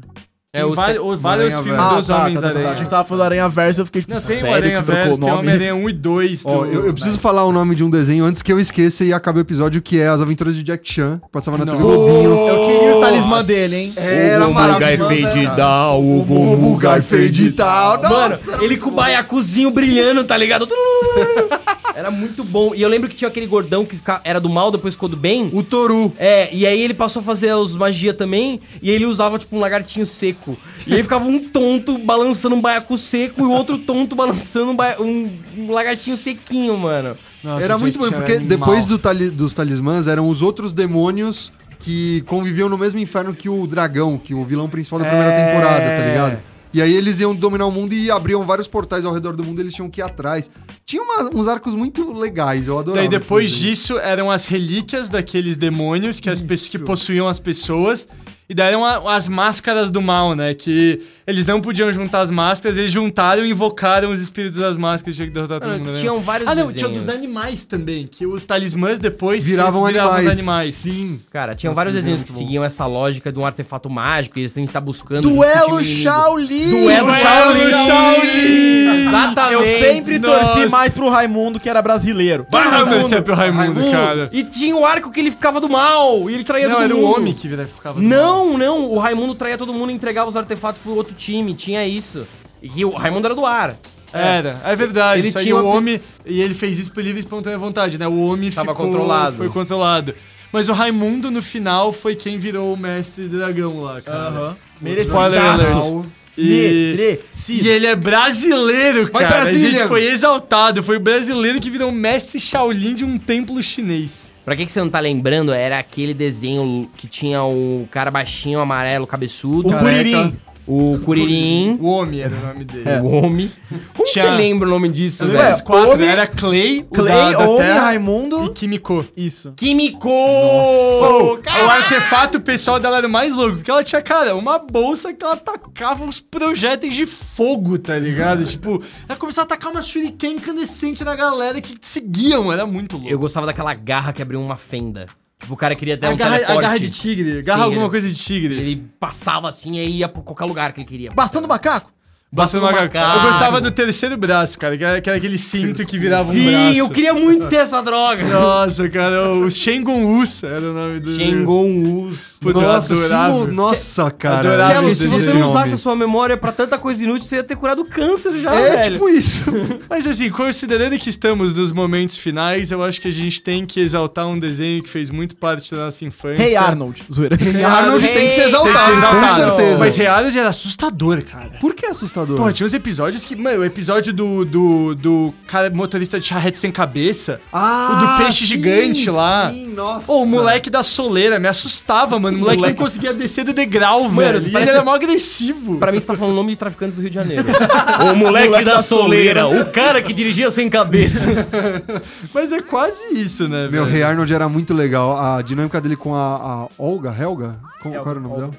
[SPEAKER 2] Tem
[SPEAKER 4] É, os-
[SPEAKER 2] vari- ou vários
[SPEAKER 1] Aranha
[SPEAKER 2] filmes
[SPEAKER 1] Verso.
[SPEAKER 5] tá,
[SPEAKER 2] dos Homens-Aranha.
[SPEAKER 5] Achei que você tava falando Aranha Verso, eu fiquei tipo,
[SPEAKER 2] Não, tem o
[SPEAKER 5] sério
[SPEAKER 2] Aranha
[SPEAKER 5] que trocou
[SPEAKER 2] Verso,
[SPEAKER 5] o
[SPEAKER 2] tem o
[SPEAKER 5] nome?
[SPEAKER 2] Homem-Aranha 1 e 2.
[SPEAKER 1] Ó,
[SPEAKER 2] do-
[SPEAKER 1] eu, eu preciso falar o nome de um desenho antes que eu esqueça e acabe o episódio, que é As Aventuras de Jack Chan, que passava na TV Globinho.
[SPEAKER 5] Eu queria o talismã dele, hein?
[SPEAKER 1] Era maravilhoso. cara.
[SPEAKER 4] É, o
[SPEAKER 1] O Bugai Fedital.
[SPEAKER 4] Mano,
[SPEAKER 1] Nossa!
[SPEAKER 4] ele com o baiacuzinho brilhando, tá ligado? Era muito bom. E eu lembro que tinha aquele gordão que fica- era do mal, depois ficou do bem.
[SPEAKER 1] O Toru.
[SPEAKER 4] É, e aí ele passou a fazer os magia também, e ele usava, tipo, um lagartinho seco. E aí ficava um tonto balançando um baiacu seco e o outro tonto balançando um, baia- um- um lagartinho sequinho, mano.
[SPEAKER 1] era muito bom, porque depois do tali- dos talismãs eram os outros demônios que conviviam no mesmo inferno que o dragão, que o vilão principal da primeira
[SPEAKER 2] É.
[SPEAKER 1] temporada, tá ligado? E aí eles iam dominar o mundo e abriam vários portais ao redor do mundo, eles tinham que ir atrás. Tinha uma- uns arcos muito legais, eu adorava.
[SPEAKER 2] Daí depois
[SPEAKER 1] esse desenho.
[SPEAKER 2] disso eram as relíquias daqueles demônios que, as pessoas, que possuíam as pessoas. E daí eram a- as máscaras do mal, né? Que eles não podiam juntar as máscaras, eles juntaram e invocaram os espíritos das máscaras. Tinha que derrotar todo
[SPEAKER 4] Mano,
[SPEAKER 2] mundo. né?
[SPEAKER 4] tinham vários
[SPEAKER 2] Ah, não,
[SPEAKER 4] desenhos.
[SPEAKER 2] tinha dos animais também. Que os talismãs depois
[SPEAKER 1] viravam,
[SPEAKER 2] eles
[SPEAKER 1] animais.
[SPEAKER 2] os animais.
[SPEAKER 1] Sim.
[SPEAKER 4] Cara, tinham
[SPEAKER 1] Nossa,
[SPEAKER 4] vários
[SPEAKER 1] esse
[SPEAKER 4] desenhos
[SPEAKER 1] é
[SPEAKER 4] que
[SPEAKER 1] muito bom.
[SPEAKER 4] seguiam essa lógica de um artefato mágico e eles têm que estar buscando. tipo
[SPEAKER 5] Duelo
[SPEAKER 4] Shaolin.
[SPEAKER 5] Shaolin!
[SPEAKER 4] Duelo Shaolin. Exatamente.
[SPEAKER 5] Eu sempre
[SPEAKER 2] Nossa.
[SPEAKER 5] torci mais pro Raimundo, que era brasileiro.
[SPEAKER 2] Vai, Raimundo, sempre o Raimundo, cara.
[SPEAKER 4] E tinha o arco que ele ficava do mal e ele traía
[SPEAKER 2] Não,
[SPEAKER 4] todo
[SPEAKER 2] era o
[SPEAKER 4] mundo.
[SPEAKER 2] homem que virava- ficava. do mal.
[SPEAKER 4] Não, não, o Raimundo traía todo mundo e entregava os artefatos pro outro time, tinha isso. E o Raimundo era do ar.
[SPEAKER 2] Era, é verdade.
[SPEAKER 4] Ele
[SPEAKER 2] Ele tinha
[SPEAKER 4] tinha
[SPEAKER 2] o
[SPEAKER 4] uma-
[SPEAKER 2] homem e ele fez isso por livre e espontânea vontade, né? O homem
[SPEAKER 4] Tava controlado.
[SPEAKER 2] Foi controlado. Mas o Raimundo, no final, foi quem virou o mestre dragão lá, cara.
[SPEAKER 5] Merecidaço.
[SPEAKER 2] E... e
[SPEAKER 5] Merecido.
[SPEAKER 2] ele é brasileiro,
[SPEAKER 1] Vai,
[SPEAKER 2] cara.
[SPEAKER 1] Brasília!
[SPEAKER 2] A gente foi exaltado. Foi o brasileiro que virou o mestre Shaolin de um templo chinês.
[SPEAKER 4] Pra que, que você não tá lembrando? Era aquele desenho que tinha o cara baixinho, amarelo, cabeçudo. É.
[SPEAKER 5] O Curirim.
[SPEAKER 4] o Curirim,
[SPEAKER 2] O homem era o nome dele.
[SPEAKER 4] o Homem. Como
[SPEAKER 2] Tinha-
[SPEAKER 4] você lembra o nome disso,
[SPEAKER 2] Eu lembro
[SPEAKER 4] velho?
[SPEAKER 2] dos quatro,
[SPEAKER 5] Homem-
[SPEAKER 2] né? Era Clay, o da-
[SPEAKER 5] Clay,
[SPEAKER 2] da
[SPEAKER 5] Homem,
[SPEAKER 2] Terra
[SPEAKER 5] Raimundo.
[SPEAKER 2] e Kimiko.
[SPEAKER 5] Isso.
[SPEAKER 4] Químico!
[SPEAKER 2] é O artefato pessoal dela era o mais louco, porque ela tinha, cara, uma bolsa que ela tacava uns projéteis de fogo, tá ligado? tipo, ela começava a tacar uma shuriken incandescente na galera que te seguiam, era muito louco.
[SPEAKER 4] Eu gostava daquela garra que abriu uma fenda. Tipo, o cara queria ter
[SPEAKER 2] a,
[SPEAKER 4] um
[SPEAKER 2] garra, a
[SPEAKER 4] teleporte.
[SPEAKER 2] garra de tigre, garra
[SPEAKER 4] Sim,
[SPEAKER 2] alguma
[SPEAKER 4] ele-
[SPEAKER 2] coisa de tigre.
[SPEAKER 4] Ele passava assim e ia pra qualquer lugar que ele queria.
[SPEAKER 5] Bastando macaco.
[SPEAKER 2] Bastando uma
[SPEAKER 4] um macaco.
[SPEAKER 2] Eu gostava do terceiro braço, cara, que era, que era aquele cinto que virava um braço.
[SPEAKER 4] Sim, eu queria muito ter essa droga.
[SPEAKER 2] Nossa, cara, o Shengon Usa era o nome do...
[SPEAKER 4] Shengon Us.
[SPEAKER 2] Puta,
[SPEAKER 1] nossa,
[SPEAKER 2] eu adorava.
[SPEAKER 1] Simon- nossa, cara.
[SPEAKER 2] Adorava
[SPEAKER 1] eu
[SPEAKER 4] Tchelo,
[SPEAKER 1] esqueci
[SPEAKER 4] se você
[SPEAKER 1] desse
[SPEAKER 4] não usasse a
[SPEAKER 1] nome.
[SPEAKER 4] sua memória pra tanta coisa inútil, você ia ter curado câncer já,
[SPEAKER 1] É
[SPEAKER 4] velho.
[SPEAKER 1] tipo isso.
[SPEAKER 2] Mas assim, considerando que estamos nos momentos finais, eu acho que a gente tem que exaltar um desenho que fez muito parte da nossa infância.
[SPEAKER 5] Hey Arnold. Zoeira.
[SPEAKER 1] E Arnold tem que ser
[SPEAKER 2] Tem que
[SPEAKER 1] exaltado,
[SPEAKER 2] ser
[SPEAKER 1] com
[SPEAKER 2] exaltado.
[SPEAKER 1] certeza.
[SPEAKER 2] Mas Hey Arnold era assustador, cara.
[SPEAKER 1] Por que é assustador?
[SPEAKER 2] Pô, tinha uns episódios que. Mano, o episódio do, do, do cara motorista de charrete sem cabeça.
[SPEAKER 1] Ah,
[SPEAKER 2] o do peixe
[SPEAKER 1] sim,
[SPEAKER 2] gigante lá.
[SPEAKER 1] Sim, nossa.
[SPEAKER 2] Ô, o moleque da soleira, me assustava, mano. O moleque, não conseguia descer do degrau, velho.
[SPEAKER 4] isso
[SPEAKER 2] E
[SPEAKER 4] parece-
[SPEAKER 2] ele era mó agressivo.
[SPEAKER 4] Pra mim, você tá falando o nome de traficantes do Rio de Janeiro. o moleque, da soleira. O cara que dirigia sem cabeça.
[SPEAKER 2] Mas é quase isso, né,
[SPEAKER 1] Meu,
[SPEAKER 2] velho?
[SPEAKER 1] Rei Arnold era muito legal. A dinâmica dele com a, a Olga, Helga? Como, qual era o nome
[SPEAKER 5] Olga.
[SPEAKER 1] dela?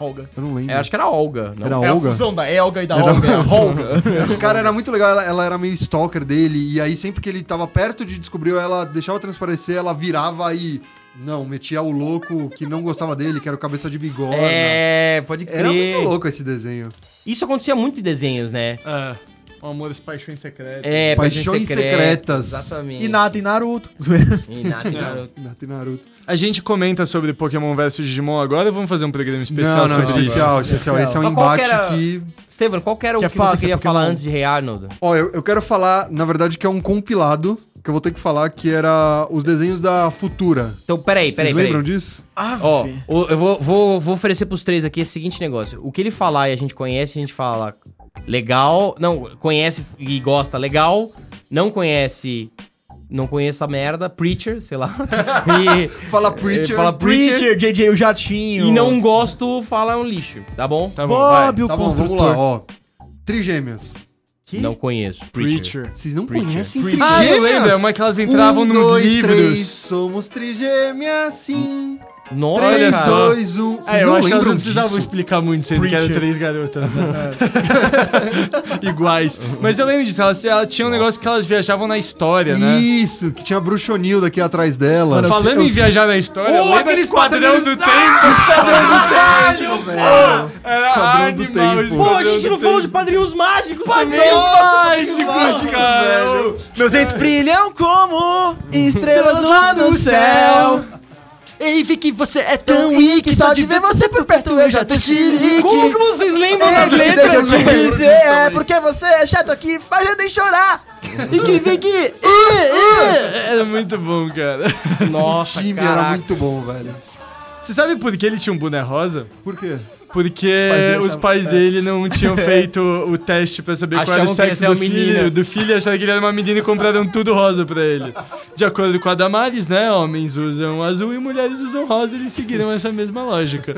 [SPEAKER 5] Olga.
[SPEAKER 1] Eu não lembro.
[SPEAKER 4] Eu É, acho que era a Olga. Não.
[SPEAKER 1] Era
[SPEAKER 5] É a
[SPEAKER 1] Olga?
[SPEAKER 5] fusão da Elga e da Olga. é a Olga.
[SPEAKER 1] O cara era muito legal, ela, ela era meio stalker dele, e aí sempre que ele tava perto de descobrir, ela deixava transparecer, ela virava e. Não, metia o louco que não gostava dele, que era o cabeça de bigorna.
[SPEAKER 4] É, pode crer.
[SPEAKER 1] Era muito louco esse desenho.
[SPEAKER 4] Isso acontecia muito em desenhos, né?
[SPEAKER 2] É. O amor das paixões secretas.
[SPEAKER 4] É,
[SPEAKER 1] Paixões Secretas.
[SPEAKER 4] Exatamente.
[SPEAKER 5] E nada em Naruto. Zoeira.
[SPEAKER 4] E nada, e nada.
[SPEAKER 1] Naruto e Naruto.
[SPEAKER 2] A gente comenta sobre Pokémon vs Digimon agora ou vamos fazer um programa especial
[SPEAKER 1] Não, não,
[SPEAKER 2] sobre isso?
[SPEAKER 1] especial, especial. Esse é um
[SPEAKER 4] Mas qual que
[SPEAKER 1] embate
[SPEAKER 4] era-
[SPEAKER 1] que.
[SPEAKER 4] Estevam, qual que era o
[SPEAKER 5] Que
[SPEAKER 4] que,
[SPEAKER 5] é fácil,
[SPEAKER 4] você queria
[SPEAKER 5] é Pokémon.
[SPEAKER 4] falar antes de Rei Arnold?
[SPEAKER 1] Ó, eu, eu quero falar, na verdade, que é um compilado que eu vou ter que falar que era os desenhos da Futura.
[SPEAKER 4] Então, peraí,
[SPEAKER 1] Vocês
[SPEAKER 4] peraí,
[SPEAKER 1] lembram
[SPEAKER 4] peraí.
[SPEAKER 1] disso?
[SPEAKER 4] Ó, o- eu vou, vou, vou oferecer pros três aqui esse seguinte negócio. O que ele falar e a gente conhece, a gente fala legal. Não, conhece e gosta, legal. Não conhece, não conheço a merda. Preacher, sei lá. E,
[SPEAKER 2] É,
[SPEAKER 1] Fala Preacher.
[SPEAKER 4] eh, Fala Preacher.
[SPEAKER 5] Preacher, JJ, o Jatinho.
[SPEAKER 4] E não gosto, fala é um lixo, tá bom?
[SPEAKER 2] Tá bom, vai.
[SPEAKER 5] Bob, o
[SPEAKER 1] Tá bom,
[SPEAKER 5] construtor.
[SPEAKER 1] vamos lá, ó. Trigêmeas.
[SPEAKER 4] Não conheço. Preacher.
[SPEAKER 2] Preacher.
[SPEAKER 1] Vocês não
[SPEAKER 4] Preacher.
[SPEAKER 1] conhecem
[SPEAKER 2] Preacher. Ah, eu lembro, é uma que elas entravam
[SPEAKER 1] um,
[SPEAKER 2] nos
[SPEAKER 1] dois,
[SPEAKER 2] livros.
[SPEAKER 1] Três, somos trigêmeas, sim.
[SPEAKER 4] Nossa,
[SPEAKER 2] Olha
[SPEAKER 1] Três,
[SPEAKER 4] cara.
[SPEAKER 2] só.
[SPEAKER 1] dois, um. Vocês
[SPEAKER 2] É, eu
[SPEAKER 1] não
[SPEAKER 2] acho que elas
[SPEAKER 1] lembram
[SPEAKER 2] não precisavam
[SPEAKER 1] disso?
[SPEAKER 2] explicar muito, sendo que eram
[SPEAKER 5] Preacher.
[SPEAKER 2] três garotas né? iguais. Mas eu lembro disso, elas, elas tinham um negócio que elas viajavam na história, né?
[SPEAKER 1] Isso, que tinha a bruxonilda aqui atrás dela.
[SPEAKER 5] Mano, eu
[SPEAKER 2] Falando
[SPEAKER 5] eu-
[SPEAKER 2] em viajar na história,
[SPEAKER 4] Ou
[SPEAKER 2] lembra
[SPEAKER 4] aqueles
[SPEAKER 2] Esquadrão do
[SPEAKER 4] quadrinhos-
[SPEAKER 2] Tempo? Esquadrão do Tempo!
[SPEAKER 1] velho.
[SPEAKER 2] Era
[SPEAKER 1] Esquadrão do
[SPEAKER 2] animal,
[SPEAKER 1] Tempo.
[SPEAKER 2] Esquadrão
[SPEAKER 4] Pô, a gente
[SPEAKER 2] do
[SPEAKER 4] não falou de
[SPEAKER 2] Tempo.
[SPEAKER 4] padrinhos mágicos
[SPEAKER 2] Padrinhos
[SPEAKER 4] também.
[SPEAKER 2] mágicos, cara!
[SPEAKER 1] velho.
[SPEAKER 5] Meus dentes brilham como estrelas lá no céu.
[SPEAKER 7] Ei, Vicky, você é
[SPEAKER 5] Tão e que só de ver você por perto eu já tô chilique.
[SPEAKER 4] Como que vocês lembram das
[SPEAKER 5] Ele que deixa eu
[SPEAKER 4] letras?
[SPEAKER 5] te
[SPEAKER 4] velho?
[SPEAKER 5] dizer, é porque você é chato aqui, faz eu nem chorar. Vicky, Vicky. ih, ih.
[SPEAKER 2] Era muito bom, cara.
[SPEAKER 4] Nossa,
[SPEAKER 1] time era
[SPEAKER 4] caraca.
[SPEAKER 1] muito bom, velho.
[SPEAKER 2] Você sabe por que ele tinha um boné rosa?
[SPEAKER 1] Por quê?
[SPEAKER 2] Porque os pais dele não tinham feito o teste pra saber qual era o
[SPEAKER 4] Achavam que
[SPEAKER 2] sexo
[SPEAKER 4] ele
[SPEAKER 2] do
[SPEAKER 4] era um uma menina.
[SPEAKER 2] filho, do filho, acharam que ele era uma menina e compraram tudo rosa pra ele. De acordo com a Damares, né? Homens usam azul e mulheres usam rosa, eles seguiram essa mesma lógica.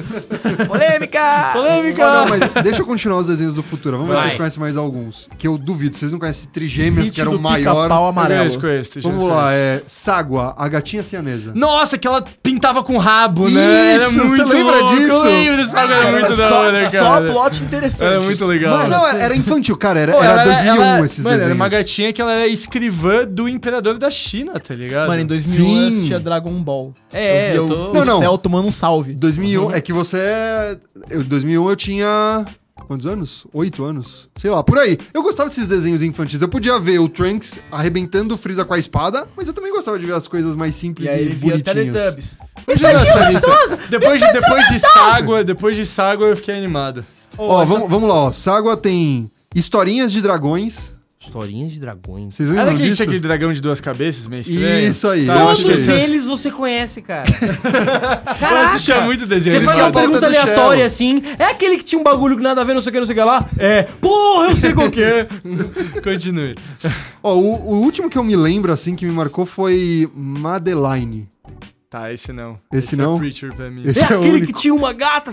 [SPEAKER 4] Polêmica!
[SPEAKER 1] Ah,
[SPEAKER 2] Polêmica!
[SPEAKER 1] não, mas deixa eu continuar os desenhos do futuro. Vamos ver se
[SPEAKER 4] Vai.
[SPEAKER 1] vocês conhecem mais alguns. Que eu duvido. Vocês não conhecem Trigêmeas, que era o
[SPEAKER 5] Sítio do Pica-Pau
[SPEAKER 1] maior.
[SPEAKER 2] Conheço,
[SPEAKER 5] amarelo.
[SPEAKER 2] conheço, conheço.
[SPEAKER 1] Vamos lá, é Ságua, a gatinha cianesa.
[SPEAKER 2] Nossa, que ela pintava com rabo, né?
[SPEAKER 1] Isso, você lembra
[SPEAKER 2] louco, Eu
[SPEAKER 1] disso?
[SPEAKER 2] lembro dessa coisa, era muito da hora,
[SPEAKER 5] Só,
[SPEAKER 2] cara.
[SPEAKER 5] só plot interessante.
[SPEAKER 2] Era muito legal.
[SPEAKER 1] Mano, não, era infantil, cara. Era,
[SPEAKER 2] Pô,
[SPEAKER 1] era
[SPEAKER 2] ela-
[SPEAKER 1] 2001
[SPEAKER 2] ela-
[SPEAKER 1] esses
[SPEAKER 2] mano,
[SPEAKER 1] desenhos.
[SPEAKER 2] era uma gatinha que ela era escrivã do imperador da China, tá ligado?
[SPEAKER 5] Mano, em 2001 eu
[SPEAKER 1] Sim.
[SPEAKER 5] assistia Dragon Ball.
[SPEAKER 4] É,
[SPEAKER 5] eu
[SPEAKER 4] eu
[SPEAKER 5] vi
[SPEAKER 4] tô-
[SPEAKER 5] o,
[SPEAKER 1] Não,
[SPEAKER 5] o
[SPEAKER 1] não.
[SPEAKER 5] céu tomando um salve.
[SPEAKER 2] Uhum.
[SPEAKER 1] 2001, é que você é... Em 2001 eu tinha... Quantos anos? Oito anos? Sei lá, por aí. Eu gostava desses desenhos infantis. Eu podia ver o Trunks arrebentando o Freeza com a espada, mas eu também gostava de ver as coisas mais simples e, bonitinhas.
[SPEAKER 2] Depois de, depois de Ságua, depois de Ságua eu fiquei animado.
[SPEAKER 1] Ó, vamos, vamos lá, ó. Ságua tem historinhas de dragões.
[SPEAKER 4] Historinhas de dragões.
[SPEAKER 1] Vocês
[SPEAKER 2] Era
[SPEAKER 1] lembram
[SPEAKER 2] aquele,
[SPEAKER 1] disso?
[SPEAKER 2] tinha aquele dragão de duas cabeças, meio estranho?
[SPEAKER 1] Isso aí.
[SPEAKER 2] Tá, eu acho que
[SPEAKER 4] Todos
[SPEAKER 2] eu
[SPEAKER 4] eles você conhece, cara.
[SPEAKER 2] assistia
[SPEAKER 4] Caraca!
[SPEAKER 2] muito desenho. tá-
[SPEAKER 4] Você
[SPEAKER 1] cara.
[SPEAKER 2] desse
[SPEAKER 4] faz uma
[SPEAKER 2] cara.
[SPEAKER 1] Pergunta
[SPEAKER 4] pergunta
[SPEAKER 1] do
[SPEAKER 4] aleatória
[SPEAKER 1] Shell.
[SPEAKER 4] assim. É aquele que tinha um bagulho que nada a ver, não sei o que, não sei o que lá? É. Porra, eu sei qual que é.
[SPEAKER 2] Continue.
[SPEAKER 1] Ó, o, o último que eu me lembro, assim, que me marcou foi Madeline.
[SPEAKER 2] Tá, esse não.
[SPEAKER 1] Esse não?
[SPEAKER 2] É Preacher pra mim.
[SPEAKER 1] Esse
[SPEAKER 4] É
[SPEAKER 1] é o
[SPEAKER 4] aquele que
[SPEAKER 1] único.
[SPEAKER 4] tinha uma gata.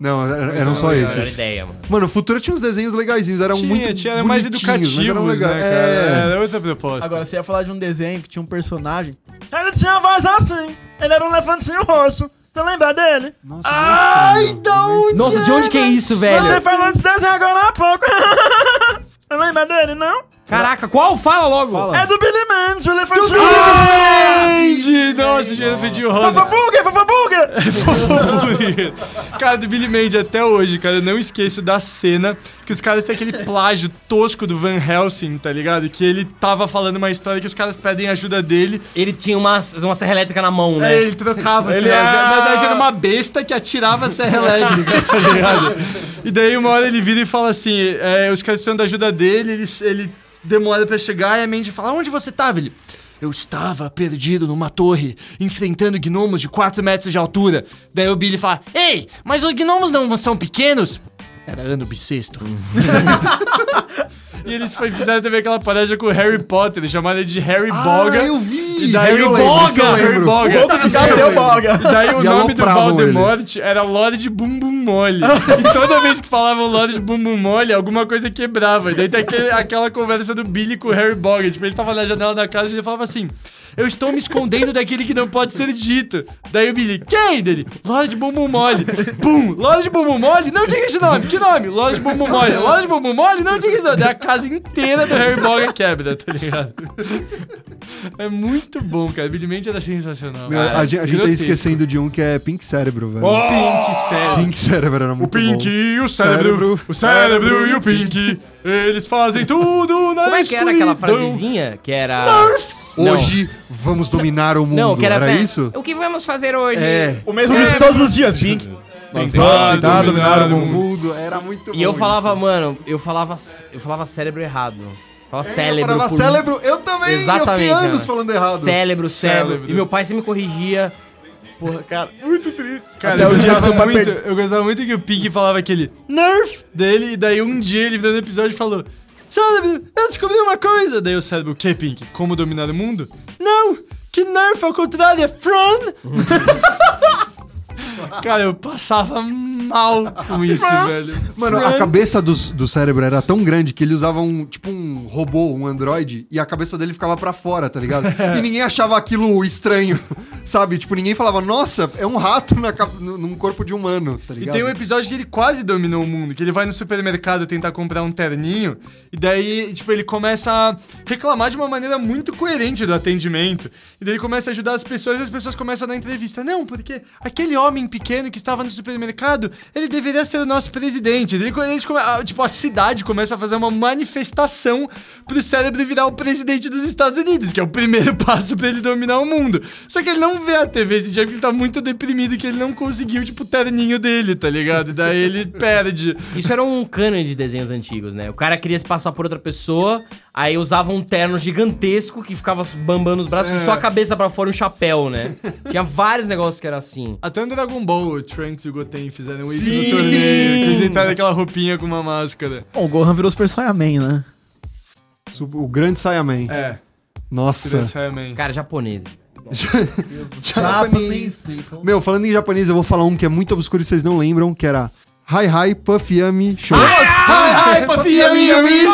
[SPEAKER 1] Não, er- eram
[SPEAKER 2] é,
[SPEAKER 1] só
[SPEAKER 4] Melhor
[SPEAKER 1] esses.
[SPEAKER 4] ideia, mano.
[SPEAKER 1] Mano, o Futura tinha uns desenhos legaisinhos, eram
[SPEAKER 2] Tinha,
[SPEAKER 1] é um muito
[SPEAKER 2] tinha, era mais
[SPEAKER 1] bonitinhos, mas
[SPEAKER 2] educativo,
[SPEAKER 1] eram
[SPEAKER 2] né,
[SPEAKER 1] legais.
[SPEAKER 2] cara?
[SPEAKER 1] É.
[SPEAKER 2] Era outra proposta.
[SPEAKER 5] Agora, você ia falar de um desenho que tinha um personagem.
[SPEAKER 8] Ele tinha a voz assim. Ele era um elefantinho roxo. Você lembra dele?
[SPEAKER 1] Nossa,
[SPEAKER 8] Ai,
[SPEAKER 1] Deus,
[SPEAKER 8] da onde?
[SPEAKER 4] Nossa, de onde que é isso,
[SPEAKER 8] Você
[SPEAKER 4] velho?
[SPEAKER 8] falou desse desenho agora há pouco. Você lembra dele, não?
[SPEAKER 4] Caraca, qual? Fala logo.
[SPEAKER 8] É do Billy Mandy, o elefantinho roxo.
[SPEAKER 2] Mandy! Nossa, já pediu rosa.
[SPEAKER 8] Fofabuga, fofabuga.
[SPEAKER 2] cara, do Billy Mandy até hoje, cara, eu não esqueço da cena que os caras têm aquele plágio tosco do Van Helsing, tá ligado? Que ele tava falando uma história que os caras pedem ajuda dele
[SPEAKER 4] Ele tinha uma, uma serra elétrica na mão, né?
[SPEAKER 2] Aí É, ele trocava, ele
[SPEAKER 4] Ele é-
[SPEAKER 2] Na verdade, era uma besta que atirava a serra elétrica, tá ligado? E daí uma hora ele vira e fala assim: é, os caras precisam da ajuda dele, ele, ele demora pra chegar, e a Mandy fala: Onde você tava? Ele. Eu estava perdido numa torre, enfrentando gnomos de 4 metros de altura. Daí o Billy fala: Ei, mas os gnomos não são pequenos? Era ano bissexto. e eles foi- fizeram também aquela paródia com o Harry Potter, chamada de Harry Boga.
[SPEAKER 1] Ah, eu vi!
[SPEAKER 2] E daí
[SPEAKER 1] isso eu
[SPEAKER 2] o
[SPEAKER 1] lembro,
[SPEAKER 2] Boga,
[SPEAKER 1] isso eu
[SPEAKER 2] Harry
[SPEAKER 1] lembro.
[SPEAKER 2] Boga. Tá
[SPEAKER 1] Puta que pariu.
[SPEAKER 2] E daí o
[SPEAKER 1] E
[SPEAKER 2] nome do
[SPEAKER 1] alopravam
[SPEAKER 2] Voldemort era Lorde Bumbum Mole. E toda vez que falavam Lorde Bumbum Mole, alguma coisa quebrava. E daí tem aquele- aquela conversa do Billy com o Harry Bogart. Tipo, ele tava na janela da casa e ele falava assim... Eu estou me escondendo daquele que não pode ser dito. Daí o Billy, quem dele? Lorde Bumbum Mole. Pum! Lorde Bumbum Mole? Não diga esse nome. Que nome? Lorde Bumbum Mole. Lorde Bumbum Mole? Não diga esse nome. Daí a casa inteira do Harry Bogart quebra, tá ligado? É muito bom, cara. Billy Mandy era sensacional.
[SPEAKER 1] Meu,
[SPEAKER 2] cara.
[SPEAKER 1] a gente, a gente tá
[SPEAKER 2] Grotesco.
[SPEAKER 1] esquecendo de um que é Pink Cérebro, velho.
[SPEAKER 2] Pink Cérebro.
[SPEAKER 1] Pink Cérebro era muito bom.
[SPEAKER 2] e o
[SPEAKER 1] Cérebro.
[SPEAKER 2] e o Pink, eles fazem tudo na
[SPEAKER 4] Como é que era aquela
[SPEAKER 2] escuridão.
[SPEAKER 4] frasezinha que era... Não.
[SPEAKER 1] Hoje vamos dominar o mundo.
[SPEAKER 4] Não, que era,
[SPEAKER 1] era
[SPEAKER 4] pé.
[SPEAKER 1] isso?
[SPEAKER 4] O que vamos fazer hoje?
[SPEAKER 1] É.
[SPEAKER 5] O mesmo de todos os dias, Pink.
[SPEAKER 2] Tentar, Tá, dominar o mundo.
[SPEAKER 1] mundo era muito bom.
[SPEAKER 4] E eu falava,
[SPEAKER 1] isso.
[SPEAKER 4] mano, eu falava, eu falava cérebro errado. Eu Falava
[SPEAKER 1] É, Eu
[SPEAKER 4] cérebro.
[SPEAKER 1] falava
[SPEAKER 4] por-
[SPEAKER 1] cérebro, eu também. eu
[SPEAKER 4] Exatamente. né?
[SPEAKER 1] fiquei anos
[SPEAKER 4] mano.
[SPEAKER 1] falando errado.
[SPEAKER 4] Cérebro, cérebro,
[SPEAKER 2] Cérebro.
[SPEAKER 4] E meu pai sempre me corrigia. Porra, cara.
[SPEAKER 2] Cara,
[SPEAKER 5] Até
[SPEAKER 2] eu,
[SPEAKER 5] o dia que
[SPEAKER 2] gostava
[SPEAKER 5] seu pai
[SPEAKER 2] muito,
[SPEAKER 5] perdeu.
[SPEAKER 2] eu gostava muito que o Pink falava aquele Nerf dele, e daí um dia ele virou no episódio e falou Cérebro, eu descobri uma coisa. Daí o cérebro, o que, Pink? Como dominar o mundo? Não! Que Nerf ao contrário, é Fron! Cara, eu passava mal com isso, velho. é
[SPEAKER 1] Mano, a cabeça dos- do, cérebro era tão grande que ele usava um, tipo um robô, um androide, e a cabeça dele ficava pra fora, tá ligado? e ninguém achava aquilo estranho, sabe? Tipo, ninguém falava, nossa, é um rato na, ca- num num corpo de humano, tá
[SPEAKER 2] E
[SPEAKER 1] ligado?
[SPEAKER 2] tem um episódio que ele quase dominou o mundo, que ele vai no supermercado tentar comprar um terninho, e daí, tipo, ele começa a reclamar de uma maneira muito coerente do atendimento. E daí ele começa a ajudar as pessoas e as pessoas começam a dar entrevista. Não, porque aquele homem pequeno que estava no supermercado, ele deveria ser o nosso presidente. E daí, quando eles come- a- tipo, a cidade começa a fazer uma manifestação pro cérebro virar o presidente dos Estados Unidos, que é o primeiro passo pra ele dominar o mundo. Só que ele não vê a TV esse dia porque ele tá muito deprimido que ele não conseguiu, tipo, o terninho dele, tá ligado? E daí ele perde.
[SPEAKER 4] Isso era um cânone de desenhos antigos, né? O cara queria se passar por outra pessoa, aí usava um terno gigantesco que ficava bambando os braços,
[SPEAKER 1] É.
[SPEAKER 4] só a cabeça pra fora e um chapéu, né? Tinha vários negócios que era assim.
[SPEAKER 2] Até no Dragon Ball, o Trunks e o Goten fizeram isso no torneio, que eles entraram naquela roupinha com uma máscara.
[SPEAKER 5] Bom, o Gohan virou Super Saiyaman, né?
[SPEAKER 1] Su- O grande Saiyaman.
[SPEAKER 2] É,
[SPEAKER 1] Nossa.
[SPEAKER 2] Saiyaman.
[SPEAKER 4] Cara, japonês.
[SPEAKER 1] Japanese.
[SPEAKER 2] né, então?
[SPEAKER 1] Meu, falando em japonês, eu vou falar um que é muito obscuro e vocês não lembram, que era Hi Hi Puff Yummy Show.
[SPEAKER 2] Ai, ai, papi, ami, ami, show!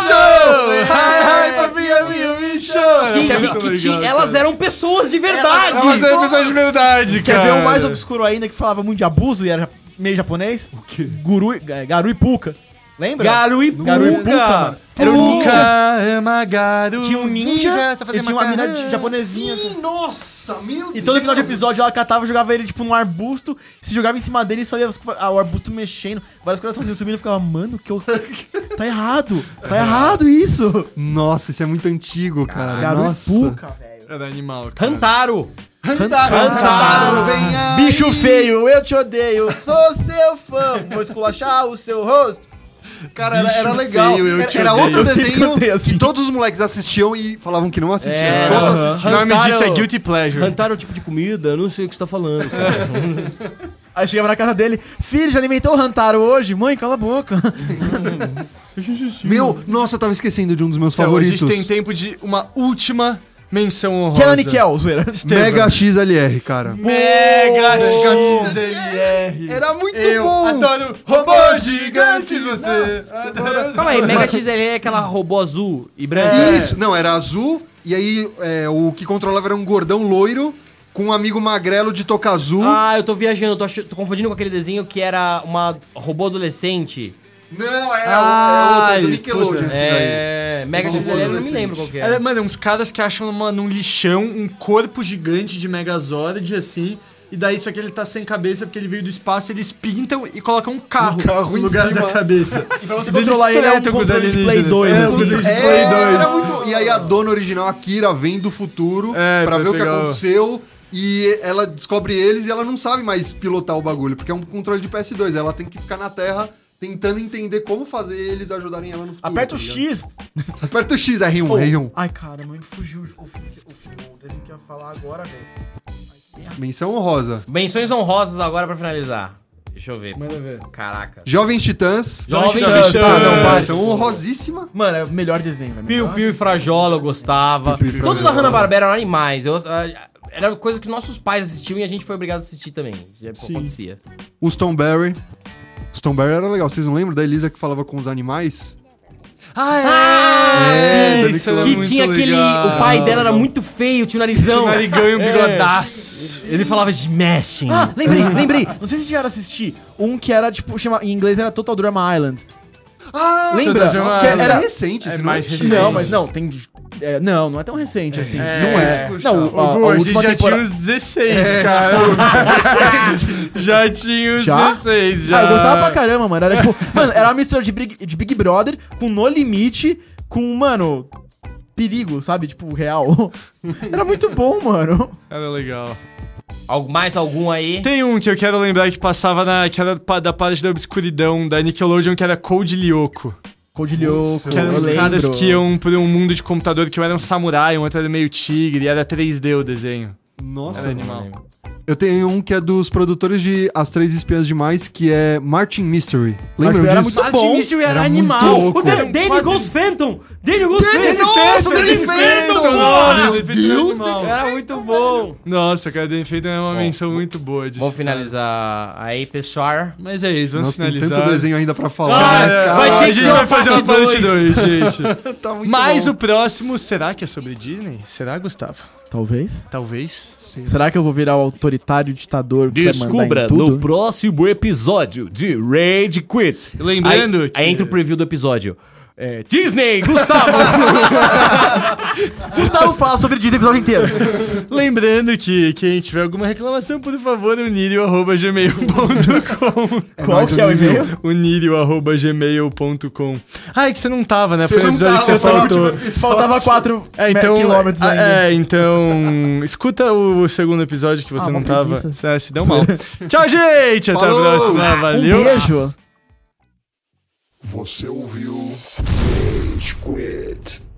[SPEAKER 2] Ai, ai, papi, ami, ami, show!
[SPEAKER 4] Que, que- que ti- elas eram pessoas de verdade!
[SPEAKER 2] Elas eram pessoas É de verdade,
[SPEAKER 5] Quer
[SPEAKER 2] cara.
[SPEAKER 5] ver o mais obscuro ainda que falava muito de abuso e era meio japonês? O quê? Guru, ga- Garu e Puka. Lembra?
[SPEAKER 4] Garuipuca!
[SPEAKER 5] Garuipuca, mano.
[SPEAKER 2] Era
[SPEAKER 5] Era
[SPEAKER 2] o
[SPEAKER 5] um ninja.
[SPEAKER 2] é Amagaru.
[SPEAKER 5] Tinha um ninja,
[SPEAKER 2] só fazia
[SPEAKER 5] e tinha uma
[SPEAKER 2] macarrão.
[SPEAKER 5] mina de- japonesinha.
[SPEAKER 1] Sim, nossa, meu
[SPEAKER 5] E todo final de episódio ela catava e jogava ele, tipo, num arbusto. Se jogava em cima dele e só ia os- ah, o arbusto mexendo. Vários coraçãozinhos subindo. Eu ficava, mano, que eu... tá errado. Tá errado isso.
[SPEAKER 1] Nossa, isso é muito antigo, cara. é
[SPEAKER 5] Garu e
[SPEAKER 1] nossa.
[SPEAKER 5] Puka, velho.
[SPEAKER 2] Era É animal, cara.
[SPEAKER 4] Rantaro!
[SPEAKER 1] Rantaro, vem aí.
[SPEAKER 5] Bicho feio, eu te odeio. Sou seu fã. Vou esculachar o seu rosto.
[SPEAKER 1] Cara, era,
[SPEAKER 2] Bicho
[SPEAKER 1] era legal.
[SPEAKER 2] feio, eu
[SPEAKER 1] era
[SPEAKER 2] te
[SPEAKER 1] era
[SPEAKER 2] odeio.
[SPEAKER 1] outro
[SPEAKER 5] Eu sempre
[SPEAKER 1] desenho
[SPEAKER 5] odeio
[SPEAKER 1] que
[SPEAKER 5] assim.
[SPEAKER 1] todos os moleques assistiam e falavam que não assistiam.
[SPEAKER 4] É,
[SPEAKER 1] todos
[SPEAKER 4] aham.
[SPEAKER 1] assistiam.
[SPEAKER 2] O nome
[SPEAKER 4] Rantaro-
[SPEAKER 2] disso é Guilty Pleasure.
[SPEAKER 4] Rantaro é o tipo de comida? Não sei o que você tá falando, cara.
[SPEAKER 5] Aí chegava na casa dele. Filho, já alimentou o Rantaro hoje? Mãe, cala a boca.
[SPEAKER 1] Meu, nossa, eu tava esquecendo de um dos meus
[SPEAKER 2] Então, a
[SPEAKER 1] favoritos.
[SPEAKER 2] gente tem tempo de uma última Menção honrosa.
[SPEAKER 5] Kenan e Kel, zoeira.
[SPEAKER 1] Mega XLR, cara.
[SPEAKER 2] Mega
[SPEAKER 1] Pô.
[SPEAKER 2] XLR.
[SPEAKER 1] Era muito
[SPEAKER 2] Eu adoro robô gigante, você. Adoro.
[SPEAKER 4] Calma aí, Mega XL é aquela robô azul e branca.
[SPEAKER 2] É.
[SPEAKER 1] Isso, não, era azul, e aí é, o que controlava era um gordão loiro com um amigo magrelo de toca azul.
[SPEAKER 4] Ah, eu tô viajando, eu tô, ach- tô confundindo com aquele desenho que era uma robô adolescente.
[SPEAKER 1] Não, é, o- é outro, é do
[SPEAKER 2] Ai,
[SPEAKER 1] Nickelodeon esse daí.
[SPEAKER 4] É, Mega
[SPEAKER 1] Robô
[SPEAKER 4] XL, eu não me
[SPEAKER 1] adolescente.
[SPEAKER 4] lembro qual que é.
[SPEAKER 2] Era,
[SPEAKER 4] era.
[SPEAKER 2] É, mano, uns caras que acham numa- num lixão um corpo gigante de Megazord, assim, e daí só que ele tá sem cabeça porque ele veio do espaço, eles pintam e colocam um carro,
[SPEAKER 1] carro
[SPEAKER 2] no
[SPEAKER 1] em
[SPEAKER 2] lugar
[SPEAKER 1] cima.
[SPEAKER 2] da cabeça. e pra você
[SPEAKER 5] controlar ele, é um controle de Play 2,
[SPEAKER 2] É,
[SPEAKER 5] assim.
[SPEAKER 2] um controle de
[SPEAKER 1] É,
[SPEAKER 2] Play 2.
[SPEAKER 1] era muito- E aí a dona original, a Kira, vem do futuro
[SPEAKER 2] É,
[SPEAKER 1] pra
[SPEAKER 2] pra
[SPEAKER 1] ver o que
[SPEAKER 2] pegar o-
[SPEAKER 1] aconteceu. E ela descobre eles e ela não sabe mais pilotar o bagulho, porque é um controle de PS2. Ela tem que ficar na Terra tentando entender como fazer eles ajudarem ela no futuro.
[SPEAKER 5] Aperta o
[SPEAKER 1] tá ligado?
[SPEAKER 5] X.
[SPEAKER 1] Aperta o X, é R1, R1.
[SPEAKER 5] Ai, cara, mãe, fugiu o filme, que- o filme, o desenho que eu ia falar agora, velho.
[SPEAKER 1] Menção honrosa.
[SPEAKER 4] Menções honrosas agora pra finalizar. Deixa eu ver. Manda ver. Caraca.
[SPEAKER 1] Jovens Titãs.
[SPEAKER 4] Jovem
[SPEAKER 2] Titãs.
[SPEAKER 4] Titãs.
[SPEAKER 1] tá.
[SPEAKER 5] Ah, não, vai.
[SPEAKER 1] Menção honrosíssima.
[SPEAKER 5] Mano, é o melhor desenho, velho.
[SPEAKER 4] Piu Piu e Frajola eu gostava.
[SPEAKER 1] Piu e Frajola.
[SPEAKER 4] Todos da Hanna-Barbera eram animais. Eu, ah, era coisa que nossos pais assistiam e a gente foi obrigado a assistir também. Já é acontecia.
[SPEAKER 1] Os Tom Barry. Os Tom Barry era legal. Vocês não lembram da Elisa que falava com os animais?
[SPEAKER 2] Ah, é!
[SPEAKER 1] É,
[SPEAKER 2] isso era
[SPEAKER 4] que
[SPEAKER 2] muito
[SPEAKER 4] tinha aquele.
[SPEAKER 2] legal.
[SPEAKER 4] O pai dela era muito feio, tinha o narizão.
[SPEAKER 2] Tinha
[SPEAKER 4] É.
[SPEAKER 2] um narigão
[SPEAKER 5] É.
[SPEAKER 2] e um bigodaço.
[SPEAKER 4] Ele falava smashing.
[SPEAKER 5] Ah, lembrei, lembrei. Não sei se chegaram a assistir. Um que era, tipo, chama, em inglês era Total Drama Island.
[SPEAKER 1] Ah,
[SPEAKER 5] Lembra?
[SPEAKER 2] Total Drama
[SPEAKER 5] Que
[SPEAKER 1] Mas era
[SPEAKER 5] era...
[SPEAKER 1] recente,
[SPEAKER 2] É
[SPEAKER 1] esse
[SPEAKER 2] mais
[SPEAKER 1] não?
[SPEAKER 2] recente.
[SPEAKER 5] Não, mas não, tem... é, não, não é tão recente assim.
[SPEAKER 1] Não é.
[SPEAKER 5] Não,
[SPEAKER 1] Gustavo.
[SPEAKER 5] a, a
[SPEAKER 2] Ô, Gu, a gente
[SPEAKER 5] última
[SPEAKER 2] já
[SPEAKER 5] temporada... É, tipo,
[SPEAKER 2] tinha uns 16, cara. já tinha uns
[SPEAKER 5] Já?
[SPEAKER 2] 16, já.
[SPEAKER 5] Ah, eu gostava pra caramba, mano. Era tipo, mano, era uma mistura de Big, de Big Brother com No Limite, com, mano, perigo, sabe? Tipo, real. Era muito bom, mano.
[SPEAKER 2] Era legal.
[SPEAKER 4] Algo- mais algum aí?
[SPEAKER 2] Tem um que eu quero lembrar que passava na. que era pa- da parte da obscuridão da Nickelodeon, que era Code Lyoko.
[SPEAKER 5] Cold Lyoko,
[SPEAKER 2] Que eram
[SPEAKER 5] eu
[SPEAKER 2] os
[SPEAKER 5] lembro.
[SPEAKER 2] caras que iam pra um mundo de computador que um era um samurai, um outro era meio tigre, e era 3D o desenho.
[SPEAKER 1] Nossa,
[SPEAKER 2] Era animal.
[SPEAKER 1] Eu tenho um que é dos produtores de As Três Espiãs Demais, que é Martin Mystery.
[SPEAKER 5] Mas
[SPEAKER 1] Lembram
[SPEAKER 5] era
[SPEAKER 1] disso?
[SPEAKER 5] muito bom.
[SPEAKER 2] era, animal.
[SPEAKER 1] louco.
[SPEAKER 4] Dan- Danny Ghost Phantom! Danny Ghost
[SPEAKER 1] nossa, Danny Phantom,
[SPEAKER 4] porra!
[SPEAKER 2] Meu Deus,
[SPEAKER 4] Era muito bom!
[SPEAKER 2] Nossa, cara, Danny Phantom é uma menção muito boa disso.
[SPEAKER 4] Vamos finalizar aí, pessoal.
[SPEAKER 2] Mas é isso, vamos
[SPEAKER 1] Nossa, tem
[SPEAKER 2] finalizar.
[SPEAKER 1] tanto desenho ainda pra falar.
[SPEAKER 2] Ah,
[SPEAKER 1] né?
[SPEAKER 2] vai
[SPEAKER 1] Caralho,
[SPEAKER 2] ter a gente vai fazer uma parte 2, gente.
[SPEAKER 1] tá muito
[SPEAKER 2] Mas
[SPEAKER 1] bom.
[SPEAKER 2] o próximo, será que é sobre Disney? Será, Gustavo?
[SPEAKER 5] Talvez.
[SPEAKER 2] Tá. Talvez.
[SPEAKER 5] Será que eu vou virar o autoritário ditador que
[SPEAKER 4] Descubra
[SPEAKER 5] vai mandar em tudo?
[SPEAKER 4] no próximo episódio de Raid Quit.
[SPEAKER 2] Lembrando
[SPEAKER 4] Aí,
[SPEAKER 2] que-
[SPEAKER 4] aí entra o preview do episódio. É, Disney, Gustavo!
[SPEAKER 5] Gustavo fala sobre Disney o episódio inteiro.
[SPEAKER 2] Lembrando que quem tiver alguma reclamação, por favor, unirio.gmail.com.
[SPEAKER 5] Qual que é o e-mail?
[SPEAKER 2] unirio.gmail.com. Ah, é que você não tava, né?
[SPEAKER 1] Você
[SPEAKER 2] Foi o
[SPEAKER 1] não
[SPEAKER 2] episódio
[SPEAKER 1] tava,
[SPEAKER 2] que você
[SPEAKER 1] eu tava
[SPEAKER 2] faltou.
[SPEAKER 1] no último episódio.
[SPEAKER 5] Faltava 4
[SPEAKER 2] É, então.
[SPEAKER 5] quilômetros
[SPEAKER 2] é,
[SPEAKER 5] ainda.
[SPEAKER 2] é, então. Escuta o segundo episódio que você
[SPEAKER 5] Ah,
[SPEAKER 2] não
[SPEAKER 5] uma
[SPEAKER 2] tava.
[SPEAKER 5] preguiça.
[SPEAKER 2] É, se deu mal. Tchau, gente! Até
[SPEAKER 1] Falou!
[SPEAKER 2] a próxima.
[SPEAKER 5] Um
[SPEAKER 2] Valeu!
[SPEAKER 5] beijo.
[SPEAKER 9] Você ouviu Rage Quit.